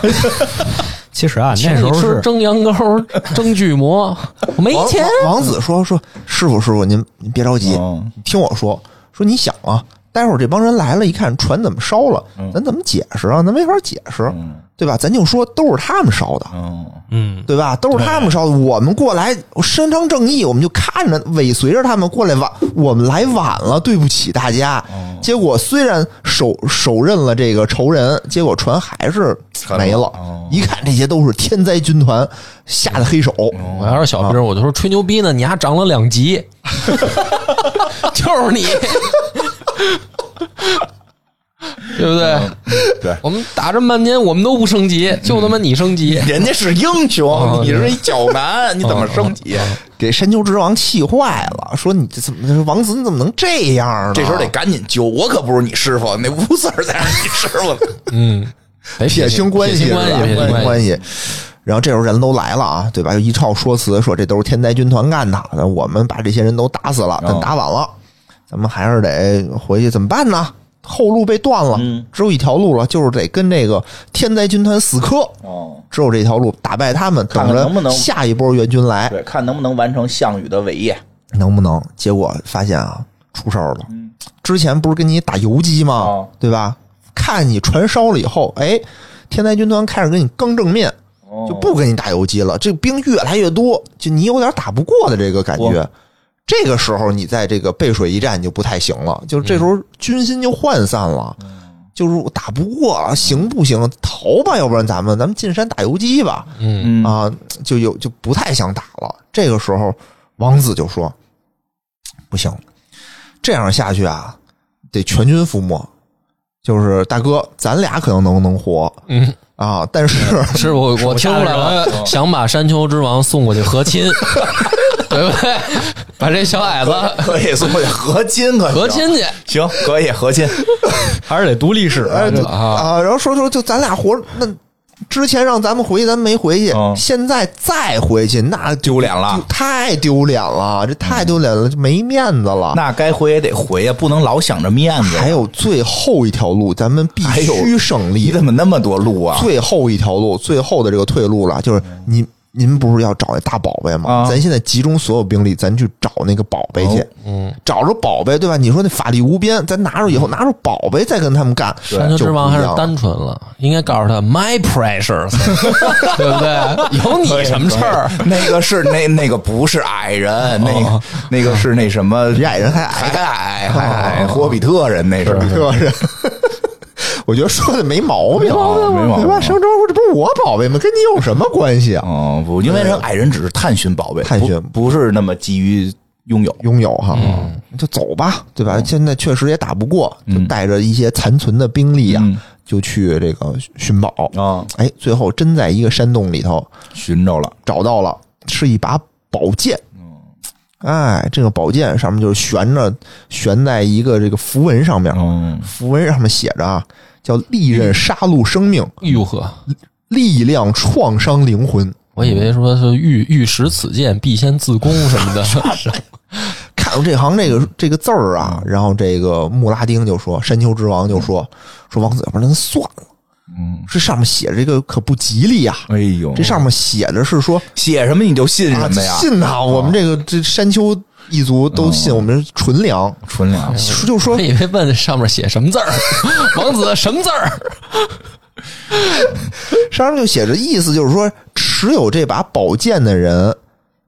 Speaker 4: 其实啊，
Speaker 1: 请
Speaker 4: 那时
Speaker 1: 你
Speaker 4: 候
Speaker 1: 吃
Speaker 4: 是
Speaker 1: 蒸羊羔、 蒸巨魔，我没
Speaker 3: 王
Speaker 1: 钱。
Speaker 3: 王王子说说师傅师傅您您别着急，
Speaker 2: 嗯
Speaker 3: 你听我说说你想啊，待会儿这帮人来了，一看船怎么烧了，咱怎么解释啊？咱没法解释，对吧？咱就说都是他们烧的，
Speaker 2: 嗯，
Speaker 4: 嗯，
Speaker 3: 对吧？都是他们烧的，我们过来伸张正义，我们就看着尾随着他们过来晚，我们来晚了，对不起大家。结果虽然手手刃了这个仇人，结果船还是
Speaker 2: 沉了
Speaker 3: 没了。
Speaker 2: 哦
Speaker 3: 一看这些都是天灾军团下的黑手，
Speaker 1: 我要是小
Speaker 3: 啊
Speaker 1: 兵，我就说吹牛逼呢，你还涨了两级， 就是你， 对不对？
Speaker 3: 嗯
Speaker 2: 对，
Speaker 1: 我们打这么半天，我们都不升级，就他妈你升级。
Speaker 3: 嗯
Speaker 2: 人家是英雄，你是一脚男，你怎么升级？
Speaker 3: 给山丘之王气坏了，说你这怎么王子你怎么能这样呢？
Speaker 2: 这时候得赶紧揪，我可不是你师傅，那吴四儿才是你师傅呢。
Speaker 1: 嗯，得
Speaker 3: 撇清哎关系，
Speaker 1: 撇清
Speaker 3: 是吧
Speaker 1: 关系，撇清
Speaker 3: 撇清
Speaker 1: 关
Speaker 3: 关
Speaker 1: 系。
Speaker 3: 系。然后这时候人都来了啊，对吧？又一套说辞，说这都是天灾军团干的，那我们把这些人都打死了，但
Speaker 2: 嗯
Speaker 3: 打晚了，咱们还是得回去，怎么办呢？后路被断了，
Speaker 2: 嗯
Speaker 3: 只有一条路了，就是得跟这个天灾军团死磕，
Speaker 2: 哦，
Speaker 3: 只有这条路，打败他们，
Speaker 2: 看
Speaker 3: 等
Speaker 2: 看能不
Speaker 3: 着
Speaker 2: 能
Speaker 3: 下一波援军来，
Speaker 2: 对，看能不能完成项羽的伟业。
Speaker 3: 能不能？结果发现啊，出事儿了。之前不是跟你打游击吗？
Speaker 2: 哦
Speaker 3: 对吧？看你船烧了以后，哎，天灾军团开始跟你刚正面，
Speaker 2: 哦
Speaker 3: 就不跟你打游击了。这兵越来越多，就你有点打不过的这个感觉
Speaker 2: 我。
Speaker 3: 这个时候，你在这个背水一战你就不太行了，就是这时候军心就涣散了，就是我打不过了，行不行？逃吧，要不然咱们咱们进山打游击吧。
Speaker 1: 嗯，
Speaker 2: 嗯，
Speaker 3: 啊，就有就不太想打了。这个时候，王子就说：“不行，这样下去啊，得全军覆没。就是大哥，咱俩可能能能活，
Speaker 1: 嗯
Speaker 3: 啊，但是
Speaker 2: 嗯
Speaker 1: 是我我听出来
Speaker 3: 嗯
Speaker 1: 了，想把山丘之王送过去和亲， 对不对？把这小矮子
Speaker 2: 可以送去合金，可行
Speaker 1: 和亲去。
Speaker 2: 行，可以合金。
Speaker 4: 还是得读历史 啊，
Speaker 3: 哎
Speaker 4: 这
Speaker 3: 对啊，然后说说就咱俩活那。”之前让咱们回去，咱没回去。
Speaker 2: 嗯
Speaker 3: 现在再回去，那
Speaker 2: 丢脸了嗯
Speaker 3: 丢太丢脸了，这太丢脸了，这没面子了。
Speaker 2: 那该回也得回呀，不能老想着面子。
Speaker 3: 还有最后一条路，咱们必
Speaker 2: 还有
Speaker 3: 须胜利。
Speaker 2: 你怎么那么多路啊？
Speaker 3: 最后一条路，最后的这个退路了，就是您您不是要找那大宝贝吗？
Speaker 2: 啊哦
Speaker 3: 咱现在集中所有兵力，咱去找那个宝贝去，
Speaker 1: 嗯，
Speaker 3: 找着宝贝，对吧？你说那法力无边，咱拿着
Speaker 2: 嗯
Speaker 3: 以后，拿着宝贝再跟他们干，
Speaker 1: 山丘之王还
Speaker 3: 就是不一样
Speaker 1: 单纯了，应该告诉他 my precious，对不 对？有你什么事儿？
Speaker 2: 那个是那那个不是矮人，那个那个是那什么
Speaker 3: 哦 比矮人还
Speaker 2: 还
Speaker 3: 矮，
Speaker 2: 矮还矮，霍比特人那是
Speaker 3: 对 吧？是我觉得说的没毛病，
Speaker 2: 没毛
Speaker 3: 啊
Speaker 2: 病没毛病
Speaker 3: 对吧？商周说这不是我宝贝吗？跟你有什么关系啊？
Speaker 2: 哦不，因为人矮人只是探寻宝贝，
Speaker 3: 探寻
Speaker 2: 不不是那么急于拥有。
Speaker 3: 拥有哈，
Speaker 2: 嗯
Speaker 3: 就走吧，对吧？现在确实也打不过，就带着一些残存的兵力啊
Speaker 2: 嗯，
Speaker 3: 就去这个寻宝
Speaker 2: 啊
Speaker 3: 哎，最后真在一个山洞里头
Speaker 2: 寻着了，
Speaker 3: 找到了，是一把宝剑。哎，这个宝剑上面就是悬着，悬在一个这个符文上面，
Speaker 2: 嗯，
Speaker 3: 符文上面写着啊，叫“利刃杀戮生命，
Speaker 1: 哟呵，
Speaker 3: 力量创伤灵魂
Speaker 1: 我以为说是欲欲使此剑，必先自宫什么 的。”。
Speaker 3: 看到这行这个这个字儿啊，然后这个穆拉丁就说，山丘之王就说，说王子，要不然咱算了，
Speaker 2: 嗯，
Speaker 3: 这上面写着这个可不吉利呀、
Speaker 2: 哎呦，
Speaker 3: 这上面写着是说啊
Speaker 2: 写什么你就信什么呀嗯
Speaker 3: 啊？信呐、我们这个这山丘异族都信我们纯良，
Speaker 2: 纯良。
Speaker 3: 说就说
Speaker 1: 我以为问上面写什么字儿，王子什么字 儿？
Speaker 3: 上面就写着意思就是说，持有这把宝剑的人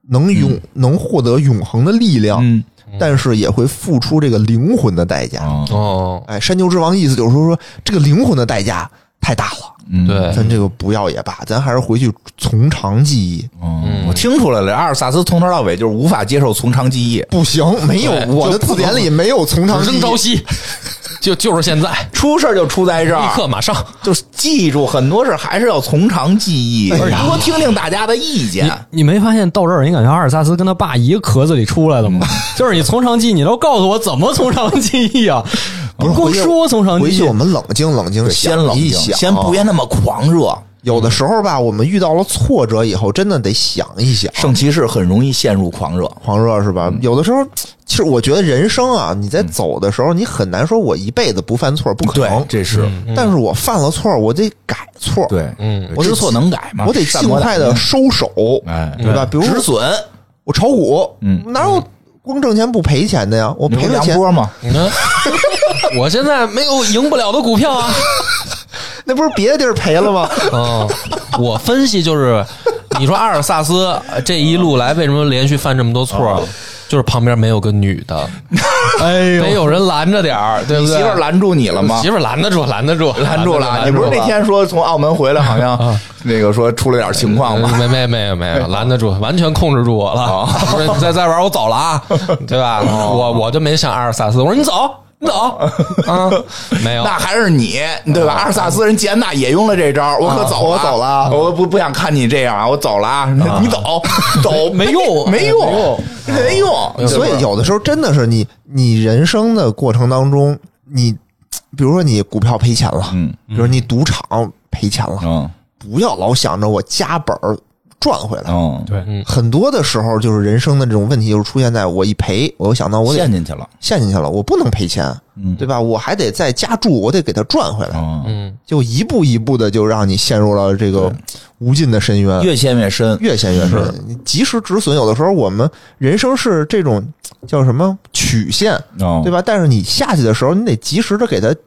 Speaker 3: 能永、能获得永恒的力量，
Speaker 2: 嗯，
Speaker 3: 但是也会付出这个灵魂的代价。
Speaker 2: 哦，
Speaker 1: 哦，
Speaker 3: 哎，山丘之王意思就是说说这个灵魂的代价太大了，
Speaker 2: 嗯，
Speaker 1: 对，
Speaker 3: 咱这个不要也罢，咱还是回去从长计议。
Speaker 2: 嗯，我听出来了，阿尔萨斯从头到尾就是无法接受从长计议。
Speaker 3: 不行，没有
Speaker 1: 对
Speaker 3: 我的字典里没有从长
Speaker 1: 只
Speaker 3: 计
Speaker 1: 争朝
Speaker 3: 议。
Speaker 1: 夕，就就是现在，
Speaker 2: 出事儿就出在这
Speaker 1: 立
Speaker 3: 啊
Speaker 2: 儿，
Speaker 1: 刻马上。
Speaker 2: 就是记住很多事儿还是要从长计议，多听听大家的意见
Speaker 1: 哎
Speaker 4: 你。你没发现到这儿，你感觉阿尔萨斯跟他爸一个壳子里出来的吗？
Speaker 1: 嗯
Speaker 4: 就是你从长计，你都告诉我怎么从长计议啊？ 不光说从长
Speaker 3: 回
Speaker 4: 计
Speaker 3: 去
Speaker 4: 议
Speaker 3: 我，们冷静冷静，
Speaker 2: 先
Speaker 3: 想
Speaker 2: 冷
Speaker 3: 一
Speaker 2: 静，
Speaker 3: 想，啊
Speaker 2: 先不别那么狂热。
Speaker 3: 有的时候吧，我们遇到了挫折以后，真的得想一想。
Speaker 2: 圣骑士很容易陷入狂热，
Speaker 3: 狂热是
Speaker 2: 嗯
Speaker 3: 吧？有的时候，其实我觉得人生啊，你在走的时候，你很难说我一辈子不犯错，不可能
Speaker 2: 对，。这是
Speaker 3: 但是我犯了错，我得改错，
Speaker 2: 对，
Speaker 1: 嗯
Speaker 2: 我知错能改嘛，
Speaker 3: 我得
Speaker 2: 善
Speaker 3: 尽
Speaker 2: 莫大
Speaker 3: 快的
Speaker 2: 焉
Speaker 3: 收手，
Speaker 2: 哎
Speaker 3: 对吧？比如
Speaker 2: 止损，
Speaker 3: 我炒股，
Speaker 2: 嗯
Speaker 3: 哪有光挣钱不赔钱的呀？我
Speaker 2: 你不
Speaker 3: 赔了
Speaker 2: 梁
Speaker 3: 钱，
Speaker 2: 波嘛，
Speaker 1: 你
Speaker 3: 嗯
Speaker 1: 呢？ 我现在没有赢不了的股票啊。
Speaker 3: 那不是别的地儿赔了吗？
Speaker 1: 嗯，我分析就是，你说阿尔萨斯呃这一路来为什么连续犯这么多错
Speaker 2: 哦
Speaker 1: 儿，就是旁边没有个女 的，
Speaker 4: 哎
Speaker 1: 得
Speaker 4: 呦，
Speaker 1: 有人拦着点儿，对
Speaker 2: 你
Speaker 1: 不对？
Speaker 2: 媳妇儿拦住你了吗
Speaker 1: 媳？妇儿拦得住，拦得住，
Speaker 2: 拦住了，
Speaker 1: 拦
Speaker 2: 你
Speaker 1: 得
Speaker 2: 不
Speaker 1: 住
Speaker 2: 是那天说从澳门回来，好
Speaker 1: 啊
Speaker 2: 像那个说出了点情况吗？
Speaker 1: 没没没有没 有，拦得住，完全控制住 我了。
Speaker 4: 啊
Speaker 1: 不是你再再玩，我走了啊，对 吧？
Speaker 4: 哦
Speaker 1: 我我就没像阿尔萨斯，我说你走，你走啊，没有，
Speaker 2: 那还是你对吧？阿尔萨斯人吉安娜也用了这招，我可走，嗯我走了，啊嗯我不不想看你这样啊，我走了啊，你 走走
Speaker 1: 没用
Speaker 2: 没用，嗯没用，
Speaker 3: 所以有的时候真的是你，你人生的过程当中，你比如说你股票赔钱了，
Speaker 2: 嗯，
Speaker 3: 比如你赌场赔钱了，
Speaker 2: 嗯
Speaker 3: 不要老想着我加本儿赚回来。
Speaker 2: 嗯，
Speaker 4: 对，
Speaker 3: 很多的时候，就是人生的这种问题，就是出现在我一赔，我又想到我得
Speaker 2: 陷进去了，
Speaker 3: 陷进去了，我不能赔钱，
Speaker 2: 嗯
Speaker 3: 对吧？我还得再加注，我得给它赚回来，
Speaker 2: 嗯，
Speaker 1: 嗯，
Speaker 3: 就一步一步的就让你陷入了这个无尽的深渊，
Speaker 2: 嗯越陷越深，
Speaker 3: 越陷越深。你及时止损，有的时候我们人生是这种叫什么曲线，对
Speaker 2: 对吧？
Speaker 3: 吧？但是你下去的时候，你得及时的给它
Speaker 2: 嗯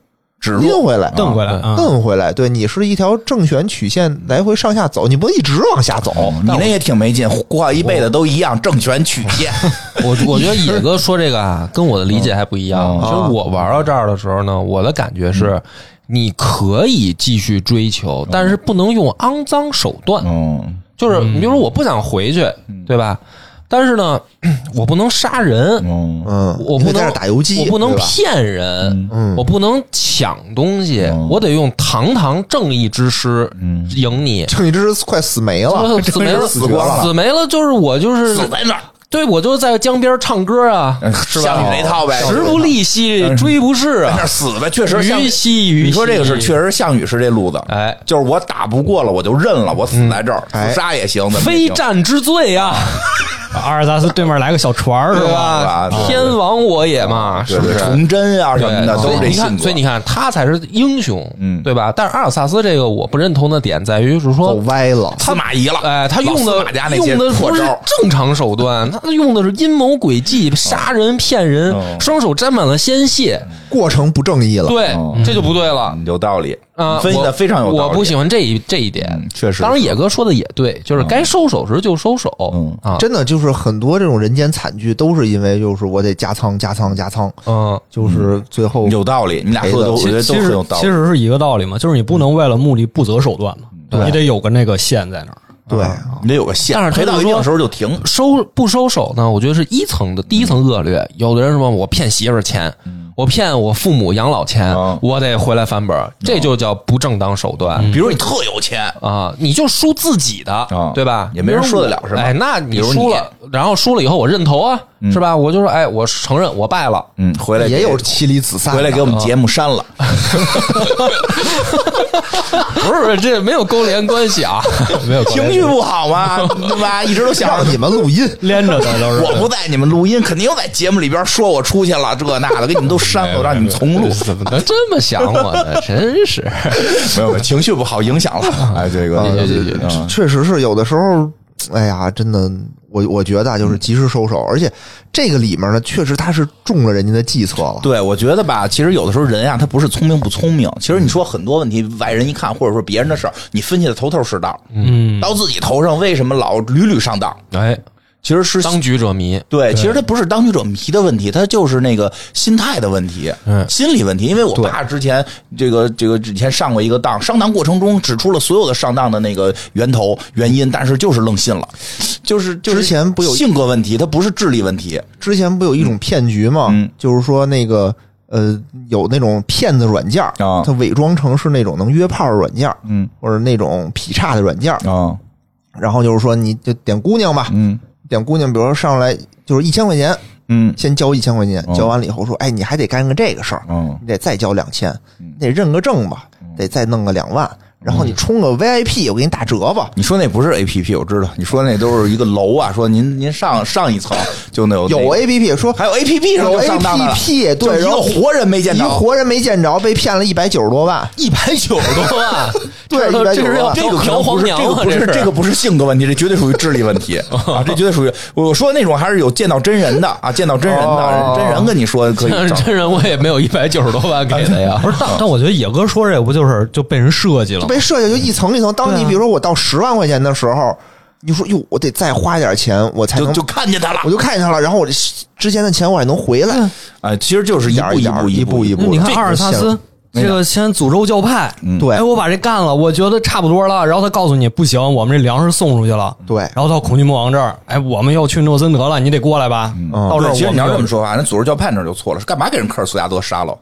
Speaker 2: 指
Speaker 3: 拎
Speaker 2: 路
Speaker 3: 回来。
Speaker 4: 瞪回来
Speaker 1: 嗯
Speaker 4: 啊！
Speaker 3: 蹬回来，对你是一条正弦曲线来回上下走，你不能一直往下走。
Speaker 2: 哦，你那也挺没劲，过一辈子都一样，政权 曲线，
Speaker 1: 我我觉得野哥说这个啊，跟我的理解还不一样。
Speaker 2: 嗯
Speaker 1: 其实我玩到这儿的时候呢，我的感觉是，你可以继续追求，但是不能用肮脏手段。
Speaker 2: 嗯
Speaker 1: 就是你比如说，我不想回去，对吧？但是呢， 我不能杀人，
Speaker 2: 嗯
Speaker 3: 嗯，
Speaker 1: 我
Speaker 3: 你
Speaker 1: 不
Speaker 3: 会在
Speaker 1: 能
Speaker 3: 这打游击，
Speaker 1: 我不能
Speaker 3: 对 吧
Speaker 1: 骗人，
Speaker 3: 嗯
Speaker 1: 我不能抢东西，
Speaker 2: 嗯
Speaker 1: 我得用堂堂正义之师赢你。啊
Speaker 3: 趁你这是快死没了，
Speaker 1: 死没了，
Speaker 3: 死光了
Speaker 1: 死没了，就是我就是
Speaker 2: 死哎在那儿，
Speaker 1: 对我就在江边唱歌 啊，
Speaker 2: 嗯
Speaker 1: 是
Speaker 2: 像
Speaker 1: 吧？
Speaker 2: 你那套呗，
Speaker 1: 时不利兮，追不逝
Speaker 2: 嗯哎在那
Speaker 1: 啊
Speaker 2: 儿！死呗，确实像
Speaker 1: 虞兮虞兮，
Speaker 2: 你说这个是，确实项羽是这路子，
Speaker 1: 哎
Speaker 2: 就是我打不过了，我就认了，我死在这儿，
Speaker 3: 哎
Speaker 2: 自杀也行，怎么也
Speaker 1: 非
Speaker 2: 行
Speaker 1: 战之罪啊，
Speaker 4: 阿尔萨斯对面来个小船儿是
Speaker 1: 对啊
Speaker 4: 吧？
Speaker 1: 吧
Speaker 2: 是吧？啊对
Speaker 1: 天亡我也嘛，是
Speaker 2: 对
Speaker 1: 不
Speaker 2: 对
Speaker 1: 是？
Speaker 2: 崇祯啊什么的
Speaker 1: 对，
Speaker 2: 都
Speaker 1: 所
Speaker 2: 是
Speaker 1: 以
Speaker 2: 这
Speaker 1: 你
Speaker 2: 性
Speaker 1: 看，
Speaker 2: 格，
Speaker 1: 所以你看，他才是英雄，
Speaker 2: 嗯
Speaker 1: 对吧？但是阿尔萨斯这个我不认同的点在于，是
Speaker 3: 走
Speaker 1: 说
Speaker 3: 歪了。
Speaker 2: 哦司马懿了，
Speaker 1: 哎，他
Speaker 2: 老
Speaker 1: 用
Speaker 2: 司
Speaker 1: 的
Speaker 2: 马家那些
Speaker 1: 用的
Speaker 2: 破
Speaker 1: 不是
Speaker 2: 招，
Speaker 1: 正常手段，他用的是阴谋诡计、杀人骗人
Speaker 2: 哦，嗯
Speaker 1: 双手沾满了鲜血，
Speaker 3: 过程不正义了。
Speaker 1: 对
Speaker 2: 哦，
Speaker 1: 这就不对了。
Speaker 2: 嗯有道理
Speaker 1: 啊，
Speaker 2: 分析的
Speaker 1: 我
Speaker 2: 非常有道理，
Speaker 1: 我不喜欢这一这一点
Speaker 2: 嗯，确实
Speaker 1: 当然，野哥说的也对，就是该收手时就收手，
Speaker 2: 嗯
Speaker 1: 啊，
Speaker 3: 真的就是很多这种人间惨剧，都是因为就是我得加仓加仓加仓，
Speaker 1: 嗯，
Speaker 3: 就是最后
Speaker 2: 有道理，你俩说的都我
Speaker 4: 其
Speaker 2: 觉得都
Speaker 4: 其
Speaker 2: 很
Speaker 4: 实
Speaker 2: 有道
Speaker 4: 其
Speaker 2: 理，
Speaker 4: 实是一个道理嗯嘛，就是你不能为了目的不择手段嘛，你得有个那个线在那儿。
Speaker 3: 对
Speaker 2: 你得有个线，
Speaker 1: 但是
Speaker 2: 赔
Speaker 1: 他就
Speaker 2: 到一定
Speaker 1: 说
Speaker 2: 的时啊候就嗯停，
Speaker 1: 收不收手呢？我觉得是一层的，第一层恶劣。有的人什么我骗媳妇儿钱，
Speaker 2: 嗯
Speaker 1: 我骗我父母养老钱
Speaker 2: 哦，
Speaker 1: 我得回来翻本
Speaker 2: 嗯
Speaker 1: 儿，这就叫不正当手段。
Speaker 2: 比如你特有钱，
Speaker 1: 啊，你就输自己的
Speaker 2: 啊，
Speaker 1: 对吧？
Speaker 2: 也没人说得了是吧
Speaker 1: 哎，那
Speaker 2: 比
Speaker 1: 你
Speaker 2: 如
Speaker 1: 输
Speaker 2: 你
Speaker 1: 了，然后输了以后我认头啊，是吧？我就说，哎，我承认我败了，
Speaker 2: 嗯，啊回来
Speaker 3: 也
Speaker 2: 给
Speaker 3: 有妻离子散的，
Speaker 2: 回来给我们节目删了，
Speaker 1: 不是不是，这没有勾连关系啊， 没有勾连
Speaker 2: 情绪不好 嘛，对吧？一直都想着
Speaker 3: 让你们录音，
Speaker 4: 连着的都是
Speaker 2: 我不在你们录音，肯定又在节目里边说我出去了，这那的，给你们都删了，我让你们重录。
Speaker 1: 怎么能这么想我呢？真是，
Speaker 2: 没有，情绪不好影响了。哎，这个
Speaker 1: 对对对
Speaker 2: 嗯
Speaker 3: 确实是有的时候哎呀，真的，我我觉得啊，就是及时收手，
Speaker 2: 嗯
Speaker 3: 而且这个里面呢，确实他是中了人家的计策了。
Speaker 2: 对，我觉得吧，其实有的时候人啊呀、他不是聪明不聪明，其实你说很多问题，外人一看或者说别人的事儿，你分析的头头是道，
Speaker 1: 嗯，
Speaker 2: 到自己头上为什么老屡屡上当？
Speaker 1: 哎，
Speaker 2: 其实是
Speaker 1: 当局者迷，
Speaker 2: 对，其实他不是当局者迷的问题，他就是那个心态的问题，
Speaker 1: 嗯
Speaker 2: 心理问题。因为我爸之前这个这个以前上过一个当，上当过程中指出了所有的上当的那个源头原因，但是就是愣信了，就是就是
Speaker 3: 之前不有
Speaker 2: 性格问题，他不是智力问题，
Speaker 3: 之前不有一种骗局吗？
Speaker 2: 嗯
Speaker 3: 就是说那个呃，有那种骗子软件儿
Speaker 2: 啊
Speaker 3: 它伪装成是那种能约炮的软件儿，
Speaker 2: 嗯
Speaker 3: 或者那种劈叉的软件儿，
Speaker 2: 啊
Speaker 3: 然后就是说你就点姑娘吧，
Speaker 2: 嗯
Speaker 3: 点姑娘，比如说上来就是一千块钱，
Speaker 2: 嗯
Speaker 3: 先交一千块钱，
Speaker 2: 哦
Speaker 3: 交完了以后说，哎，你还得干个这个事儿，
Speaker 2: 嗯
Speaker 3: 你得再交两千，
Speaker 2: 嗯
Speaker 3: 得认个证吧，得再弄个两万，然后你充个 VIP，我给你打折吧。
Speaker 2: 你说那不是 A P P，我知道，你说那都是一个楼啊，说您您上上一层就能有
Speaker 3: 有
Speaker 2: 那个
Speaker 3: APP 说
Speaker 2: 还有 A P P 上
Speaker 3: 有
Speaker 2: 就上当了
Speaker 3: APP，
Speaker 2: 就
Speaker 3: 对，
Speaker 2: 一
Speaker 3: 然
Speaker 2: 个
Speaker 3: 后
Speaker 2: 活人没见
Speaker 3: 一
Speaker 2: 着，
Speaker 3: 活人没见着，被骗了一百九十多万。
Speaker 2: 一百九十 多万，
Speaker 1: 这
Speaker 3: 对190
Speaker 1: 这是要
Speaker 3: 万
Speaker 2: 啊这个可
Speaker 1: 嫖
Speaker 2: 能不
Speaker 1: 黄
Speaker 2: 是
Speaker 1: 娘
Speaker 2: 这个
Speaker 1: 啊，
Speaker 2: 不是
Speaker 1: 是
Speaker 2: 这个不是性格问题，这绝对属于智力问题 啊！这绝对属于我说那种还是有见到真人的啊，见到真人的
Speaker 3: 哦
Speaker 2: 真人跟你说可以
Speaker 1: 但是
Speaker 2: 整
Speaker 1: 真人我也没有一百九十多万给的呀
Speaker 4: 不，是，哎但但我觉得野哥说这个不就是就被人设计了
Speaker 3: 就
Speaker 4: 吗？
Speaker 3: 被设计就一层一层。当
Speaker 4: 对
Speaker 3: 你
Speaker 4: 啊
Speaker 3: 比如说我到十万块钱的时候，你就说哟，我得再花点钱，我才
Speaker 2: 就
Speaker 3: 能
Speaker 2: 就看见他了
Speaker 3: 我就看见他了，然后我这之前的钱我还能回来。
Speaker 2: 啊！其实就是一
Speaker 3: 点儿
Speaker 2: 步
Speaker 3: 哎一点儿
Speaker 2: 步
Speaker 3: 一
Speaker 2: 步
Speaker 3: 步一步
Speaker 4: 那你看
Speaker 3: 这
Speaker 4: 阿尔萨
Speaker 3: 就行
Speaker 4: 斯这个先诅咒教派，
Speaker 2: 嗯
Speaker 3: 对
Speaker 4: 哎，我把这干了，我觉得差不多了。然后他告诉你不行，我们这粮食送出去了。
Speaker 3: 对
Speaker 4: 然后到恐惧魔王这儿，哎，我们要去诺森德了，你得过来吧。
Speaker 3: 嗯
Speaker 4: 到这儿
Speaker 2: 对，其实
Speaker 4: 我
Speaker 2: 你要
Speaker 4: 们
Speaker 2: 这么
Speaker 4: 就
Speaker 2: 说话，那组织教派那儿就错了，是干嘛给人科尔苏亚德杀了？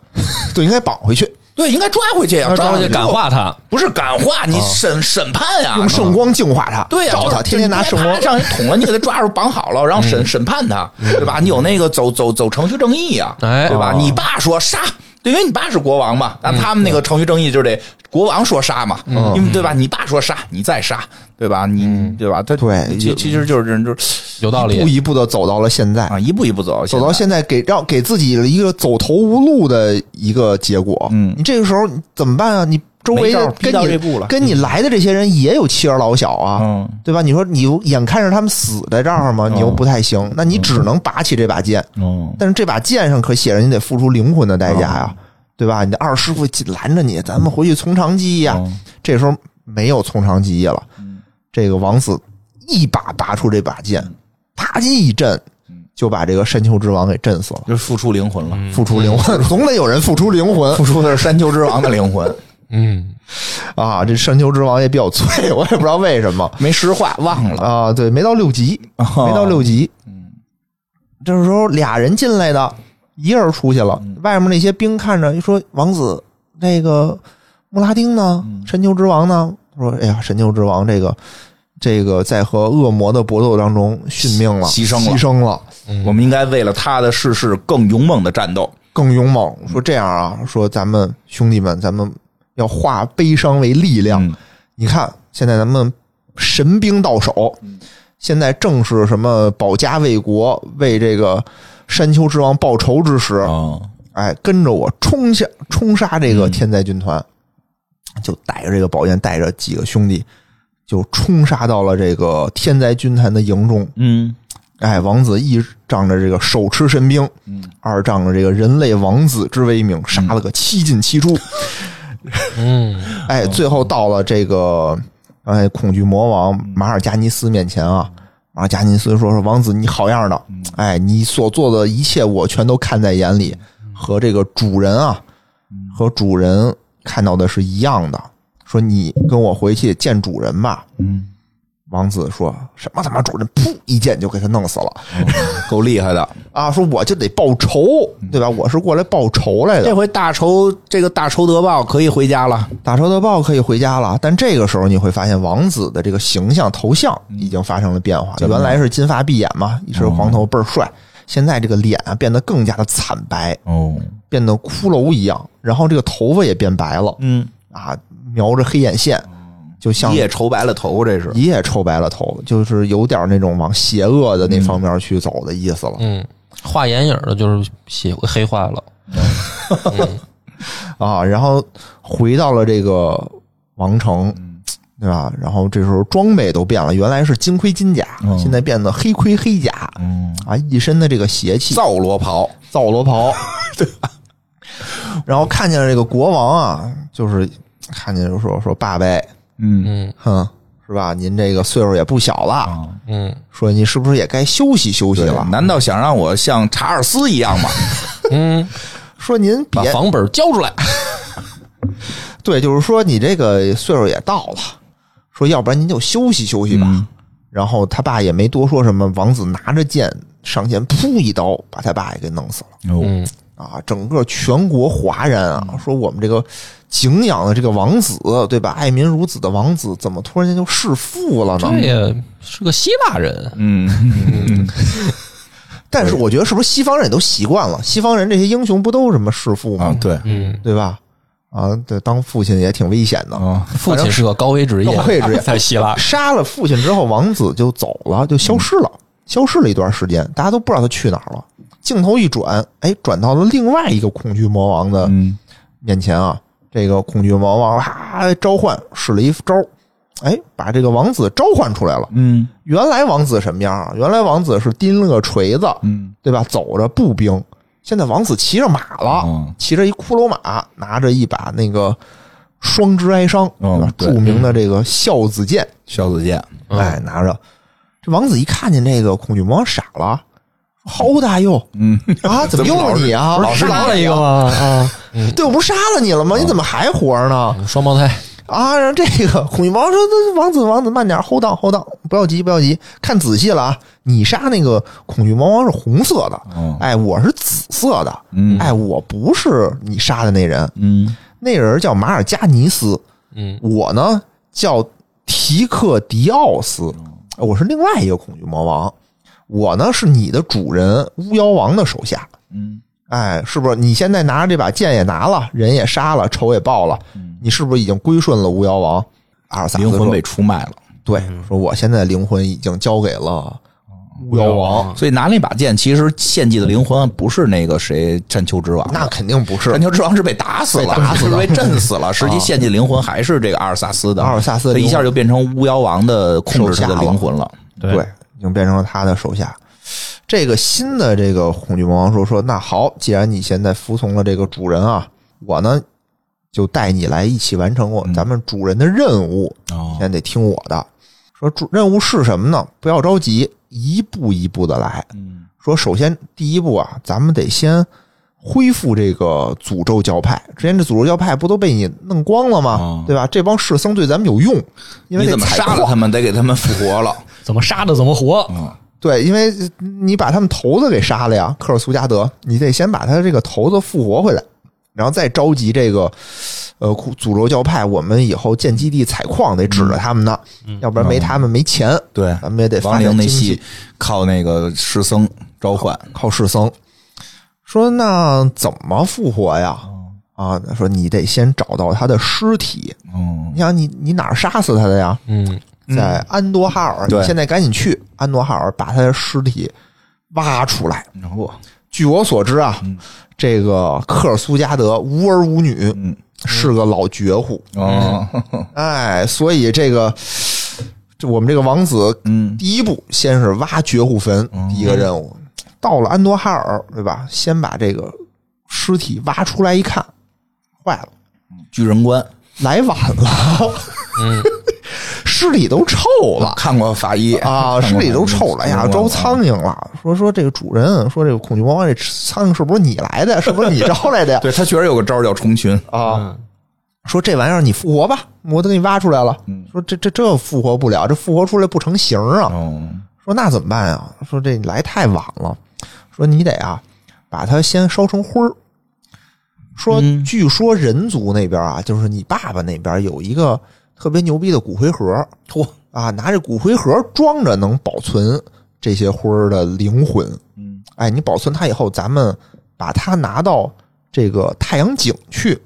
Speaker 3: 对，应该绑回去，
Speaker 2: 对，应该抓回去呀，
Speaker 1: 抓
Speaker 2: 回
Speaker 1: 回去
Speaker 2: 去
Speaker 1: 感
Speaker 2: 之后
Speaker 1: 化，他，
Speaker 2: 不是感化，你审审判呀，
Speaker 3: 啊用圣光净化他，
Speaker 2: 对呀、啊
Speaker 3: 找
Speaker 2: 就
Speaker 3: 他，
Speaker 2: 是
Speaker 3: 天天拿嗯圣光
Speaker 2: 你别。让人捅了，你给他抓住绑好了，然后审、审判他，对吧？你有那个走走走程序正义呀、
Speaker 1: 哎
Speaker 3: 啊
Speaker 2: 对吧？
Speaker 1: 哦
Speaker 2: 你爸说杀。对，因为你爸是国王嘛，那
Speaker 3: 嗯
Speaker 2: 他们那个程序正义就得国王说杀嘛，因为对吧？你爸说杀，你再杀，对吧？你对吧？他
Speaker 3: 嗯对
Speaker 2: 其
Speaker 3: 有
Speaker 2: 其实就是这就是
Speaker 1: 有道
Speaker 3: 一
Speaker 1: 理
Speaker 3: 步。一步的走到了现在，
Speaker 2: 啊，一步一步走，
Speaker 3: 走到
Speaker 2: 现
Speaker 3: 现在给让给自己一个走投无路的一个结果。
Speaker 2: 嗯
Speaker 3: 你这个时候你怎么办啊？你周
Speaker 2: 没
Speaker 3: 围的
Speaker 2: 招逼
Speaker 3: 跟
Speaker 2: 到
Speaker 3: 你
Speaker 2: 这步了
Speaker 3: 跟你来的这些人也有妻儿老小啊，
Speaker 2: 嗯
Speaker 3: 对吧？你说你又眼看着他们死在这儿嘛，你又不太
Speaker 2: 嗯
Speaker 3: 行，那你只能拔起这把剑。
Speaker 2: 在哦，
Speaker 3: 但是这把剑上可写着你得付出灵魂的代价呀，
Speaker 2: 嗯
Speaker 3: 对吧？你的二师傅拦着你，咱们回去从长计议呀。
Speaker 2: 哦
Speaker 3: 这时候没有从长计议了，这个王子一把拔出这把剑，啪叽一震，就把这个山丘之王给震死了。
Speaker 2: 就是付出灵魂了，
Speaker 3: 付出灵魂，总得有人付出灵魂
Speaker 2: 付出的是山丘之王的灵魂，
Speaker 1: 嗯，
Speaker 3: 啊！这山丘之王也比较脆，我也不知道为什么
Speaker 2: 没实话忘了，
Speaker 3: 啊。对，没到六级，没到六级。
Speaker 2: 哦嗯，
Speaker 3: 这时候俩人进来的，一人出去了。
Speaker 2: 嗯
Speaker 3: 外面那些兵看着说：“王子，那个穆拉丁呢？
Speaker 2: 嗯
Speaker 3: 神球之王呢？”他说：“哎呀，神球之王这个这个在和恶魔的搏斗当中殉命了，
Speaker 2: 牺牲了
Speaker 3: 牺牲了，
Speaker 2: 我们应该为了他的逝世更勇猛的战斗，
Speaker 3: 更勇猛。”说这样啊，说咱们兄弟们，咱们要化悲伤为力量。
Speaker 2: 嗯
Speaker 3: 你看，现在咱们神兵到手，现在正是什么保家卫国、为这个山丘之王报仇之时。
Speaker 2: 哦，
Speaker 3: 哎，跟着我冲下冲杀这个天灾军团，就带着这个宝剑，带着几个兄弟，就冲杀到了这个天灾军团的营中。
Speaker 2: 嗯
Speaker 3: 哎，王子一仗着这个手持神兵，
Speaker 2: 嗯
Speaker 3: 二仗着这个人类王子之威名，杀了个七进七出。
Speaker 1: 嗯，
Speaker 3: 哎，最后到了这个哎恐惧魔王马尔加尼斯面前啊。马尔加尼斯说：“说王子，你好样的！哎，你所做的一切我全都看在眼里，和这个主人啊，和主人看到的是一样的。说你跟我回去见主人吧。”
Speaker 2: 嗯，
Speaker 3: 王子说：“什么他妈主人？噗一剑就给他弄死了
Speaker 2: 哦够厉害 的。
Speaker 3: 啊！说我就得报仇，
Speaker 2: 嗯
Speaker 3: 对吧？我是过来报仇来的
Speaker 2: 这。回大仇这个大仇得报，可以回家了。
Speaker 3: 打仇得报可以回家了，但这个时候你会发现王子的这个形象头像
Speaker 2: 嗯
Speaker 3: 已经发生了变化。原来是金发碧眼嘛，一身黄头倍儿帅，现在这个脸啊变得更加的惨白，
Speaker 2: 哦，
Speaker 3: 变得骷髅一样，然后这个头发也变白了
Speaker 2: 嗯，
Speaker 3: 啊，描着黑眼线，就像
Speaker 2: 一夜愁白了头，这是
Speaker 3: 一夜抽白了头，就是有点那种往邪
Speaker 2: 嗯
Speaker 3: 恶的那方面去走的意思了、
Speaker 1: 嗯，画眼影儿的就是写黑化了，
Speaker 3: 啊。然后回到了这个王城，对吧？然后这时候装备都变了，原来是金盔金甲，
Speaker 2: 嗯
Speaker 3: 现在变得黑盔黑甲，
Speaker 2: 嗯，
Speaker 3: 啊，一身的这个邪气，
Speaker 2: 皂罗袍，
Speaker 3: 皂罗 袍，对吧？然后看见了这个国王啊，就是看见就说说爸呗，
Speaker 2: 嗯
Speaker 1: 嗯
Speaker 3: 哼，是吧？您这个岁数也不小了，
Speaker 2: 啊，
Speaker 1: 嗯
Speaker 3: 说您是不是也该休息休息
Speaker 2: 对
Speaker 3: 了？
Speaker 2: 难道想让我像查尔斯一样吗？
Speaker 1: 嗯，
Speaker 3: 说您
Speaker 1: 把
Speaker 3: 别
Speaker 1: 房本交出来。
Speaker 3: 对，就是说你这个岁数也到了，说要不然您就休息休息吧。
Speaker 2: 嗯
Speaker 3: 然后他爸也没多说什么，王子拿着剑上前，噗一刀把他爸也给弄死了。
Speaker 2: 哦，
Speaker 1: 嗯
Speaker 3: 啊，整个全国华人
Speaker 2: 嗯
Speaker 3: 啊，说我们这个敬仰的这个王子，对吧？爱民如子的王子，怎么突然间就弑父了
Speaker 1: 这
Speaker 3: 呢？
Speaker 1: 也是个希腊人，
Speaker 2: 嗯，
Speaker 3: 但是我觉得是不是西方人也都习惯了？西方人这些英雄不都什么弑父吗？
Speaker 2: 啊，对，
Speaker 1: 嗯，
Speaker 3: 对吧？啊，对，当父亲也挺危险的。
Speaker 2: 啊，
Speaker 1: 父亲是个高危职业，
Speaker 3: 高危职 业
Speaker 1: 在希腊。
Speaker 3: 啊杀了父亲之后，王子就走了，就消失了，消失了一段时间，大家都不知道他去哪儿了。镜头一转，哎，转到了另外一个恐惧魔王的
Speaker 2: 嗯
Speaker 3: 面前啊，这个恐惧魔王哇召唤使了一招，哎，把这个王子召唤出来了。
Speaker 2: 嗯
Speaker 3: 原来王子什么样啊？原来王子是拎了个锤子，
Speaker 2: 嗯，
Speaker 3: 对吧？走着步兵，现在王子骑着马了
Speaker 2: 哦，
Speaker 3: 骑着一骷髅马，拿着一把那个双之哀伤，
Speaker 2: 哦
Speaker 3: 对吧？
Speaker 2: 对
Speaker 3: 著名的这个孝子剑，
Speaker 2: 肖子健，
Speaker 1: 嗯
Speaker 3: 哎，拿着。这王子一看见这个恐惧魔王傻了，说 How old are you？
Speaker 2: 嗯，
Speaker 3: 啊，怎么又是你啊？
Speaker 4: 不是杀了一个吗？啊，
Speaker 3: 对，我不是杀了你了吗？你怎么还活着呢？
Speaker 1: 双胞胎，
Speaker 3: 啊，然后这个孔雀王说：“那王子，王子慢点，hold on，hold on，不要急，不要急，看仔细了啊！你杀那个孔雀魔王是红色的，
Speaker 2: 哦
Speaker 3: 哎，我是紫色的，
Speaker 2: 嗯
Speaker 3: 哎，我不是你杀的那人，
Speaker 2: 嗯
Speaker 3: 那人叫马尔加尼斯，
Speaker 1: 嗯
Speaker 3: 我呢叫提克迪奥斯，我是另外一个恐惧魔王，我呢是你的主人巫妖王的手下，
Speaker 2: 嗯
Speaker 3: 哎，是不是你现在拿着这把剑也拿了，人也杀了，仇也报了，你是不是已经归顺了巫妖王？阿尔萨斯
Speaker 2: 灵
Speaker 3: 说
Speaker 2: 魂被出卖了。
Speaker 3: 对，说我现在灵魂已经交给了巫妖王，
Speaker 2: 嗯所以拿那把剑，其实献祭的灵魂不是那个谁战丘之王，
Speaker 3: 那肯定不是
Speaker 2: 战。丘之王是被打死了，
Speaker 3: 被打死
Speaker 2: 是
Speaker 3: 的啊
Speaker 2: 被震死了。实际献祭灵魂还是这个阿尔萨斯的，
Speaker 3: 阿尔萨斯的
Speaker 2: 他一
Speaker 3: 灵魂
Speaker 2: 下就变成巫妖王的控制他的灵魂了。
Speaker 4: 对
Speaker 3: 对，已经变成了他的手下。这个新的这个恐惧魔王说说，那好，既然你现在服从了这个主人啊，我呢就带你来一起完成
Speaker 2: 嗯
Speaker 3: 我、咱们主人的任务，
Speaker 2: 哦
Speaker 3: 现在得听我的。说主任务是什么呢？不要着急，一步一步的来。
Speaker 2: 嗯
Speaker 3: 说首先第一步啊，咱们得先恢复这个诅咒教派。之前这诅咒教派不都被你弄光了吗？
Speaker 2: 哦
Speaker 3: 对吧？这帮士僧对咱们有用，因为
Speaker 2: 你
Speaker 3: 得
Speaker 2: 怎么
Speaker 3: 采
Speaker 2: 杀了
Speaker 3: 矿
Speaker 2: 他们，得给他们复活 了。
Speaker 4: 怎么杀的怎么活？
Speaker 3: 对，因为你把他们头子给杀了呀，克尔苏加德，你得先把他这个头子复活回来，然后再召集这个呃苦诅咒教派，我们以后建基地采矿得指着他们呢，要不然没他们没钱，
Speaker 2: 对，
Speaker 3: 咱们也得
Speaker 2: 嗯亡
Speaker 3: 发展
Speaker 2: 灵那
Speaker 3: 经济
Speaker 2: 戏靠那个师僧召唤，
Speaker 3: 靠世僧。说那怎么复活呀？啊，说你得先找到他的尸体。
Speaker 2: 嗯
Speaker 3: 你想你你哪儿杀死他的呀？
Speaker 1: 嗯
Speaker 3: 在安多哈尔，
Speaker 2: 对
Speaker 3: 你现在赶紧去安多哈尔把他的尸体挖出来。
Speaker 2: 然后
Speaker 3: 据我所知啊，这个科尔苏加德无儿无女，
Speaker 2: 嗯
Speaker 3: 是个老绝户。
Speaker 2: 哦
Speaker 3: 哎，所以这个这我们这个王子
Speaker 2: 嗯哦
Speaker 3: 第一步先是挖绝户坟，第一个任务。到了安多哈尔，对吧？先把这个尸体挖出来一看，坏了，
Speaker 2: 巨人观
Speaker 3: 来晚了，
Speaker 2: 嗯
Speaker 3: 尸体都臭了。
Speaker 2: 看过法医
Speaker 3: 啊，
Speaker 2: 看
Speaker 3: 尸
Speaker 2: 过
Speaker 3: 体
Speaker 2: 法
Speaker 3: 都
Speaker 2: 医
Speaker 3: 臭了，哎呀，
Speaker 2: 巨人观
Speaker 3: 招苍蝇了。说说这个主人，说这个恐惧魔王，这苍蝇是不是你来的？是不是你招来的呀？
Speaker 2: 对嗯他确实有个招儿叫虫群，
Speaker 3: 啊，说这玩意儿你复活吧，我都给你挖出来了。说这这这复活不了，这复活出来不成形啊。
Speaker 2: 嗯哦，
Speaker 3: 说那怎么办呀？说这你来太晚了，说你得啊，把它先烧成灰儿。说，据说人族那边啊，就是你爸爸那边有一个特别牛逼的骨灰盒，嚯啊，拿这骨灰盒装着能保存这些灰儿的灵魂。
Speaker 2: 嗯，
Speaker 3: 哎，你保存它以后，咱们把它拿到这个太阳井去，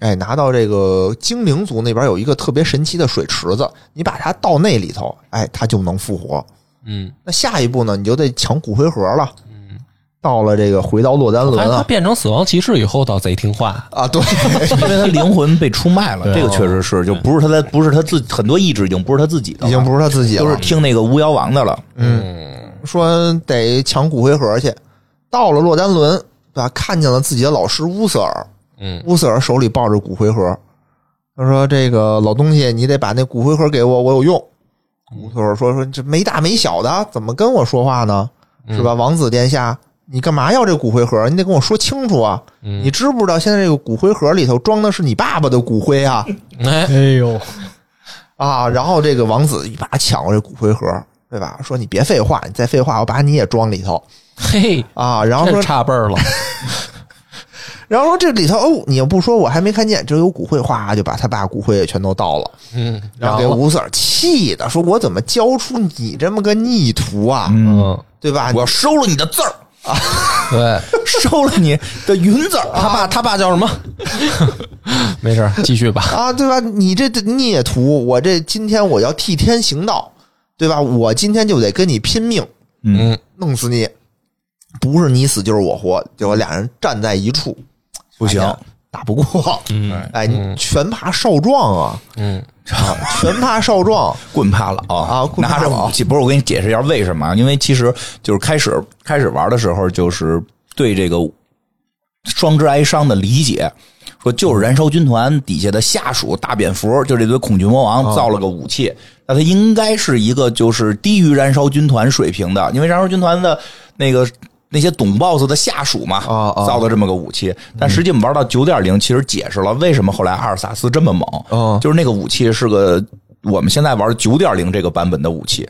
Speaker 3: 哎，拿到这个精灵族那边有一个特别神奇的水池子，你把它倒那里头，哎，它就能复活。
Speaker 1: 嗯
Speaker 3: 那下一步呢，你就得抢骨灰盒了。
Speaker 1: 嗯，
Speaker 3: 到了这个回到洛丹
Speaker 1: 哎，
Speaker 3: 伦
Speaker 1: 他
Speaker 3: 啊
Speaker 1: 变成死亡骑士以后倒贼听话，
Speaker 3: 啊，对，
Speaker 2: 因为他灵魂被出卖了，这
Speaker 3: 哦
Speaker 2: 个确实是，就不是他的，不是他自很多意志已经不是他自己的了，
Speaker 3: 已经不是他自己了，
Speaker 2: 都是听那个巫妖王的 了。
Speaker 3: 说得抢骨灰盒去。到了洛丹伦，对吧？看见了自己的老师乌瑟尔，
Speaker 1: 嗯，
Speaker 3: 乌瑟尔手里抱着骨灰盒，他说：“这个老东西，你得把那骨灰盒给我，我有用。”乌瑟尔说：“说这没大没小的，怎么跟我说话呢？是吧，王子殿下，你干嘛要这骨灰盒？你得跟我说清楚啊！你知不知道现在这个骨灰盒里头装的是你爸爸的骨灰啊？”
Speaker 1: 哎，
Speaker 4: 哎呦，
Speaker 3: 啊，然后这个王子一把抢过这骨灰盒，对吧？说你别废话，你再废话，我把你也装里头
Speaker 1: 嘿，
Speaker 3: 啊。然后
Speaker 1: 这
Speaker 3: 说，
Speaker 1: 差辈儿了，
Speaker 3: 然后说这里头哦，你要不说我还没看见，这有骨灰，哗就把他爸骨灰也全都倒了，
Speaker 1: 嗯
Speaker 3: 然后给吴四儿气的，说我怎么教出你这么个逆徒啊，
Speaker 1: 嗯，
Speaker 3: 对吧？
Speaker 2: 我收了你的字儿，
Speaker 1: 对，
Speaker 2: 收了你的云字儿。啊他爸他爸叫什么？
Speaker 1: 没 事儿，继续吧。
Speaker 3: 啊，对吧？你这孽徒，我这今天我要替天行道，对吧？我今天就得跟你拼命，
Speaker 1: 嗯，
Speaker 3: 弄死你，不是你死就是我活。结果俩人站在一处，
Speaker 2: 不行
Speaker 3: 哎呀，打不过，
Speaker 1: 嗯
Speaker 3: 哎，你拳怕少壮啊，
Speaker 1: 嗯，
Speaker 3: 拳怕少壮，
Speaker 2: 棍怕老
Speaker 3: 啊棍怕
Speaker 2: 拿着
Speaker 3: 老
Speaker 2: 武器。不是，我给你解释一下为什么啊？因为其实就是开始开始玩的时候，就是对这个双之哀伤的理解。说就是燃烧军团底下的下属大蝙蝠，就这堆恐惧魔
Speaker 3: 哦
Speaker 2: 王造了个武器，那它应该是一个就是低于燃烧军团水平的，因为燃烧军团的那个那些总 boss 的下属嘛，
Speaker 3: 啊啊
Speaker 2: 造的这么个武器。但实际我们玩到九点零，其实解释了为什么后来阿尔萨斯这么猛，
Speaker 3: 哦
Speaker 2: 就是那个武器是个我们现在玩九点零这个版本的武器。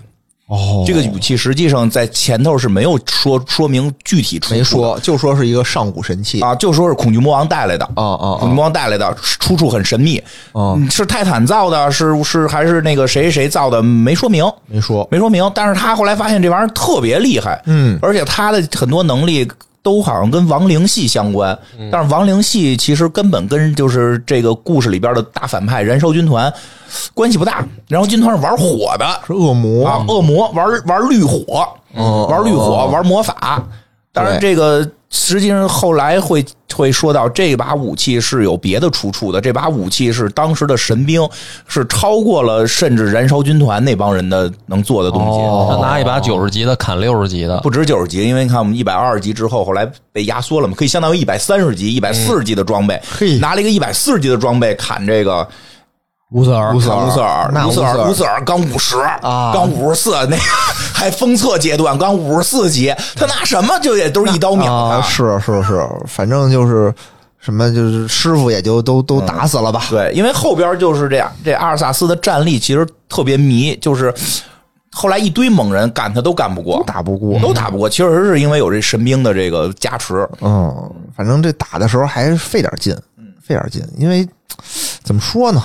Speaker 4: 哦，
Speaker 2: 这个武器实际上在前头是没有说说明具体出处的
Speaker 3: 没说，就说是一个上古神器
Speaker 2: 啊，就说是恐惧魔王带来的
Speaker 3: 啊啊啊
Speaker 2: 恐惧魔王带来的出处很神秘，嗯是泰坦造的，是是还是那个谁谁谁造的，没说明。
Speaker 3: 没说，
Speaker 2: 没说明，但是他后来发现这玩意儿特别厉害，
Speaker 3: 嗯，
Speaker 2: 而且他的很多能力都好像跟亡灵系相关，但是亡灵系其实根本跟就是这个故事里边的大反派燃烧军团关系不大，燃烧军团是玩火的，
Speaker 3: 是恶魔
Speaker 2: 啊，恶魔玩玩绿火，玩绿火，玩魔法。当然，这个实际上后来会会说到，这把武器是有别的出处的。这把武器是当时的神兵，是超过了甚至燃烧军团那帮人的能做的东西。
Speaker 1: 哦他拿一把九十级的砍六十级的，
Speaker 2: 哦不止九十级，因为你看我们一百二十级之后，后来被压缩了嘛，可以相当于一百三十级、一百四十级的装备，
Speaker 3: 嘿
Speaker 2: 拿了一个一百四十级的装备砍这个
Speaker 4: 乌瑟尔，
Speaker 2: 瑟乌瑟尔，
Speaker 3: 那
Speaker 2: 乌瑟
Speaker 3: 乌瑟尔
Speaker 2: 尔，乌瑟尔刚五十
Speaker 3: 啊
Speaker 2: 刚五十四， 那个还封测阶段，刚五十四级，他拿什么就也都是一刀秒
Speaker 3: 啊，
Speaker 2: 他。
Speaker 3: 是是是，反正就是什么就是师傅也就都都打死了吧，
Speaker 2: 对，因为后边就是这样，这阿尔萨斯的战力其实特别迷，就是后来一堆猛人干他都干不过
Speaker 3: 都，打不过，
Speaker 2: 都打不过，其实是因为有这神兵的这个加持。
Speaker 3: 嗯，反正这打的时候还是费点劲，费点劲，因为怎么说呢，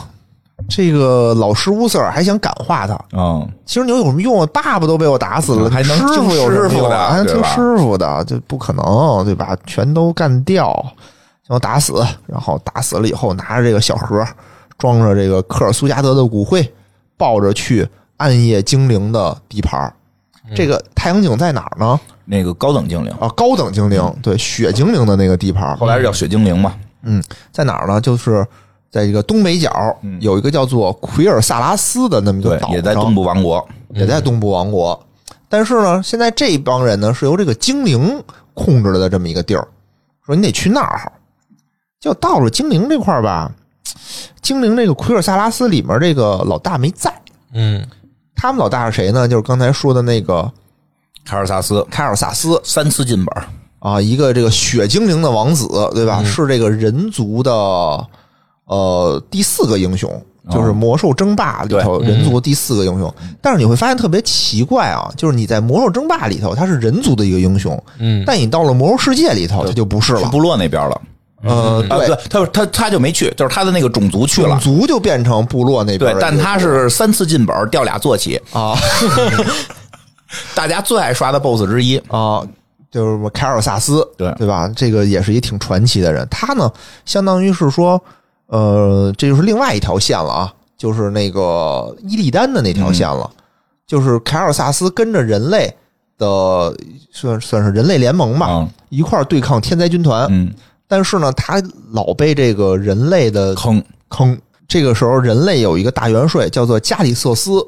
Speaker 3: 这个老师乌瑟尔还想感化他，
Speaker 2: 嗯，
Speaker 3: 其实你有什么用啊？爸爸都被我打死了，
Speaker 2: 嗯还能
Speaker 3: 师傅有什么
Speaker 2: 听师
Speaker 3: 用
Speaker 2: 傅
Speaker 3: 啊？
Speaker 2: 的
Speaker 3: 还能
Speaker 2: 对
Speaker 3: 听
Speaker 2: 吧
Speaker 3: 师傅的，这不可能，对吧？全都干掉，然后打死，然后打死了以后，拿着这个小盒，装着这个科尔苏加德的骨灰，抱着去暗夜精灵的地盘儿。
Speaker 2: 嗯
Speaker 3: 这个太阳井在哪儿呢？
Speaker 2: 那个高等精灵，
Speaker 3: 啊，高等精灵，对，雪精灵的那个地盘儿
Speaker 2: 嗯后来是叫雪精灵嘛，
Speaker 3: 在哪儿呢？就是在这个东北角有一个叫做奎尔萨拉斯的那么一个
Speaker 2: 嗯对
Speaker 3: 岛，
Speaker 2: 也在
Speaker 3: 上
Speaker 2: 东部王国。
Speaker 3: 也在东部王国。但是呢，现在这帮人呢是由这个精灵控制的这么一个地儿，说你得去那儿。就到了精灵这块儿吧，精灵这个奎尔萨拉斯里面这个老大没在，
Speaker 1: 嗯，
Speaker 3: 他们老大是谁呢？就是刚才说的那个
Speaker 2: 凯尔萨斯
Speaker 3: 凯尔萨斯
Speaker 2: 三次进本，
Speaker 3: 啊，一个这个血精灵的王子，对
Speaker 2: 嗯
Speaker 3: 吧？是这个人族的呃第四个英雄，
Speaker 2: 哦
Speaker 3: 就是魔兽争霸里头
Speaker 2: 嗯
Speaker 3: 人族第四个英雄。但是你会发现特别奇怪啊，就是你在魔兽争霸里头他是人族的一个英雄，
Speaker 1: 嗯
Speaker 3: 但你到了魔兽世界里头他就不是
Speaker 2: 去
Speaker 3: 了，
Speaker 2: 部落那边了。
Speaker 3: 呃，
Speaker 2: 啊，
Speaker 3: 对，，
Speaker 2: 他他他就没去，就是他的那个种族去
Speaker 3: 种
Speaker 2: 了。
Speaker 3: 族就变成部落那
Speaker 2: 对
Speaker 3: 边了，
Speaker 2: 但他是三次进本掉俩坐骑，
Speaker 3: 啊
Speaker 2: 大家最爱刷的 BOSS 之一。
Speaker 3: 啊。就是凯尔萨斯，
Speaker 2: 对
Speaker 3: 对吧？这个也是一挺传奇的人。他呢，相当于是说，呃，这就是另外一条线了啊，就是
Speaker 2: 嗯
Speaker 3: 那个伊利丹的那条线了，就是凯尔萨斯跟着人类的算算是人类联盟吧，
Speaker 2: 啊
Speaker 3: 一块儿对抗天灾军团。
Speaker 2: 嗯，
Speaker 3: 但是呢，他老被这个人类的
Speaker 2: 坑，
Speaker 3: 坑。这个时候，人类有一个大元帅叫做加里瑟斯，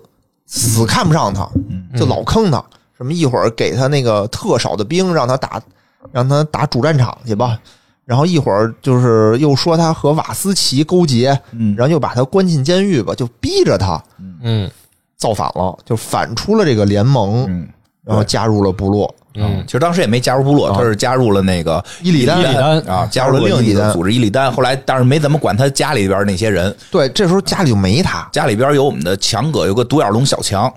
Speaker 3: 死看不上他，
Speaker 2: 嗯
Speaker 3: 就老坑他。什么一会儿给他那个特少的兵，让他打，让他打主战场去吧。然后一会儿就是又说他和瓦斯奇勾结，
Speaker 2: 嗯
Speaker 3: 然后又把他关进监狱吧，就逼着他
Speaker 1: 嗯
Speaker 3: 造反了，就反出了这个联盟，
Speaker 2: 嗯，
Speaker 3: 然后加入了部落。
Speaker 1: 嗯
Speaker 2: 其实当时也没加入部落，
Speaker 3: 啊
Speaker 2: 他是加入了那个
Speaker 3: 伊利丹
Speaker 2: 啊，加入了另一
Speaker 3: 伊利
Speaker 2: 个
Speaker 3: 丹
Speaker 2: 组织伊利丹。后来，但是没怎么管他家里边那些人，
Speaker 3: 对，这时候家里就没他，
Speaker 2: 家里边有我们的强哥，有个独眼龙小强，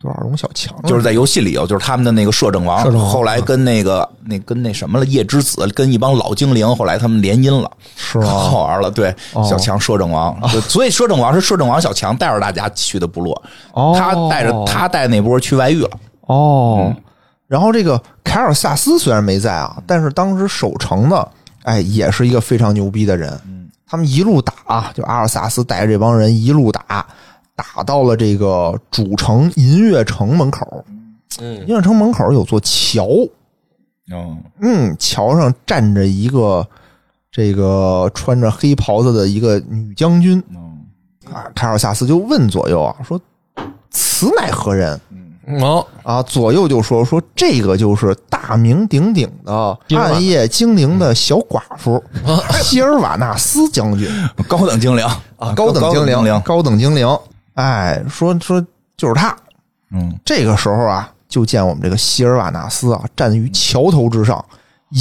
Speaker 3: 多少龙小强
Speaker 2: 就是在游戏里有，就是他们的那个摄政王，
Speaker 4: 摄政王
Speaker 2: 后来跟那个那跟那什么了，夜之子跟一帮老精灵，后来他们联姻了，
Speaker 3: 是
Speaker 2: 可
Speaker 3: 吗？哦
Speaker 2: 好玩了。对，小强摄政王，对所以摄政王是摄政王小强带着大家去的部落，
Speaker 3: 哦
Speaker 2: 他带着他带那波去外遇了，
Speaker 3: 哦。然后这个凯尔萨斯虽然没在啊，但是当时守城的，哎，也是一个非常牛逼的人。他们一路打啊，就阿尔萨斯带着这帮人一路打，打到了这个主城银月城门口。
Speaker 1: 嗯
Speaker 3: 银月城门口有座桥，
Speaker 2: 嗯，
Speaker 3: 嗯，桥上站着一个这个穿着黑袍子的一个女将军。
Speaker 2: 嗯
Speaker 3: 啊，凯尔萨斯就问左右啊，说：“此乃何人
Speaker 1: 哦，？”
Speaker 3: 啊，左右就说：“说这个就是大名鼎鼎的
Speaker 4: 丁瓦
Speaker 3: 暗夜精灵的小寡妇希尔瓦纳斯将军，
Speaker 2: 高等精灵啊
Speaker 3: 高等精
Speaker 2: 灵，
Speaker 3: 灵，高等精灵。哎，说说就是他。
Speaker 2: 嗯，
Speaker 3: 这个时候啊，就见我们这个希尔瓦纳斯啊，站于桥头之上，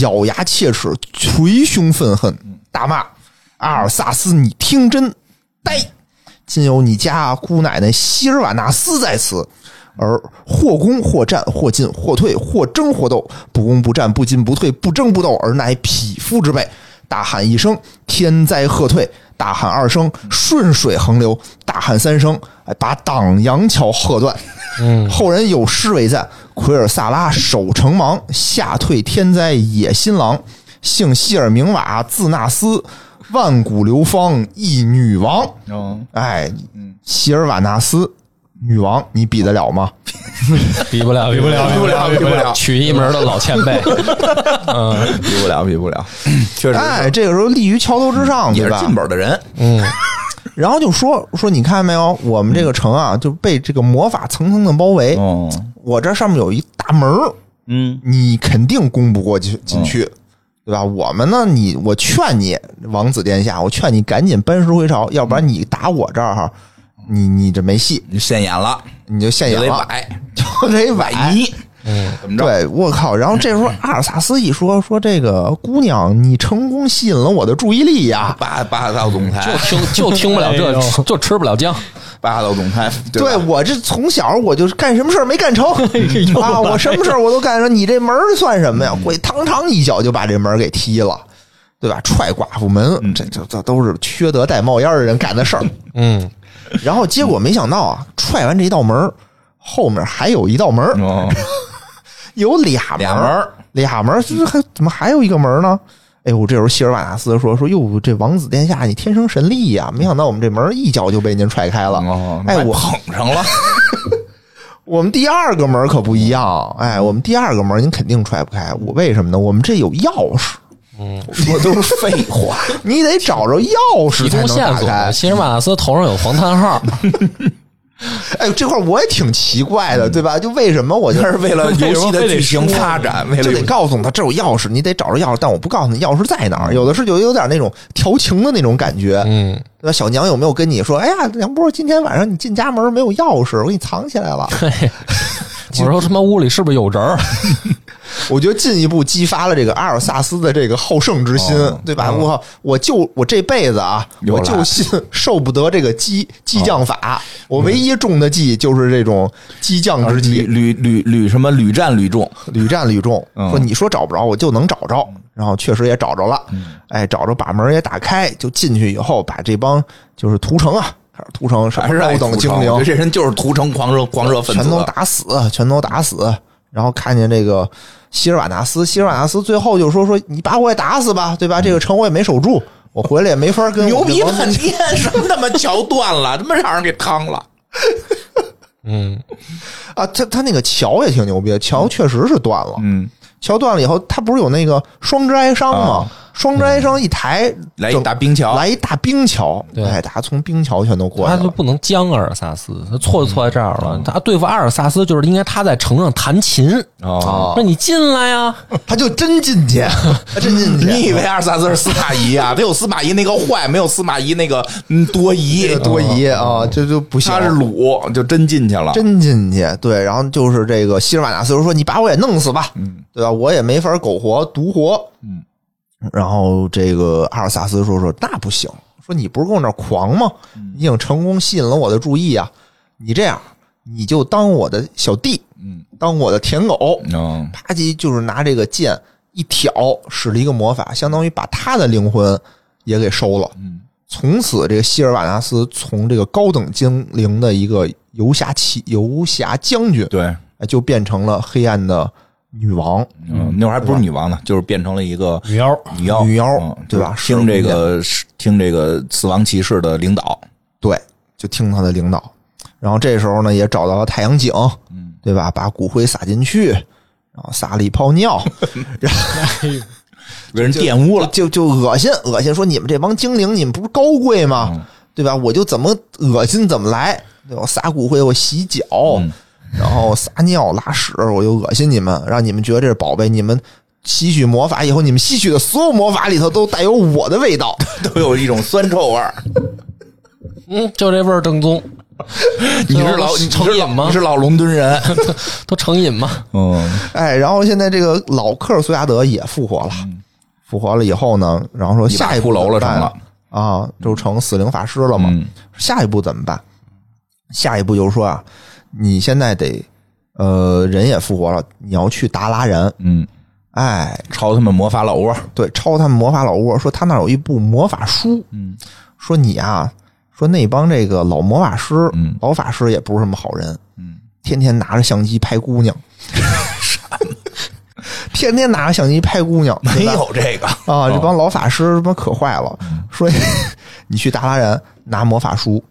Speaker 3: 咬牙切齿，捶胸愤恨，大骂：“阿尔萨斯，你听真呆！今有你家姑奶奶希尔瓦纳斯在此，而或攻或战，或进或退，或争或斗，不攻不战，不进不退，不争不斗，而乃匹夫之辈。”大喊一声，天灾喝退；大喊二声，顺水横流；大喊三声，哎，把党阳桥喝断。
Speaker 2: 嗯
Speaker 3: 后人有诗为赞：“奎尔萨拉守城亡，吓退天灾野新郎。姓希尔明瓦，字纳斯，万古流芳一女王。”
Speaker 2: 嗯，
Speaker 3: 哎，希尔瓦纳斯女王，你比得了吗？
Speaker 1: 比不 了，比不了，比不了，比不了，曲艺门的老前 辈，
Speaker 2: 比不了，比不 了，确实
Speaker 3: 哎，这个时候立于桥头之上，
Speaker 2: 也
Speaker 3: 对
Speaker 2: 是
Speaker 3: 吧？哎
Speaker 2: 进本的人，
Speaker 3: 然后就说说，你看没有，我们这个城啊，就被这个魔法层层的包围。
Speaker 2: 哦，
Speaker 3: 我这上面有一大门儿，
Speaker 2: 嗯
Speaker 3: 你肯定攻不过去进去，对吧？我们呢，你我劝你，王子殿下，我劝你赶紧班师回朝，要不然你打我这儿哈，你你这没戏，
Speaker 2: 你现眼了，
Speaker 3: 你就现
Speaker 2: 就
Speaker 3: 眼
Speaker 2: 得
Speaker 3: 了，
Speaker 2: 崴，
Speaker 3: 就 得崴
Speaker 2: 崴
Speaker 3: 泥。
Speaker 2: 泥，嗯，怎么着？
Speaker 3: 对，我靠！然后这时候阿尔萨斯一说说这个姑娘，你成功吸引了我的注意力呀、
Speaker 2: 霸霸道总裁
Speaker 1: 哎就，听就听不了
Speaker 4: 哎
Speaker 1: 这
Speaker 4: 呦，
Speaker 1: 就吃不了姜。
Speaker 2: 霸道总裁，吧
Speaker 3: 对我这从小我就是干什么事儿没 干成啊，我什么事儿我都干成，你这门儿算什么呀？鬼堂堂一脚就把这门儿给踢了，对吧？踹寡妇
Speaker 2: 嗯
Speaker 3: 门，这这这都是缺德带冒烟儿的人干的事儿。
Speaker 1: 嗯，
Speaker 3: 然后结果没想到啊，踹完这一道门儿，后面还有一道门儿，
Speaker 2: 哦，
Speaker 3: 有俩门
Speaker 2: 俩门
Speaker 3: 儿，
Speaker 2: 儿
Speaker 3: 俩门儿，这还怎么还有一个门儿呢？哎呦，这时候希尔瓦纳斯说说哟，这王子殿下你天生神力呀、没想到我们这门儿一脚就被您踹开了。
Speaker 2: 哦，
Speaker 3: 哎，我
Speaker 2: 捧上了，
Speaker 3: 我们第二个门儿可不一样，哎，
Speaker 2: 嗯
Speaker 3: 我们第二个门儿您肯定踹不开，我为什么呢？我们这有钥匙，
Speaker 2: 嗯说都是废话，
Speaker 3: 你得找着钥匙
Speaker 1: 提
Speaker 3: 才
Speaker 1: 供
Speaker 3: 能
Speaker 1: 线
Speaker 3: 打
Speaker 1: 索，
Speaker 3: 开。
Speaker 1: 希尔马纳斯头上有黄叹号，
Speaker 3: 哎，这块儿我也挺奇怪的，对吧？就为什么我就
Speaker 2: 但是嗯 为了游戏的剧情发展，为
Speaker 3: 就
Speaker 2: 了
Speaker 3: 得告诉他这有钥匙，你得找着钥匙，但我不告诉你钥匙在哪儿。有的是就有点那种调情的那种感觉，
Speaker 1: 嗯，
Speaker 3: 对吧？小娘有没有跟你说，哎呀，梁波，今天晚上你进家门没有钥匙，我给你藏起来了。
Speaker 1: 嘿，我说他妈屋里是不是有人儿？
Speaker 3: 我觉得进一步激发了这个阿尔萨斯的这个好胜之心，
Speaker 2: 哦
Speaker 3: 对吧？我靠我就我这辈子啊，
Speaker 2: 又
Speaker 3: 我
Speaker 2: 来哦
Speaker 3: 就信受不得这个激激将法，我
Speaker 2: 嗯
Speaker 3: 唯一中的计就是这种激将之
Speaker 2: 屡
Speaker 3: 计，
Speaker 2: 屡屡屡什么屡战屡中，
Speaker 3: 屡战屡中。
Speaker 2: 嗯
Speaker 3: 说你说找不着，我就能找着，然后确实也找着了，
Speaker 2: 嗯
Speaker 3: 哎，找着把门也打开，就进去以后，把这帮就是屠城啊，开始屠城，什
Speaker 2: 还
Speaker 3: 么
Speaker 2: 是爱
Speaker 3: 高
Speaker 2: 屠
Speaker 3: 等
Speaker 2: 城
Speaker 3: 精
Speaker 2: 我觉得
Speaker 3: 灵，
Speaker 2: 这人就是屠城狂热狂热分子，
Speaker 3: 全都打死，全都打死。然后看见这个希尔瓦纳斯，希尔瓦纳斯最后就说说你把我也打死吧，对吧？这个城我也没守住，我回来也没法跟我
Speaker 2: 嗯牛逼
Speaker 3: 这帮
Speaker 2: 半天，什么他妈桥断了，他妈让人给趟了。
Speaker 1: 嗯，
Speaker 3: 啊，他他那个桥也挺牛逼的，桥确实是断了，
Speaker 2: 嗯，
Speaker 3: 桥断了以后，他不是有那个双支哀伤吗？双支哀伤一抬，
Speaker 2: 啊嗯来一
Speaker 3: 整
Speaker 2: 大冰桥，
Speaker 3: 来一大冰桥，
Speaker 1: 对
Speaker 3: 哎，大家从冰桥全都过
Speaker 1: 他
Speaker 3: 去
Speaker 1: 就
Speaker 3: 了。
Speaker 1: 不能将阿尔萨斯，他错就错在这儿了。他对付阿尔萨斯就是应该他在城上弹琴，啊
Speaker 2: 哦，
Speaker 1: 说你进来呀，
Speaker 3: 他就真进 去，他真进去。
Speaker 2: 你以为阿尔萨斯是司马懿啊？他有司马懿那个坏，没有司马懿那个嗯多疑
Speaker 3: 这个。多疑啊，这就不行。
Speaker 2: 他是鲁，就真进去了。
Speaker 3: 真进去，对，然后就是这个希尔瓦纳斯就说：“你把我也弄死吧，
Speaker 2: 嗯
Speaker 3: 对吧？我也没法苟活、独活。”嗯，然后这个阿尔萨斯说：“说那不行，说你不是跟我那儿狂吗？
Speaker 2: 嗯
Speaker 3: 你已经成功吸引了我的注意啊！你这样，你就当我的小弟，
Speaker 2: 嗯，
Speaker 3: 当我的舔狗。
Speaker 2: 嗯，
Speaker 3: 啪叽，就是拿这个剑一挑，使了一个魔法，相当于把他的灵魂也给收了。
Speaker 2: 嗯，
Speaker 3: 从此这个希尔瓦纳斯从这个高等精灵的一个游侠骑游侠将军，
Speaker 2: 对，
Speaker 3: 哎就变成了黑暗的女王
Speaker 2: 嗯，那会儿还不是女王呢，就是变成了一个
Speaker 4: 女妖，
Speaker 2: 女妖，
Speaker 3: 女妖
Speaker 2: 嗯
Speaker 3: 对吧
Speaker 2: 听这个听这个死亡骑士的领导，
Speaker 3: 对，就听他的领导。然后这时候呢，也找到了太阳井，
Speaker 2: 嗯，
Speaker 3: 对吧？把骨灰撒进去，然后撒了一泡尿，
Speaker 2: 被人玷污了。
Speaker 3: 就就恶心恶心，说你们这帮精灵，你们不是高贵吗？
Speaker 2: 嗯
Speaker 3: 对吧？我就怎么恶心怎么来，对吧我撒骨灰，我洗脚，
Speaker 2: 嗯
Speaker 3: 然后撒尿拉屎，我就恶心你们，让你们觉得这是宝贝，你们。吸取魔法以后，你们吸取的所有魔法里头都带有我的 味道。
Speaker 2: 都有一种酸臭味儿。
Speaker 1: 嗯，就这味儿正宗，
Speaker 2: 你是老
Speaker 1: 都
Speaker 2: 你
Speaker 1: 成
Speaker 2: 是
Speaker 1: 瘾
Speaker 2: 老
Speaker 1: 吗
Speaker 2: 你是老伦敦人，
Speaker 1: 都成瘾吗？
Speaker 2: 嗯
Speaker 3: 哎，然后现在这个老克尔苏亚德也复活了，复活了以后呢，然后说
Speaker 2: 嗯一把
Speaker 3: 下一步
Speaker 2: 骷髅了
Speaker 3: 怎么办
Speaker 2: 成
Speaker 3: 啊，就成死灵法师了嘛。
Speaker 2: 嗯
Speaker 3: 下一步怎么办？下一步就是说啊，你现在得呃人也复活了，你要去达拉人，
Speaker 2: 嗯，
Speaker 3: 哎，
Speaker 2: 朝他们魔法老窝。
Speaker 3: 对，抄他们魔法老窝，说他那儿有一部魔法书，
Speaker 2: 嗯，
Speaker 3: 说你啊，说那帮这个老魔法师、
Speaker 2: 嗯
Speaker 3: 老法师也不是什么好人，
Speaker 2: 嗯，
Speaker 3: 天天拿着相机拍姑娘，天天拿着相机拍姑娘，
Speaker 2: 没
Speaker 3: 对吧
Speaker 2: 有哦嗯这个，
Speaker 3: 啊，这帮老法师他妈可坏了，说你 去达拉人拿魔法书，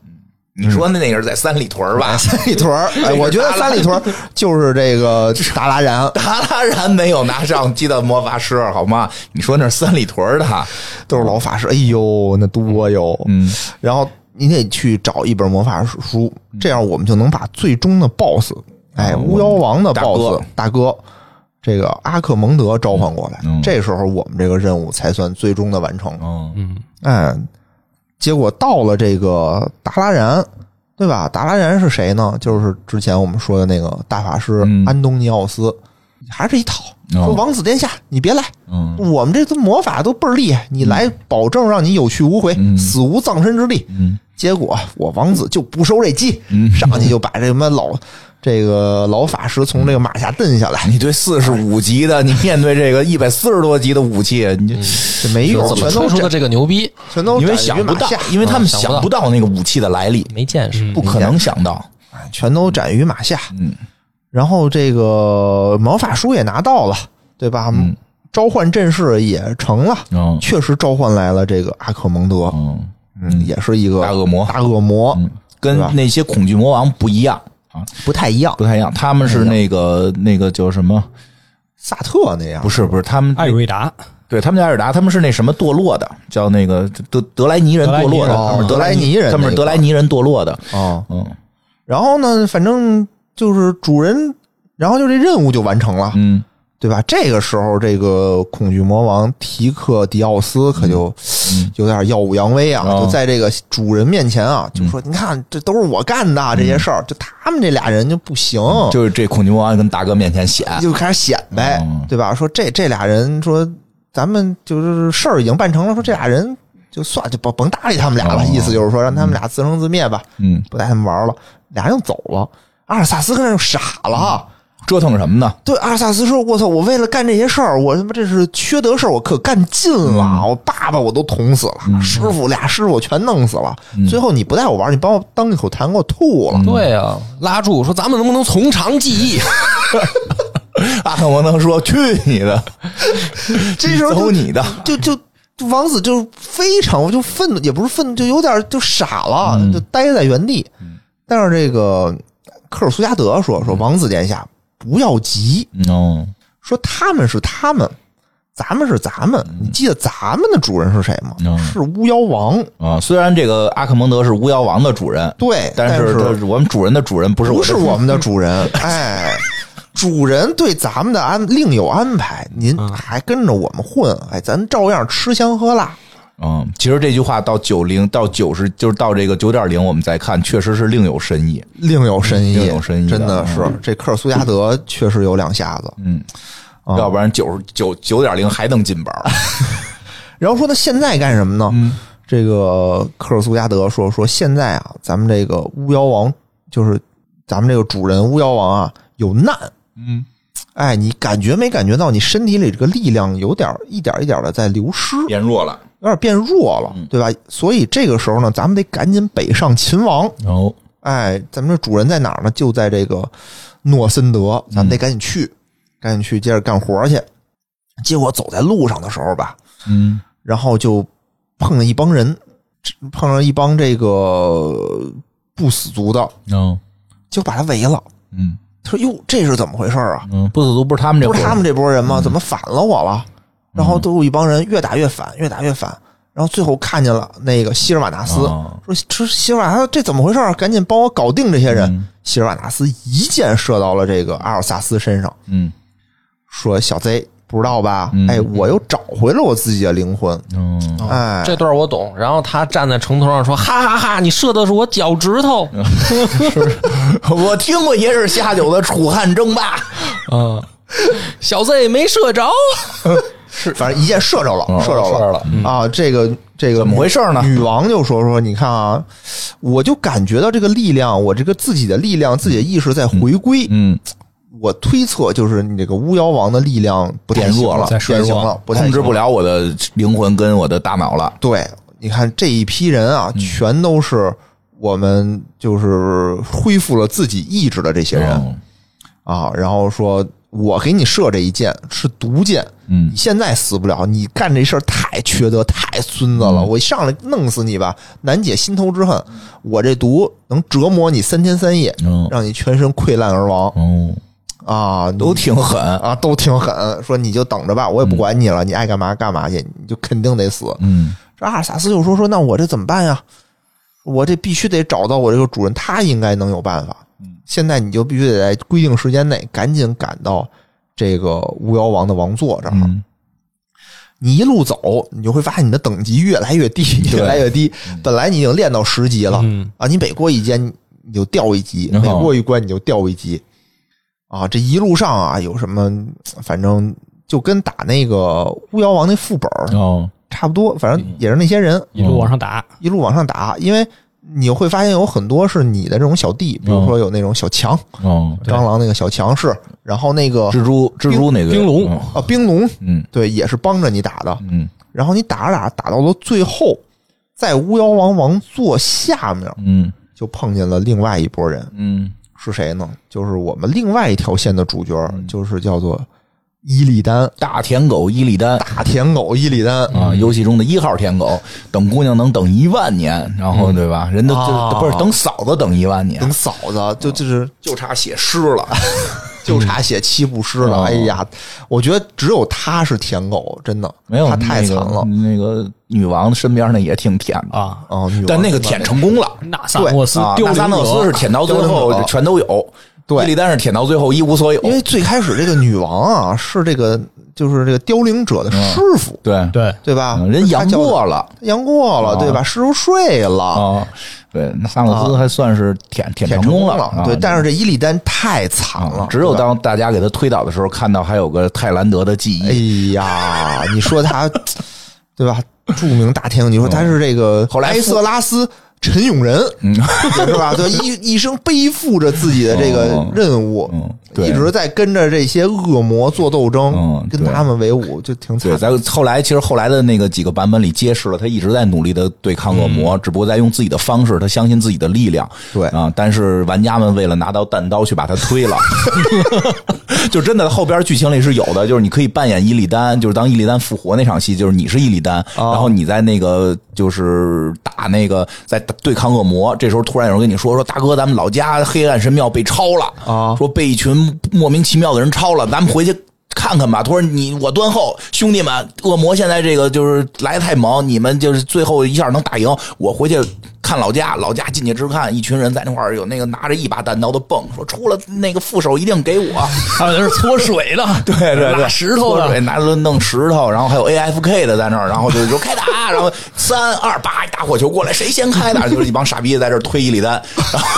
Speaker 2: 你说的那也是在三里屯儿吧？
Speaker 3: 三里屯儿，哎，我觉得三里屯儿就是这个达拉然，
Speaker 2: 达拉然没有拿上机的魔法师，好吗？你说那是三里屯儿的，
Speaker 3: 都是老法师，哎呦，那多哟，
Speaker 2: 嗯，
Speaker 3: 然后你得去找一本魔法书，
Speaker 2: 嗯
Speaker 3: 这样我们就能把最终的 BOSS，哎，巫妖王的
Speaker 2: 啊大哥
Speaker 3: BOSS 大哥，这个阿克蒙德召唤过来
Speaker 2: 嗯，
Speaker 3: 这时候我们这个任务才算最终的完成。
Speaker 2: 哦，
Speaker 3: 哎，结果到了这个达拉然，对吧？达拉然是谁呢？就是之前我们说的那个大法师
Speaker 2: 嗯
Speaker 3: 安东尼奥斯，还是一套。
Speaker 2: 哦
Speaker 3: 说王子殿下，你别来，
Speaker 2: 嗯
Speaker 3: 我们这都魔法都倍儿厉害，你来保证让你有去无回，
Speaker 2: 嗯
Speaker 3: 死无葬身之地。
Speaker 2: 嗯
Speaker 3: 结果我王子就不收这鸡，
Speaker 2: 嗯
Speaker 3: 上去就把这什么老这个老法师从这个马下蹬下来，
Speaker 2: 你对四十五级的，你面对这个一百四十多级的武器，你
Speaker 3: 这没用，
Speaker 1: 怎么
Speaker 3: 全
Speaker 1: 吹
Speaker 3: 都
Speaker 1: 出的
Speaker 3: 斩，
Speaker 1: 这个牛逼？
Speaker 3: 全都
Speaker 2: 因为
Speaker 3: 斩于
Speaker 2: 想不
Speaker 3: 马
Speaker 2: 到
Speaker 3: 下，
Speaker 2: 因为他们
Speaker 1: 嗯想不
Speaker 2: 想不到嗯那个武器的来历，
Speaker 1: 没见识，
Speaker 2: 不可能想到。
Speaker 3: 全都斩于马下。
Speaker 2: 嗯，
Speaker 3: 然后这个魔法书也拿到了，对吧？召唤阵势也成了，
Speaker 2: 嗯
Speaker 3: 确实召唤来了这个阿克蒙德，
Speaker 2: 嗯，
Speaker 3: 嗯，也是一个
Speaker 2: 大恶魔嗯
Speaker 3: 大恶魔，
Speaker 2: 跟那些恐惧魔王不一样啊，
Speaker 3: 不太一样
Speaker 2: 不，太一样。他们是那个那个叫什么？
Speaker 3: 萨特那样
Speaker 2: 不是不是，他们
Speaker 4: 艾瑞达，
Speaker 2: 对他们叫艾尔达，他们是那什么堕落的，叫那个德德莱尼人堕落的，他们是德
Speaker 3: 德莱
Speaker 2: 莱
Speaker 3: 尼人
Speaker 2: 他们是德莱尼人堕落的。
Speaker 3: 哦。
Speaker 2: 嗯
Speaker 3: 然后呢，反正就是主人，然后就这任务就完成了，
Speaker 2: 嗯
Speaker 3: 对吧？这个时候，这个恐惧魔王提克迪奥斯可就有点耀武扬威啊，
Speaker 2: 嗯哦嗯
Speaker 3: 就在这个主人面前啊，就说：“你看，这都是我干的啊这些事儿，就他们这俩人就不行。”
Speaker 2: 嗯就是这恐惧魔王跟大哥面前显，
Speaker 3: 就开始显摆，
Speaker 2: 嗯
Speaker 3: 对吧？说这这俩人说，咱们就是事儿已经办成了，说这俩人就算就甭甭搭理他们俩了，
Speaker 2: 哦
Speaker 3: 意思就是说让他们俩自生自灭吧，
Speaker 2: 嗯，
Speaker 3: 不带他们玩了。俩人就走了，阿尔萨斯跟那就傻了。啊
Speaker 2: 折腾什么呢？
Speaker 3: 对，阿尔萨斯说：“我操！我为了干这些事儿，我他妈这是缺德事儿，我可干尽了。
Speaker 2: 嗯
Speaker 3: 我爸爸我都捅死了，师傅俩师傅全弄死了。
Speaker 2: 嗯
Speaker 3: 最后你不带我玩，你帮我当一口痰给我吐了。
Speaker 1: 对啊，拉住说咱们能不能从长计议？
Speaker 2: 阿克蒙德啊说：“去你的，
Speaker 3: 这时候就
Speaker 2: 走嗯你的。
Speaker 3: 就就就王子就非常就愤
Speaker 2: 嗯
Speaker 3: 怒，也不是愤怒，就有点就傻了，就呆在原地。但是这个科尔苏加德说
Speaker 2: 嗯
Speaker 3: 说王子殿下不要急，
Speaker 2: 哦，
Speaker 3: 说他们是他们，咱们是咱们。你记得咱们的主人是谁吗？
Speaker 2: 嗯
Speaker 3: 是巫妖王。
Speaker 2: 啊，虽然这个阿克蒙德是巫妖王的主人，
Speaker 3: 对，
Speaker 2: 但
Speaker 3: 但
Speaker 2: 他我们主人的嗯主人不是
Speaker 3: 不
Speaker 2: 我的
Speaker 3: 是我们的主人，哎，主人对咱们的安另有安排，您
Speaker 2: 嗯
Speaker 3: 还跟着我们混，哎，咱照样吃香喝辣。
Speaker 2: 嗯，其实这句话到九零到九十，就是到这个九点零，我们再看，确实是另有深意。
Speaker 3: 另有深意，
Speaker 2: 嗯另有深意
Speaker 3: 真
Speaker 2: 的
Speaker 3: 的是这科尔苏加德确实有两下子。
Speaker 2: 嗯，
Speaker 3: 哦
Speaker 2: 要不然九九九点零还能进本 儿。
Speaker 3: 然后说他现在干什么呢？
Speaker 2: 嗯
Speaker 3: 这个科尔苏加德说说现在啊，咱们这个巫妖王就是咱们这个主人巫妖王啊有难，
Speaker 2: 嗯，
Speaker 3: 哎，你感觉没感觉到你身体里这个力量有点一点一点的在流失，
Speaker 2: 变弱了。
Speaker 3: 有点变弱了，对吧？所以这个时候呢，咱们得赶紧北上秦王。
Speaker 2: 哦，
Speaker 3: 哎，咱们这主人在哪儿呢？就在这个诺森德，咱们得赶紧去，赶紧去接着干活去。结果走在路上的时候吧，
Speaker 2: 嗯，
Speaker 3: 然后就碰上一帮人，这碰上一帮这个不死族的，
Speaker 2: 哦，
Speaker 3: 就把他围了。
Speaker 2: 嗯
Speaker 3: 他说：“哟，这是怎么回事啊？
Speaker 2: 嗯，不死族不是他们这嗯
Speaker 3: 不
Speaker 2: 伙
Speaker 3: 是
Speaker 2: 人，
Speaker 3: 他们这波人吗？怎么反了我了？”然
Speaker 2: 嗯
Speaker 3: 后都有一帮人越打越反，越打越反，然后最后看见了那个希尔瓦纳斯，
Speaker 2: 哦
Speaker 3: 说：“这希尔瓦纳斯这怎么回事儿？赶紧帮我搞定这些人！”
Speaker 2: 嗯
Speaker 3: 希尔瓦纳斯一箭射到了这个阿尔萨斯身上，
Speaker 2: 嗯
Speaker 3: 说：“小贼，不知道吧？
Speaker 2: 嗯
Speaker 3: 哎，我又找回了我自己的灵魂。
Speaker 2: 嗯，
Speaker 3: 哎，
Speaker 1: 这段我懂。然后他站在城头上说：“哈哈哈你射的是我脚趾头。
Speaker 3: 哦
Speaker 2: 我听过也是下酒的楚汉争霸。
Speaker 1: 嗯，小 Z 没射着。
Speaker 3: 反正一箭射着了，
Speaker 2: 嗯
Speaker 3: 射着
Speaker 2: 射着了
Speaker 3: 啊！这个这个
Speaker 2: 怎么回事呢
Speaker 3: 女王就说说，你看啊，我就感觉到这个力量，我这个自己的力量，自己的意识在回归。
Speaker 2: 嗯，
Speaker 3: 我推测就是你这个巫妖王的力量不太
Speaker 2: 变弱
Speaker 3: 行
Speaker 2: 了
Speaker 3: 了，变形了，哦不太
Speaker 2: 控制
Speaker 3: 行
Speaker 2: 不了我的灵魂跟我的大脑了。
Speaker 3: 对，你看这一批人啊，
Speaker 2: 嗯
Speaker 3: 全都是我们就是恢复了自己意志的这些人、
Speaker 2: 哦
Speaker 3: 啊。然后说，我给你射这一箭是毒箭，
Speaker 2: 嗯
Speaker 3: 你现在死不了，你干这事儿太缺德，太孙子了，
Speaker 2: 嗯
Speaker 3: 我上来弄死你吧，难解心头之恨。我这毒能折磨你三天三夜，
Speaker 2: 嗯
Speaker 3: 让你全身溃烂而亡
Speaker 2: 哦，
Speaker 3: 啊！你
Speaker 2: 都挺狠。
Speaker 3: 啊，都挺狠，说你就等着吧，我也不管你了，你爱干嘛干嘛去，你就肯定得死。
Speaker 2: 嗯
Speaker 3: 这阿尔萨斯就说说，那我这怎么办呀？我这必须得找到我这个主人，他应该能有办法。
Speaker 2: 嗯
Speaker 3: 现在你就必须得在规定时间内赶紧赶到这个巫妖王的王座这儿。
Speaker 2: 嗯
Speaker 3: 你一路走，你就会发现你的等级越来越低，
Speaker 2: 对嗯
Speaker 3: 越来越低。本来你已经练到十级了、
Speaker 4: 嗯
Speaker 3: 啊，你每过一阶你就掉一级，
Speaker 2: 嗯
Speaker 3: 每过一关你就掉一级。啊，这一路上啊，有什么反正就跟打那个巫妖王那副本儿
Speaker 2: 哦，
Speaker 3: 差不多，反正也是那些人。
Speaker 4: 一路往上打，
Speaker 3: 一路往上打，因为你会发现有很多是你的这种小弟，比如说有那种小强，
Speaker 2: 哦，
Speaker 3: 蟑螂那个小强是，然后那个
Speaker 2: 蜘蛛蜘蛛那个
Speaker 4: 冰龙
Speaker 3: 啊冰龙，
Speaker 2: 嗯
Speaker 3: 对，也是帮着你打的。
Speaker 2: 嗯
Speaker 3: 然后你打着打打到了最后，在巫妖王王座下面
Speaker 2: 嗯
Speaker 3: 就碰见了另外一拨人，
Speaker 2: 嗯
Speaker 3: 是谁呢？就是我们另外一条线的主角，
Speaker 2: 嗯
Speaker 3: 就是叫做伊利丹，
Speaker 2: 大舔狗伊利丹
Speaker 3: 大舔狗伊利丹。
Speaker 2: 啊，游戏中的一号舔狗，等姑娘能等一万年，然后对吧？人都
Speaker 3: 啊
Speaker 2: 就不是等嫂子等一万年
Speaker 3: 等，嫂子就就是
Speaker 2: 就差写诗了。
Speaker 3: 就差写七步诗了。
Speaker 2: 哦
Speaker 3: 哎呀，我觉得只有他是舔狗，真的，
Speaker 2: 没有
Speaker 3: 他太惨
Speaker 2: 那个
Speaker 3: 了。
Speaker 2: 那嗯个女王身边那也挺舔
Speaker 1: 嗯
Speaker 2: 的，
Speaker 4: 啊，
Speaker 3: 哦，女王
Speaker 2: 但那个舔成功了。
Speaker 4: 纳萨诺斯
Speaker 2: 啊，
Speaker 4: 丢
Speaker 2: 纳
Speaker 4: 灵
Speaker 2: 萨诺斯
Speaker 4: 者
Speaker 2: 是舔到最
Speaker 3: 丢零
Speaker 2: 后
Speaker 3: 者
Speaker 2: 全都有，
Speaker 3: 对
Speaker 2: 伊利丹是舔到最后一无所有
Speaker 3: 因。为最开始这个女王啊，是这个就是这个凋零者的师傅，
Speaker 2: 对，
Speaker 4: 对，
Speaker 3: 对吧？
Speaker 2: 嗯人
Speaker 3: 他
Speaker 2: 阳
Speaker 3: 叫
Speaker 2: 过，了
Speaker 3: 他阳过了，
Speaker 2: 啊
Speaker 3: 对吧？师傅睡了，
Speaker 2: 啊，对，那萨诺斯还算是舔舔
Speaker 3: 哦啊舔
Speaker 2: 成
Speaker 3: 成
Speaker 2: 功
Speaker 3: 了。
Speaker 2: 啊
Speaker 3: 对，但是这伊利丹太惨了
Speaker 2: 啊，只有
Speaker 3: 对吧。
Speaker 2: 当大家给他推倒的时候，看到还有个泰兰德的记
Speaker 3: 哎
Speaker 2: 忆。
Speaker 3: 呀，你说他，对吧？著名大天，你说他是这个
Speaker 2: 哦后来嗯
Speaker 3: 埃瑟拉斯陈永仁，是吧？ 对，一一 生背负着自己的这个任务，
Speaker 2: 嗯对
Speaker 3: 一直在跟着这些恶魔做斗争，
Speaker 2: 嗯
Speaker 3: 跟
Speaker 2: 对
Speaker 3: 他们为伍，就挺惨
Speaker 2: 对，
Speaker 3: 的。
Speaker 2: 在后来，其实后来的那个几个版本里揭示了，他一直在努力的对抗恶魔，只不过在用自己的方式，他相信自己的力量。
Speaker 3: 嗯对
Speaker 2: 啊，但是玩家们为了拿到弹刀去把他推了， 就真的后边剧情里是有的，就是你可以扮演伊利丹，就是当伊利丹复活那场戏，就是你是伊利丹，然后你在那个就是打那个在对抗恶魔。这时候突然有人跟你说说，大哥，咱们老家黑暗神庙被抄了
Speaker 3: 啊
Speaker 2: 说被一群莫名其妙的人抄了，咱们回去。看看吧，他说你我断后，兄弟们，恶魔现在这个就是来得太猛，你们就是最后一下能打赢。我回去看老家，老家进去之后看一群人在那块儿有那个拿着一把单刀的蹦，说出了那个副手一定给我。
Speaker 4: 还有就是搓水的，
Speaker 2: 对对对，
Speaker 4: 拉石头的
Speaker 2: 对，拿着弄石头，然后还有 AFK 的在那儿，然后就说开打， 然后三二八一大火球过来，谁先开 打？就是一帮傻逼在这儿推伊利丹，然后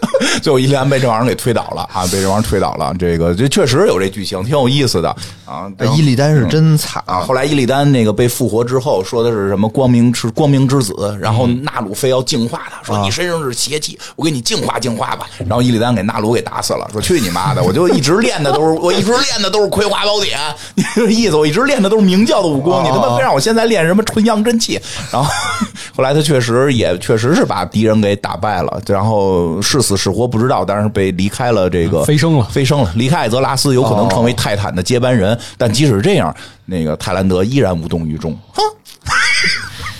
Speaker 2: 最后伊利丹被这玩意儿给推倒了啊，被这玩意儿推倒了。这个这确实有这剧情，挺有意思的啊。
Speaker 3: 哎伊利丹是真惨
Speaker 2: 啊，后来伊利丹那个被复活之后，说的是什么光明之光明之子，然后纳鲁非要净化他，说你身上是邪气，我给你净化净化吧。然后伊利丹给纳鲁给打死了，说嗯 去你妈的，我就一直练的都是我一直练的都是葵花宝 典，你这意思？我一直练的都是明教的武功，你他妈非让我现在练什么纯阳真气？然后 后来他确实也确实是把敌人给打败了，然后是死是活不知道，但是被离开了这个
Speaker 4: 飞升了
Speaker 2: 飞升了，离开艾泽拉斯有可能成为泰坦的接班人。但即使这样，那个泰兰德依然无动于衷。哼，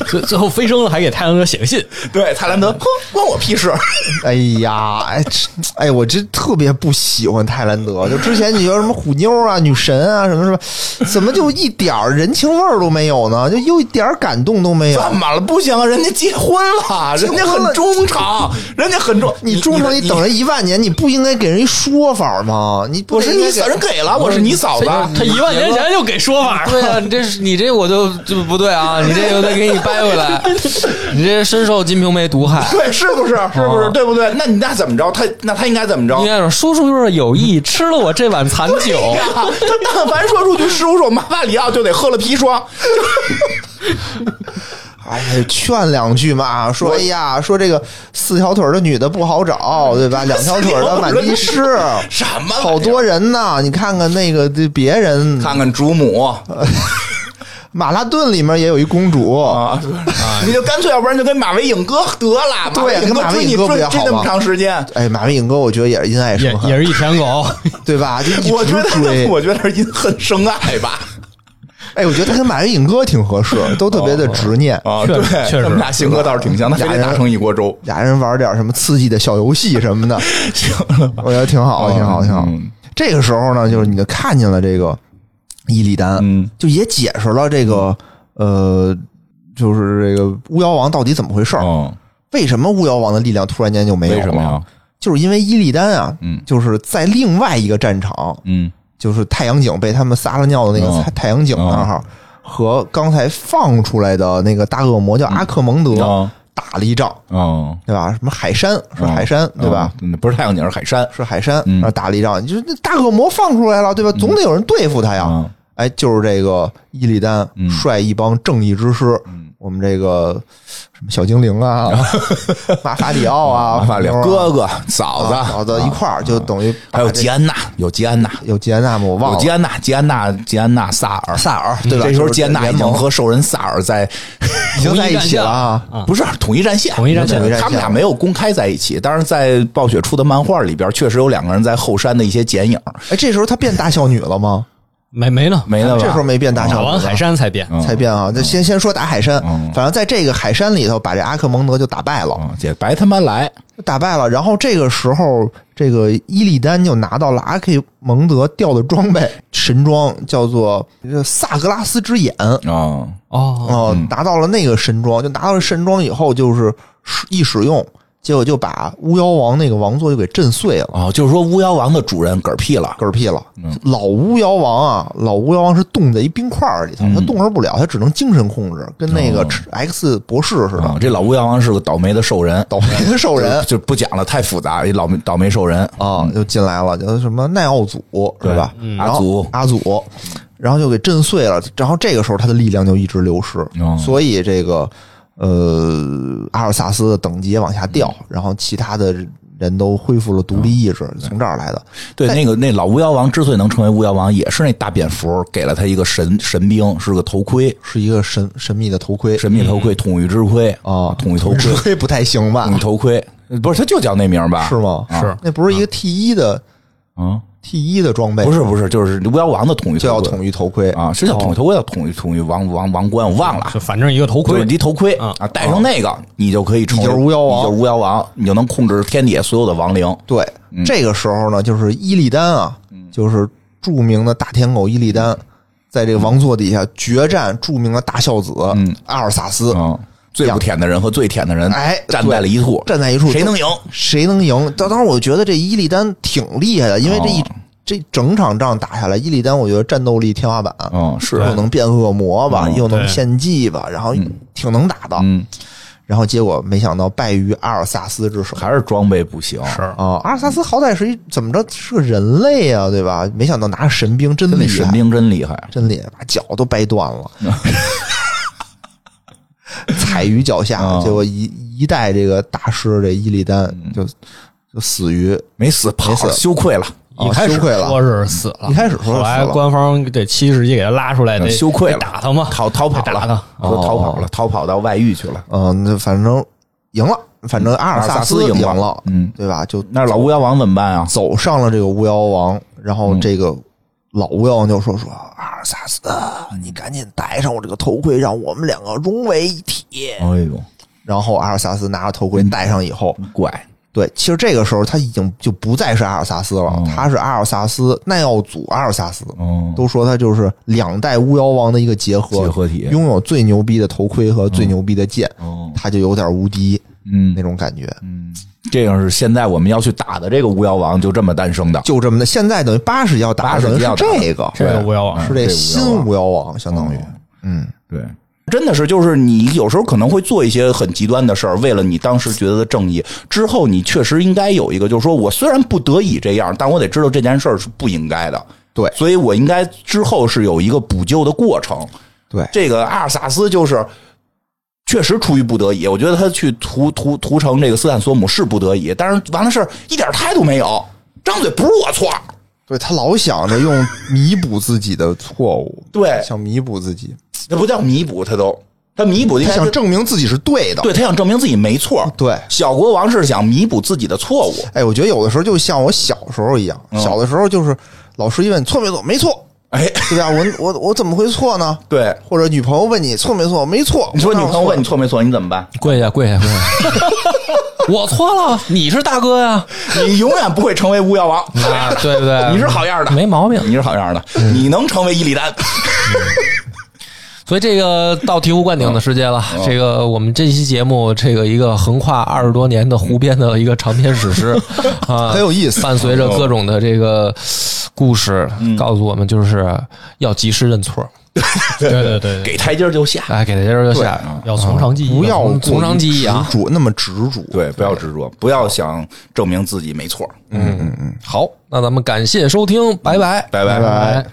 Speaker 4: 最最后飞升了，还给太阳哥写个信，
Speaker 2: 对，泰兰德，哼，关我屁事。
Speaker 3: 哎呀，哎，这哎，我真特别不喜欢泰兰德。就之前你说什么虎妞啊、女神啊什么什么，怎么就一点儿人情味儿都没有呢？就又一点儿感动都没有。
Speaker 2: 怎么了？不行啊，人家结婚了，人家很忠诚，人家很忠。
Speaker 3: 你忠诚，你等人一万年，你不应该给人一说法吗？你不
Speaker 2: 我是
Speaker 3: 应
Speaker 2: 你
Speaker 3: 该给
Speaker 2: 嫂，人给了，我是你嫂子。啊
Speaker 4: 嗯他一万年前就给说法 了。
Speaker 1: 对啊，你这是你这我就就不对啊，你这我得给你掰回来，你这深受《金瓶梅》毒害。
Speaker 2: 对，是不是？是不
Speaker 4: 哦
Speaker 2: 是？对不对？那你那怎么着？他那他应该怎么着？
Speaker 1: 应该说，叔叔就是有意吃了我这碗残酒。
Speaker 2: 哎呀 他但凡说出句叔叔马巴里奥，就得喝了砒霜。
Speaker 3: 哎呀，劝两句嘛，说
Speaker 2: 我
Speaker 3: 哎呀，说这个四条腿的女的不好找，对吧？两条腿的满地 是，
Speaker 2: 什么玩意儿？
Speaker 3: 好多人呢。你看看那个这别人，
Speaker 2: 看看祖母，
Speaker 3: 马拉顿里面也有一公主
Speaker 2: 啊， 你就干脆，要不然就跟马维影哥得了。
Speaker 3: 对
Speaker 2: 马维影
Speaker 3: 啊跟马维
Speaker 2: 追你
Speaker 3: 影哥不
Speaker 2: 追
Speaker 3: 也好
Speaker 2: 追那么
Speaker 3: 吗
Speaker 2: 长时间，
Speaker 3: 哎，马未影哥，我觉得也是因爱
Speaker 4: 也
Speaker 3: 生
Speaker 4: 也
Speaker 3: 恨，
Speaker 4: 是一舔狗，
Speaker 3: 对吧？就一直
Speaker 2: 我觉
Speaker 3: 追
Speaker 2: 得， 我觉得是因恨生爱 吧。
Speaker 3: 哎，我觉得他跟马未影哥挺合适，都特别的执念。
Speaker 2: 啊，
Speaker 4: 确
Speaker 2: 对
Speaker 4: 实确，实
Speaker 2: 他们俩性格倒是挺像，他非
Speaker 3: 俩
Speaker 2: 得
Speaker 3: 人
Speaker 2: 打成一锅粥。
Speaker 3: 俩人玩点什么刺激的小游戏什么的，
Speaker 2: 行了吧，
Speaker 3: 我觉得挺好，挺好，挺好。
Speaker 2: 啊嗯
Speaker 3: 这个时候呢，就是你就看见了这个伊利丹，
Speaker 2: 嗯，
Speaker 3: 就也解释了这个呃，就是这个巫妖王到底怎么回事儿、
Speaker 2: 哦，
Speaker 3: 为什么巫妖王的力量突然间就没有了？
Speaker 2: 为什么呀？
Speaker 3: 就是因为伊利丹啊，
Speaker 2: 嗯
Speaker 3: 就是在另外一个战场，
Speaker 2: 嗯，
Speaker 3: 就是太阳井被他们撒了尿的那个
Speaker 2: 哦
Speaker 3: 太太阳井那儿、和刚才放出来的那个大恶魔叫阿克蒙德、
Speaker 2: 哦
Speaker 3: 打了一仗，
Speaker 2: 哦，
Speaker 3: 对吧？什么海山是海山、
Speaker 2: 哦
Speaker 3: 对吧？？
Speaker 2: 嗯不是太阳井，是海山。
Speaker 3: 是海山，
Speaker 2: 嗯
Speaker 3: 然后打了一仗，就是那大恶魔放出来了，对吧？总得有人对付他呀。
Speaker 2: 嗯
Speaker 3: 哎，就是这个伊利丹
Speaker 2: 嗯
Speaker 3: 率一帮正义之师，我们这个什么小精灵 啊、马法里奥啊、
Speaker 2: 法里
Speaker 3: 红牛啊
Speaker 2: 哥哥、嫂
Speaker 3: 啊
Speaker 2: 子、
Speaker 3: 嫂子一块儿，就等于
Speaker 2: 啊还有
Speaker 3: 把这
Speaker 2: 吉安娜，有吉安娜，
Speaker 3: 有吉安娜吗？我忘
Speaker 2: 有
Speaker 3: 了
Speaker 2: 吉，安娜，吉安娜，吉安娜，萨尔，萨尔，
Speaker 3: 对吧
Speaker 2: 这时候
Speaker 3: 就是
Speaker 2: 吉安娜已
Speaker 3: 联
Speaker 2: 经
Speaker 3: 盟
Speaker 2: 和兽人萨尔在
Speaker 3: 已经在一起了啊。
Speaker 2: 不是统一战线，
Speaker 4: 统一战线
Speaker 3: 统一战线
Speaker 2: 他们俩没有公开在一起，但是在暴雪出的漫画里边，确实有两个人在后山的一些剪影，
Speaker 3: 哎，这时候她变大孝女了吗？
Speaker 4: 没没呢，
Speaker 2: 没了吧？
Speaker 3: 这时候没变大
Speaker 4: 打
Speaker 3: 孝
Speaker 4: 完
Speaker 3: 女
Speaker 4: 海山才变。
Speaker 3: 才变啊。就先先说打海山
Speaker 2: 嗯，
Speaker 3: 反正在这个海山里头，把这阿克蒙德就打败了。
Speaker 2: 啊，姐白他妈来，
Speaker 3: 打败了，然后这个时候，这个伊利丹就拿到了阿克蒙德掉的装备神装，叫做呃萨格拉斯之眼，
Speaker 2: 啊
Speaker 4: 哦，
Speaker 3: 哦、拿到了那个神装，就拿到了神装以后，就是使一使用，结果就把巫妖王那个王座就给震碎了，
Speaker 2: 啊，就是说巫妖王的主人嗝屁了，
Speaker 3: 嗝屁了。老巫妖王啊，老巫妖王是冻在一冰块儿里头，他动弹不了，他只能精神控制，跟那个
Speaker 2: 哦
Speaker 3: X 博士似的，
Speaker 2: 啊，这老巫妖王是个倒霉的兽人，哦
Speaker 3: 倒霉的兽人。
Speaker 2: 就就不讲了，太复杂，一老倒霉兽人
Speaker 3: 啊，就进来了，叫什么奈奥祖是
Speaker 2: 对
Speaker 3: 吧？
Speaker 2: 嗯
Speaker 3: 然后
Speaker 2: 阿祖
Speaker 3: 阿祖，然后就给震碎了。然后这个时候他的力量就一直流失，
Speaker 2: 哦
Speaker 3: 所以这个呃阿尔萨斯的等级也往下掉，
Speaker 2: 嗯
Speaker 3: 然后其他的人都恢复了独立意志，从这儿来的。
Speaker 2: 对，那个那老巫妖王之所以能成为巫妖王，也是那大蝙蝠给了他一个神神兵，是个头盔，
Speaker 3: 是一个神神秘的头盔
Speaker 2: 神秘头盔，统御之盔
Speaker 3: 啊，
Speaker 2: 嗯哦统御头盔
Speaker 3: 头，盔不太行吧
Speaker 2: 统御？头盔，不是他就叫那名儿吧？
Speaker 3: 是吗？
Speaker 2: 嗯啊
Speaker 4: 是
Speaker 3: 那不是一个 T 一的
Speaker 2: 啊，
Speaker 3: T 一的装备，
Speaker 2: 不是不是，就是巫妖王的统一
Speaker 3: 就
Speaker 2: 头
Speaker 3: 要
Speaker 2: 盔
Speaker 3: 统一头盔。
Speaker 2: 啊，是叫统一头盔，叫统一统一王王王冠，我忘了。
Speaker 4: 就反正一个头
Speaker 2: 对，
Speaker 4: 盔
Speaker 2: 你，头盔
Speaker 4: 啊
Speaker 2: 啊，戴上那个，你就可以成为
Speaker 3: 你就是巫妖王
Speaker 2: 你就是巫妖王，你就能控制天底下所有的亡灵。
Speaker 3: 对，
Speaker 2: 嗯
Speaker 3: 这个时候呢，就是伊利丹啊，就是著名的大天狗伊利
Speaker 2: 嗯
Speaker 3: 丹，在这个王座底下决战著名的大孝子
Speaker 2: 嗯
Speaker 3: 阿尔萨斯，
Speaker 2: 嗯，最不舔的人和最舔的人，
Speaker 3: 哎
Speaker 2: 站在了一处，
Speaker 3: 站在一处，
Speaker 2: 谁能赢？
Speaker 3: 谁能赢？当当时我觉得这伊利丹挺厉害的，因为这一、
Speaker 2: 哦
Speaker 3: 这整场仗打下来，伊利丹我觉得战斗力天花板，
Speaker 2: 嗯，是，
Speaker 3: 又能变恶魔吧，
Speaker 2: 嗯
Speaker 3: 又能
Speaker 4: 对
Speaker 3: 献祭吧，然后挺能打的。
Speaker 2: 嗯，
Speaker 3: 然后结果没想到败于阿尔萨斯之手。
Speaker 2: 还是装备不行，
Speaker 4: 是
Speaker 3: 啊，阿尔萨斯好歹是一怎么着是个人类啊，对吧？没想到拿神兵真
Speaker 2: 真
Speaker 3: 厉
Speaker 2: 的
Speaker 3: 害，
Speaker 2: 神兵真厉害。
Speaker 3: 真厉害，把脚都掰断了， 踩于脚下，
Speaker 2: 啊
Speaker 3: 结果一一代这个大师这伊利丹就就死于
Speaker 2: 没死，跑
Speaker 3: 死
Speaker 2: 了，羞愧了，
Speaker 4: 一开始
Speaker 3: 羞愧了
Speaker 4: 哦说是死了，
Speaker 3: 一开始说是死了
Speaker 4: 后来官方得七十级给他拉出来，得
Speaker 2: 羞愧了，
Speaker 4: 得打他嘛，
Speaker 2: 逃逃跑
Speaker 4: 得啊打哦
Speaker 2: 了，
Speaker 4: 他
Speaker 2: 说逃跑了，逃跑到外域去了。
Speaker 3: 嗯，那反正赢了，反正阿尔萨斯
Speaker 2: 阿尔萨斯赢了
Speaker 3: 了，
Speaker 2: 嗯
Speaker 3: 对吧？就
Speaker 2: 那老巫妖王怎么办啊？
Speaker 3: 走上了这个巫妖王，然后
Speaker 2: 嗯
Speaker 3: 这个老巫妖王就说说阿尔萨斯，你赶紧戴上我这个头盔，让我们两个融为一体。
Speaker 2: 哎呦，
Speaker 3: 然后阿尔萨斯拿着头盔戴上以后，
Speaker 2: 怪，
Speaker 3: 对，其实这个时候他已经就不再是阿尔萨斯了
Speaker 2: 哦，
Speaker 3: 他是阿尔萨斯耐奥祖阿尔萨斯，
Speaker 2: 嗯，
Speaker 3: 都说他就是两代巫妖王的一个结合，
Speaker 2: 结合体
Speaker 3: 拥有最牛逼的头盔和最牛逼的剑，
Speaker 2: 哦，
Speaker 3: 他就有点无敌
Speaker 2: 嗯
Speaker 3: 那种感觉。
Speaker 2: 嗯，这样是现在我们要去打的这个巫妖王就这么诞生的，
Speaker 3: 就这么的，现在等于八十要打
Speaker 2: 八十
Speaker 3: 的
Speaker 2: 级要
Speaker 3: 是
Speaker 2: 打
Speaker 3: 这个，
Speaker 4: 这个巫妖王
Speaker 2: 嗯
Speaker 3: 是
Speaker 2: 这
Speaker 3: 这
Speaker 2: 个
Speaker 3: 新
Speaker 2: 巫
Speaker 3: 巫妖王，相当于
Speaker 2: 哦，
Speaker 3: 嗯，
Speaker 2: 对。真的是，就是你有时候可能会做一些很极端的事儿，为了你当时觉得的正义。之后你确实应该有一个，就是说我虽然不得已这样，但我得知道这件事儿是不应该的。
Speaker 3: 对
Speaker 2: 所以我应该之后是有一个补救的过程。
Speaker 3: 对
Speaker 2: 这个阿尔萨斯就是确实出于不得已，我觉得他去屠屠屠城这个斯坦索姆是不得已，但是完了事儿一点态度没有，张嘴不是我错，
Speaker 3: 对他老想着用弥补自己的错误，
Speaker 2: 对
Speaker 3: 想弥补自己，
Speaker 2: 那不叫弥补，他都他弥补的应
Speaker 3: 他
Speaker 2: 该
Speaker 3: 想
Speaker 2: 是
Speaker 3: 证明自己是对的。
Speaker 2: 对他想证明自己没错，
Speaker 3: 对
Speaker 2: 小国王是想弥补自己的错误，
Speaker 3: 哎，我觉得有的时候就像我小时候一样，
Speaker 2: 嗯
Speaker 3: 小的时候就是老师一问错没错，没错，
Speaker 2: 哎，
Speaker 3: 对吧？我我我怎么会错呢？
Speaker 2: 对。
Speaker 3: 或者女朋友问你错没错，没错，
Speaker 2: 你说女朋友问你
Speaker 3: 你，
Speaker 2: 错没错，你怎么办？
Speaker 1: 跪下，跪下，跪下！我错了，你是大哥呀，
Speaker 2: 你永远不会成为巫妖王，
Speaker 1: 啊，对不对？
Speaker 2: 你是好样的，
Speaker 1: 没毛病。
Speaker 2: 你是好样的，你能成为伊利丹。
Speaker 1: 所以这个到醍醐灌顶的时间了。这个我们这期节目，这个一个横跨二十多年的湖边的一个长篇史诗啊，
Speaker 3: 很有意思
Speaker 1: 伴随着各种的这个故事，告诉我们就是要及时认错，
Speaker 4: 对对对，对
Speaker 2: 给台阶儿就下。
Speaker 1: 哎，给大家就下。
Speaker 4: 要从长计议，
Speaker 3: 不要
Speaker 1: 从从
Speaker 3: 过
Speaker 1: 长
Speaker 3: 于
Speaker 1: 计议啊
Speaker 3: 执着那么执着，
Speaker 2: 对，不要执着，不要想证明自己没错。
Speaker 1: 好，那咱们感谢收听，拜拜。
Speaker 2: 拜拜
Speaker 3: 拜拜。